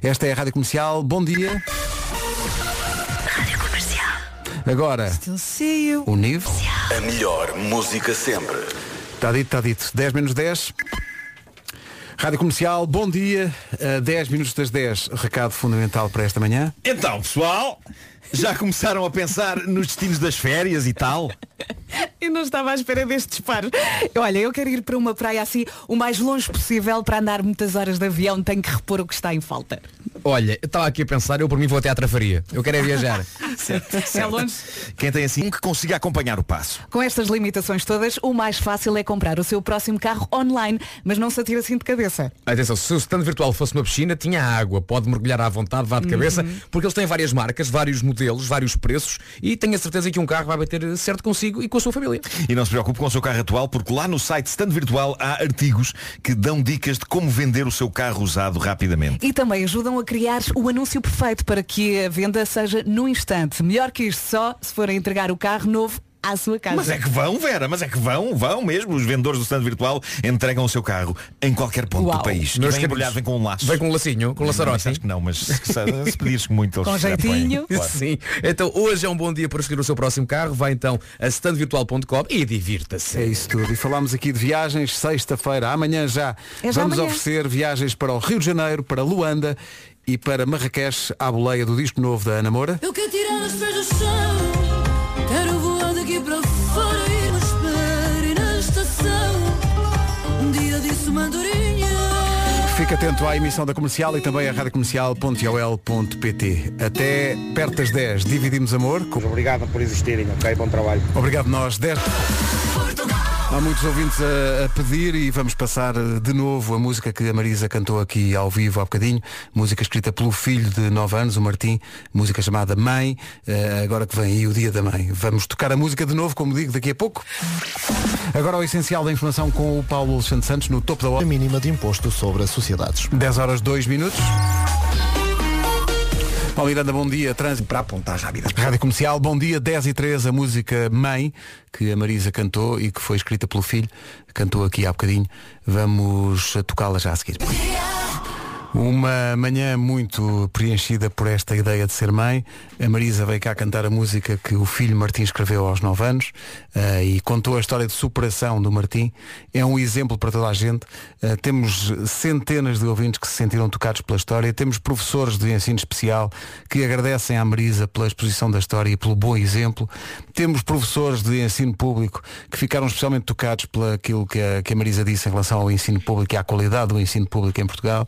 Speaker 1: Esta é a Rádio Comercial, bom dia. Agora, o nível.
Speaker 17: A melhor música sempre.
Speaker 1: Está dito, está dito. 10 menos 10. Rádio Comercial, bom dia. A 10 minutos das 10, recado fundamental para esta manhã.
Speaker 14: Então, pessoal, já começaram a pensar nos destinos das férias e tal?
Speaker 2: Eu não estava à espera deste disparo. Olha, eu quero ir para uma praia assim o mais longe possível para andar muitas horas de avião. Tenho que repor o que está em falta.
Speaker 10: Olha, eu estava aqui a pensar, eu por mim vou até à Trafaria. Eu quero é
Speaker 2: [LAUGHS]
Speaker 10: viajar.
Speaker 14: certo,
Speaker 2: É longe.
Speaker 14: Quem tem assim um que consiga acompanhar o passo.
Speaker 2: Com estas limitações todas, o mais fácil é comprar o seu próximo carro online, mas não se atira assim de cabeça.
Speaker 10: Atenção, se o stand virtual fosse uma piscina, tinha água, pode mergulhar à vontade, vá de cabeça,
Speaker 2: Uhum.
Speaker 10: porque eles têm várias marcas, vários modelos, vários preços e tenho a certeza que um carro vai bater certo consigo e com a sua família.
Speaker 14: E não se preocupe com o seu carro atual, porque lá no site Stand Virtual há artigos que dão dicas de como vender o seu carro usado rapidamente.
Speaker 2: E também ajudam a criar o anúncio perfeito para que a venda seja no instante. Melhor que isto só se forem entregar o carro novo à sua casa.
Speaker 14: Mas é que vão, Vera, mas é que vão, vão mesmo. Os vendedores do stand virtual entregam o seu carro em qualquer ponto
Speaker 2: Uau.
Speaker 14: do país.
Speaker 10: Meus
Speaker 14: Meus vem
Speaker 10: queridos,
Speaker 14: embrulhado, vem com um laço.
Speaker 10: vem com um lacinho, com um laçarote.
Speaker 14: Não, acho que não, mas se, se- se
Speaker 10: [LAUGHS]
Speaker 14: pedires muito, eles
Speaker 10: Com
Speaker 14: já põem,
Speaker 10: jeitinho.
Speaker 14: claro.
Speaker 10: Sim. Então hoje é um bom dia para escolher o seu próximo carro. Vai então a standvirtual.com e divirta-se.
Speaker 1: É isso tudo. E falámos aqui de viagens sexta-feira. Amanhã já
Speaker 10: É já
Speaker 1: vamos
Speaker 10: amanhã.
Speaker 1: oferecer viagens para o Rio de Janeiro, para Luanda e para Marrakech, à boleia do disco novo da Ana Moura.
Speaker 3: Eu quero tirar os pés do chão Quero voar daqui para fora E não espero ir na estação Um dia disse uma andorinha
Speaker 1: Fica atento à emissão da comercial e também à radiocomercial.ol.pt. Até perto das 10, dividimos amor. Obrigado por existirem, ok? Bom trabalho. Obrigado nós, 10. Há muitos ouvintes a, a pedir e vamos passar eh, de novo a música que a Marisa cantou aqui ao vivo há bocadinho, música escrita pelo filho de 9 anos, o Martim, música chamada Mãe, Eh, agora que vem aí o Dia da Mãe. Vamos tocar a música de novo, como digo, daqui a pouco. Agora o essencial da informação com o Paulo Alexandre Santos no topo da hora.
Speaker 7: A mínima de imposto sobre as sociedades.
Speaker 1: 10 horas 2 minutos. Paulo Miranda, bom dia. Trânsito para apontar já a vida. Rádio Comercial, bom dia. 10 e 3, a música Mãe, que a Marisa cantou e que foi escrita pelo filho. Cantou aqui há bocadinho. Vamos a tocá-la já a seguir. Uma manhã muito preenchida por esta ideia de ser mãe. A Marisa veio cá cantar a música que o filho Martim escreveu aos 9 anos eh, e contou a história de superação do Martim. É um exemplo para toda a gente. Eh, temos centenas de ouvintes que se sentiram tocados pela história. Temos professores de ensino especial que agradecem à Marisa pela exposição da história e pelo bom exemplo. Temos professores de ensino público que ficaram especialmente tocados pelaquilo que a, que a Marisa disse em relação ao ensino público e à qualidade do ensino público em Portugal.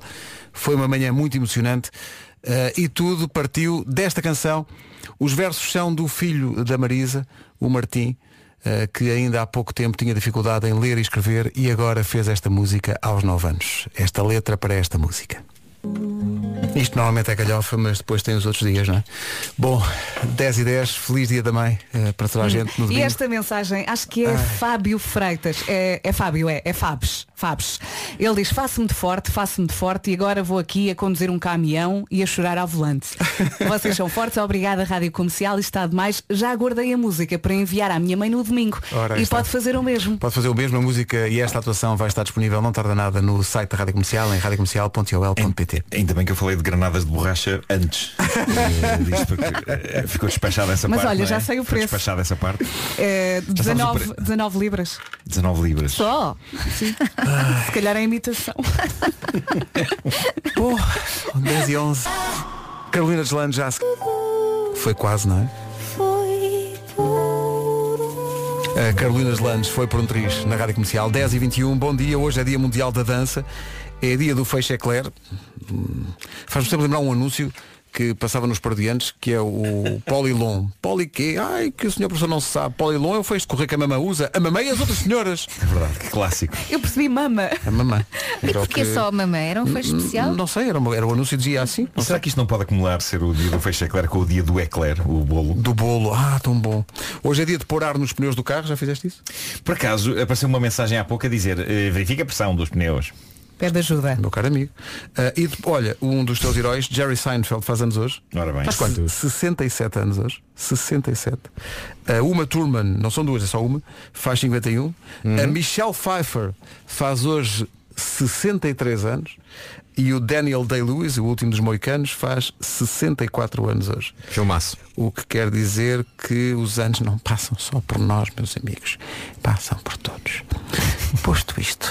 Speaker 1: Foi uma manhã muito emocionante eh, e tudo partiu desta canção. Os versos são do filho da Marisa, o Martim, eh, que ainda há pouco tempo tinha dificuldade em ler e escrever e agora fez esta música aos 9 anos. Esta letra para esta música. Isto normalmente é calhofa, mas depois tem os outros dias, não é? Bom, 10 e 10, feliz dia da mãe eh, para toda a gente no
Speaker 2: Hum. E
Speaker 1: domingo.
Speaker 2: esta mensagem, acho que é
Speaker 1: Ai.
Speaker 2: Fábio Freitas. É, é Fábio, é, é Fabs. Fabs. Ele diz, faço-me de forte, faço-me de forte e agora vou aqui a conduzir um caminhão e a chorar ao volante. Vocês são fortes, obrigada Rádio Comercial e está demais. Já aguardei a música para enviar à minha mãe no domingo.
Speaker 1: Ora, aí
Speaker 2: e
Speaker 1: está.
Speaker 2: pode fazer o mesmo.
Speaker 1: Pode fazer o mesmo, a música e esta atuação vai estar disponível, não tarda nada, no site da Rádio Comercial, em radiocomercial.ol.pt
Speaker 14: Ainda bem que eu falei de granadas de borracha
Speaker 1: [LAUGHS]
Speaker 14: antes. Eh, disto, porque, eh, ficou despachada essa
Speaker 2: Mas
Speaker 14: parte.
Speaker 2: olha,
Speaker 14: não é?
Speaker 2: já sei o
Speaker 14: Foi
Speaker 2: preço.
Speaker 14: Despachada essa parte.
Speaker 2: É,
Speaker 14: Já sabes o
Speaker 2: 19, 19 libras.
Speaker 14: 19 libras.
Speaker 2: Só? Sim. [LAUGHS] Se calhar é imitação.
Speaker 1: [LAUGHS] 10 e 11. Carolina de Lange já se... Foi quase, não é? A Carolina de Lange foi por um triz na Rádio Comercial. 10 e 21, bom dia. Hoje é dia mundial da dança. É dia do Feixe Eclair. Hum, Faz-me sempre lembrar um anúncio que passava nos parodiantes, que é o Polilon. Poli quê? Ai, que o senhor professor não se sabe. Polilon é o feixe de correr que a mamã usa. A mamã e as outras senhoras. É
Speaker 14: verdade, que clássico.
Speaker 2: Eu percebi mama.
Speaker 1: A mamã.
Speaker 6: E
Speaker 1: Era o
Speaker 6: porquê
Speaker 1: que-
Speaker 6: só a mamã? Era um fecho
Speaker 1: N-
Speaker 6: especial?
Speaker 1: Não sei, era, uma- era o anúncio dizia assim.
Speaker 14: Será que isto não pode acumular ser o dia do fecho é eclair com o dia do eclair, o bolo?
Speaker 1: Do bolo, ah, tão bom. Hoje é dia de pôr ar nos pneus do carro, já fizeste isso?
Speaker 14: Por acaso, apareceu uma mensagem há pouco a dizer, eh, verifica a pressão dos pneus.
Speaker 2: Pede ajuda.
Speaker 1: Meu caro amigo. Ah, e de- olha, um dos teus heróis, Jerry Seinfeld, faz anos hoje.
Speaker 14: Ora bem.
Speaker 1: Faz quantos? 67 anos hoje. 67. A Ah, Uma Thurman, não são duas, é só uma, faz 51.
Speaker 14: Uhum.
Speaker 1: A Michelle Pfeiffer faz hoje 63 anos. E o Daniel Day-Lewis, o último dos moicanos, faz 64 anos hoje.
Speaker 10: Filmaço.
Speaker 1: O que quer dizer que os anos não passam só
Speaker 14: [LAUGHS]
Speaker 1: por nós, meus amigos. Passam por todos. Posto isto.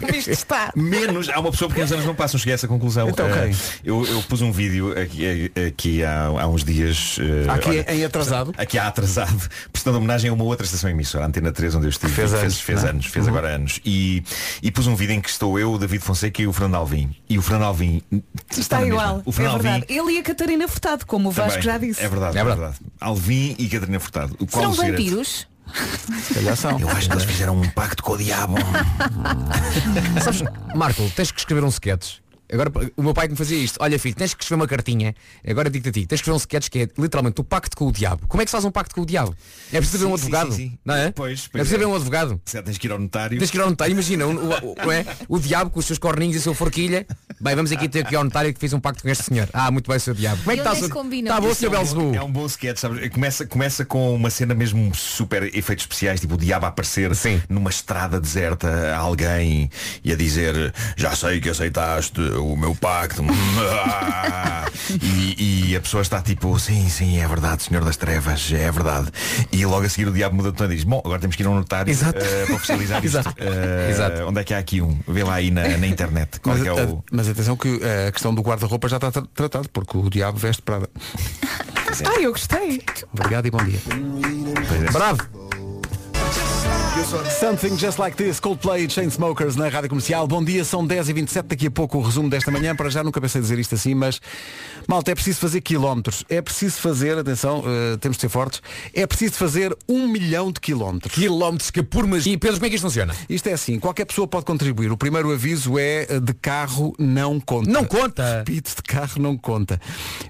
Speaker 2: Como isto está?
Speaker 14: Menos, há uma pessoa porque os anos não passam, cheguei a essa conclusão.
Speaker 1: Então,
Speaker 14: Eh,
Speaker 1: quem?
Speaker 14: eu, eu pus um vídeo aqui, aqui há, há uns dias. eh,
Speaker 1: Aqui em atrasado?
Speaker 14: presta- Aqui há atrasado, [LAUGHS] prestando homenagem a uma outra estação emissora, a Antena 3, onde eu estive.
Speaker 1: Fez anos,
Speaker 14: fez, fez
Speaker 1: não é?
Speaker 14: anos, fez
Speaker 1: Uhum.
Speaker 14: agora anos. E, e pus um vídeo em que estou eu, o David Fonseca e o Fernando Alvim. E o Fernando Alvim está,
Speaker 2: Está
Speaker 14: na
Speaker 2: igual,
Speaker 14: mesma. O
Speaker 2: é
Speaker 14: Fernando Alvim
Speaker 2: verdade. Ele e a Catarina Furtado, como o
Speaker 14: também.
Speaker 2: Vasco já disse. um
Speaker 14: É verdade, é verdade. Alvim e Catarina Furtado. O
Speaker 6: Serão
Speaker 14: qual o segredo?
Speaker 6: vampiros?
Speaker 14: Eu acho que eles fizeram um pacto com o diabo.
Speaker 10: Sabes, Marco, tens que escrever um sketch. Agora, o meu pai que me fazia isto. Olha, filho, tens que escrever uma cartinha. Agora digo-te a ti. Tens que escrever um sketch que é literalmente o pacto com o diabo. Como é que se faz um pacto com o diabo? É preciso haver um
Speaker 14: Sim,
Speaker 10: advogado.
Speaker 14: sim, sim, sim.
Speaker 10: Não é?
Speaker 14: Pois,
Speaker 10: é
Speaker 14: pois
Speaker 10: preciso
Speaker 14: é.
Speaker 10: haver um advogado.
Speaker 14: Se tens que ir ao notário.
Speaker 10: Tens que ir ao notário. Imagina, um- o, o- é? o diabo com os seus corninhos e a sua forquilha. Bem, vamos aqui ter que ir ao notário que fiz um pacto com este senhor. Ah, muito bem, seu diabo. Como é
Speaker 6: E
Speaker 10: que está,
Speaker 6: onde é
Speaker 10: seu...
Speaker 6: que combinam?
Speaker 10: Está bom,
Speaker 6: Isso é
Speaker 10: senhor
Speaker 6: um
Speaker 10: Belzebu?
Speaker 14: É um bom sketch, sabes? Começa, começa com uma cena mesmo super efeitos especiais, tipo o diabo a aparecer numa estrada deserta a alguém e a dizer já sei que aceitaste o meu
Speaker 1: [LAUGHS]
Speaker 14: pacto. e, e a pessoa está tipo, sim, sim, é verdade, senhor das trevas, é verdade. E logo a seguir o diabo muda de tom e diz, bom, agora temos que ir a um notário
Speaker 1: Exato.
Speaker 14: eh, para
Speaker 1: [LAUGHS]
Speaker 14: oficializar isto.
Speaker 1: Exato.
Speaker 14: Eh,
Speaker 1: Exato.
Speaker 14: Onde é que há aqui um? Vê lá aí na, na internet. Qual é
Speaker 1: Mas,
Speaker 14: que é o...
Speaker 1: a- mas atenção que eh, a questão do guarda-roupa já está tra- tratado, porque o diabo veste Prada.
Speaker 14: é.
Speaker 2: Ah, eu gostei.
Speaker 1: Obrigado e bom dia. Bravo! Something Just Like This, Coldplay e Chainsmokers na Rádio Comercial. Bom dia, são 10h27, daqui a pouco o resumo desta manhã. Para já nunca pensei dizer isto assim, mas malta, é preciso fazer quilómetros. É preciso fazer, atenção, eh, temos de ser fortes, é preciso fazer um milhão de quilómetros.
Speaker 10: Quilómetros que por magia. E Pedro, como é que isto funciona?
Speaker 1: Isto é assim, qualquer pessoa pode contribuir. O primeiro aviso é eh, de carro não conta.
Speaker 10: Não
Speaker 1: [LAUGHS]
Speaker 10: conta?
Speaker 1: Repito, de carro não conta.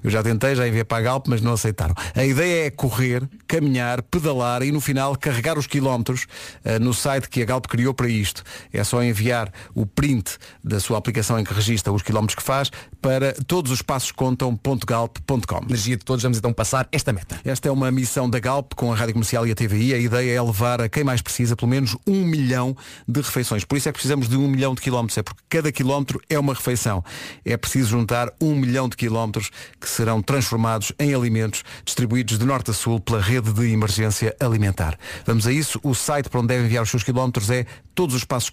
Speaker 1: Eu já tentei, já enviei para a Galp, mas não aceitaram. A ideia é correr, caminhar, pedalar e no final carregar os quilómetros eh, no site que a Galp criou para isto. É só enviar o print da sua aplicação em que registra os quilómetros que faz para todos os passos contam.galp.com.
Speaker 10: Energia de todos, vamos então passar esta meta.
Speaker 1: Esta é uma missão da Galp com a Rádio Comercial e a TVI. A ideia é levar a quem mais precisa pelo menos um milhão de refeições. Por isso é que precisamos de um milhão de quilómetros. É porque cada quilómetro é uma refeição. É preciso juntar um milhão de quilómetros que serão transformados em alimentos distribuídos de norte a sul pela rede de emergência alimentar. Vamos a isso. O site para onde devem enviar os seus quilómetros é todos os passos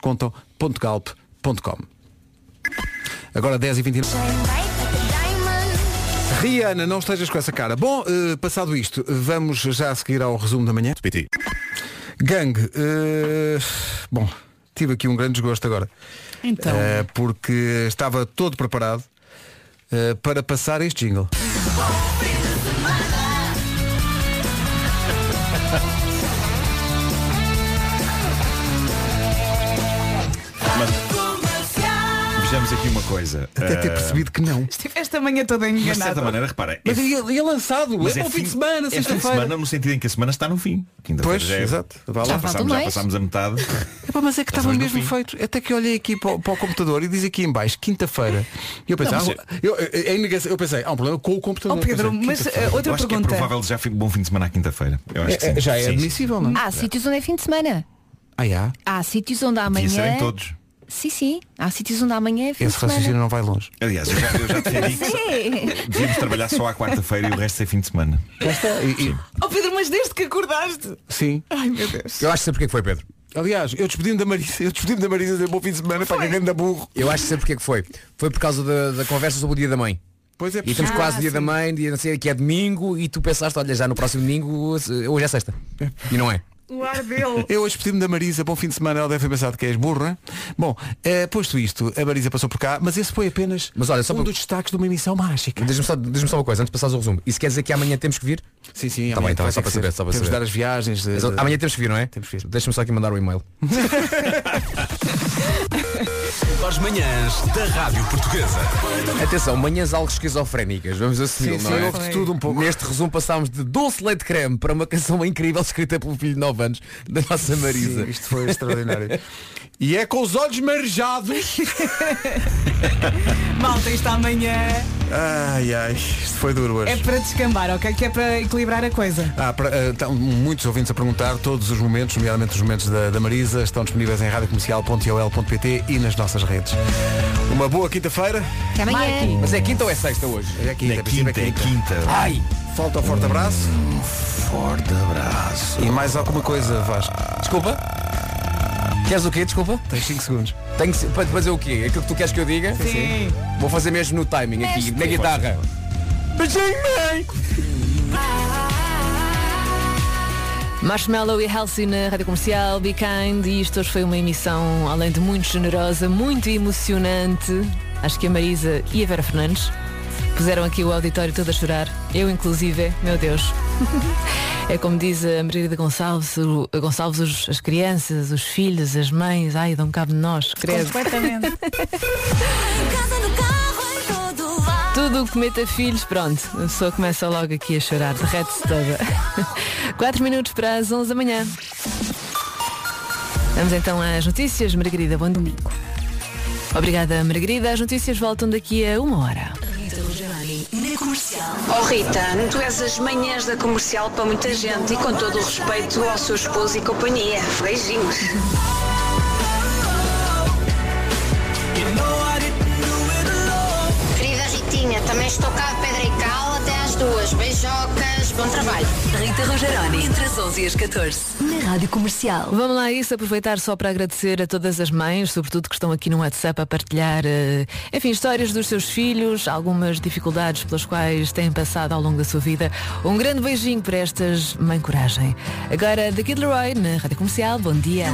Speaker 1: Agora 10 e 29 Rihanna, não estejas com essa cara. Bom, eh, passado isto, vamos já a seguir ao resumo da manhã. Gang, eh, bom, tive aqui um grande desgosto agora.
Speaker 2: Então.
Speaker 1: Eh, porque estava todo preparado eh, para passar este jingle.
Speaker 14: Vejamos aqui uma coisa.
Speaker 1: Até ter
Speaker 14: Eh,
Speaker 1: percebido que não.
Speaker 2: Estiveste a manhã toda enganada.
Speaker 14: Mas de certa maneira, repara,
Speaker 1: Mas
Speaker 14: é-
Speaker 1: ia, ia lançado,
Speaker 14: Mas
Speaker 1: é, para o fim de
Speaker 14: é
Speaker 1: semana,
Speaker 14: fim de
Speaker 1: sexta-feira.
Speaker 14: semana no sentido em que a semana está no fim. Quinta-feira
Speaker 1: Pois,
Speaker 14: já é-
Speaker 1: exato. Vá lá.
Speaker 14: Já
Speaker 1: Já faltam
Speaker 14: passámos, já
Speaker 1: dois.
Speaker 14: passámos a metade.
Speaker 1: Epá, mas é que
Speaker 14: Já
Speaker 1: estava
Speaker 14: estamos no
Speaker 1: mesmo
Speaker 14: fim.
Speaker 1: feito. Até que eu olhei aqui para, o- para o computador e diz aqui em baixo, quinta-feira. E eu pensei,
Speaker 14: Não, mas
Speaker 1: ah, eu, eu, em negação, eu pensei, há um problema com o computador.
Speaker 2: Oh, Pedro,
Speaker 1: Pensei,
Speaker 2: mas,
Speaker 1: quinta-feira.
Speaker 2: eh, outra
Speaker 14: Eu acho que é
Speaker 2: pergunta.
Speaker 14: provável já fi- bom fim de semana à quinta-feira. Eu acho que
Speaker 1: É,
Speaker 14: sim.
Speaker 1: já é
Speaker 14: Sim, sim.
Speaker 1: admissível, não
Speaker 6: Há sítios onde é fim de semana.
Speaker 1: Ah, já.
Speaker 6: Há sítios onde
Speaker 14: Devia
Speaker 6: amanhã.
Speaker 14: ser em todos.
Speaker 6: Sim, sim. Há sítios onde amanhã é fim
Speaker 1: Esse
Speaker 6: de semana.
Speaker 1: raciocínio não vai longe.
Speaker 14: Aliás, eu já, eu já defendi que
Speaker 6: Sim.
Speaker 14: devíamos trabalhar só à quarta-feira e o resto é fim de semana.
Speaker 1: Sim.
Speaker 2: Oh Pedro, mas desde que acordaste.
Speaker 1: Sim.
Speaker 2: Ai meu Deus.
Speaker 10: Eu acho que sei porque é que foi, Pedro.
Speaker 1: Aliás, eu despedi-me da Marisa, eu despedi-me da Marisa dizer bom fim de semana para quem anda burro.
Speaker 10: Eu acho que sei porque é que foi. Foi por causa da, da conversa sobre o dia da mãe.
Speaker 1: Pois é,
Speaker 10: E estamos
Speaker 1: possível.
Speaker 10: quase dia da mãe, dia não sei, que é domingo e tu pensaste, olha, já no próximo domingo, se- hoje é sexta. E não é?
Speaker 2: O ar dele.
Speaker 1: Eu hoje pedi-me da Marisa, bom fim de semana, ela deve ter pensado que és burro, não é? Bom, eh, posto isto, a Marisa passou por cá, mas esse foi apenas
Speaker 10: Mas olha, só
Speaker 1: um
Speaker 10: para-
Speaker 1: dos destaques de uma emissão mágica.
Speaker 10: Diz-me só, diz-me só uma coisa, antes de passares o resumo. Isso quer dizer que amanhã temos que vir?
Speaker 1: Sim, sim,
Speaker 10: Tá bem,
Speaker 1: amanhã
Speaker 10: tá bem,
Speaker 1: vai ter
Speaker 10: só para
Speaker 1: que ser.
Speaker 10: saber, só para
Speaker 1: Temos de
Speaker 10: saber.
Speaker 1: dar as viagens. eh,
Speaker 10: Mas,
Speaker 1: de-
Speaker 10: amanhã temos que vir, não é? Deixa-me só aqui mandar o e-mail.
Speaker 17: As manhãs da Rádio Portuguesa.
Speaker 10: Atenção, manhãs algo esquizofrénicas, vamos assumir,
Speaker 1: Sim,
Speaker 10: não
Speaker 1: sim,
Speaker 10: é?
Speaker 1: houve de tudo um pouco.
Speaker 10: Neste resumo passámos de doce leite creme para uma canção incrível escrita pelo filho de 9 anos da nossa Marisa.
Speaker 1: Sim, isto
Speaker 10: [LAUGHS]
Speaker 1: foi extraordinário. e é com os olhos marejados.
Speaker 2: Malta, isto amanhã
Speaker 1: [LAUGHS] ai, ai, isto foi duro hoje.
Speaker 2: é para descambar, ok? Que é para equilibrar a coisa.
Speaker 1: Há pra- eh, estão muitos ouvintes a perguntar, todos os momentos, nomeadamente os momentos da, da Marisa, estão disponíveis em radiocomercial.ol.pt e nas nossas redes. Uma boa quinta-feira.
Speaker 6: Até amanhã.
Speaker 10: Mas é quinta ou é sexta hoje?
Speaker 1: É quinta,
Speaker 14: É quinta, é quinta.
Speaker 10: Ai!
Speaker 1: Falta um forte abraço
Speaker 14: Forte abraço.
Speaker 1: e mais alguma coisa, Vasco.
Speaker 10: Desculpa? Queres o quê, desculpa?
Speaker 18: Tens 5 segundos.
Speaker 10: Tenho que se- para fazer o quê? Aquilo que tu queres que eu diga?
Speaker 18: Sim, sim.
Speaker 10: Vou fazer mesmo no timing aqui,
Speaker 18: Mestre.
Speaker 10: na guitarra.
Speaker 19: Marshmallow e Halsey na Rádio Comercial, Be Kind, e isto hoje foi uma emissão, além de muito generosa, muito emocionante. Acho que a Marisa e a Vera Fernandes puseram aqui o auditório todo a chorar, eu inclusive, meu Deus. [LAUGHS] É como diz a Margarida Gonçalves, o- a Gonçalves os- as crianças, os filhos, as mães, ai, dão cabo de nós, credo.
Speaker 4: Completamente.
Speaker 19: Tudo o que meta filhos, pronto. A pessoa começa logo aqui a chorar, derrete-se toda. [LAUGHS] 4 minutos para as 11 da manhã. Vamos então às notícias. Margarida, bom domingo. Obrigada, Margarida. As notícias voltam daqui a uma hora.
Speaker 4: Na comercial. Oh Rita, tu és as manhãs da comercial para muita gente e com todo o respeito ao seu esposo e companhia. Beijinhos.
Speaker 3: Querida Ritinha, também estou cá de Pedra e Cal até às duas. Beijocas, bom trabalho.
Speaker 19: Rita Rogeroni, entre as 11 e as 14, na Rádio Comercial. Vamos lá a isso, aproveitar só para agradecer a todas as mães, sobretudo que estão aqui no WhatsApp a partilhar, eh, enfim, histórias dos seus filhos, algumas dificuldades pelas quais têm passado ao longo da sua vida. Um grande beijinho para estas Mãe Coragem. Agora, The Kid Leroy, na Rádio Comercial, bom dia.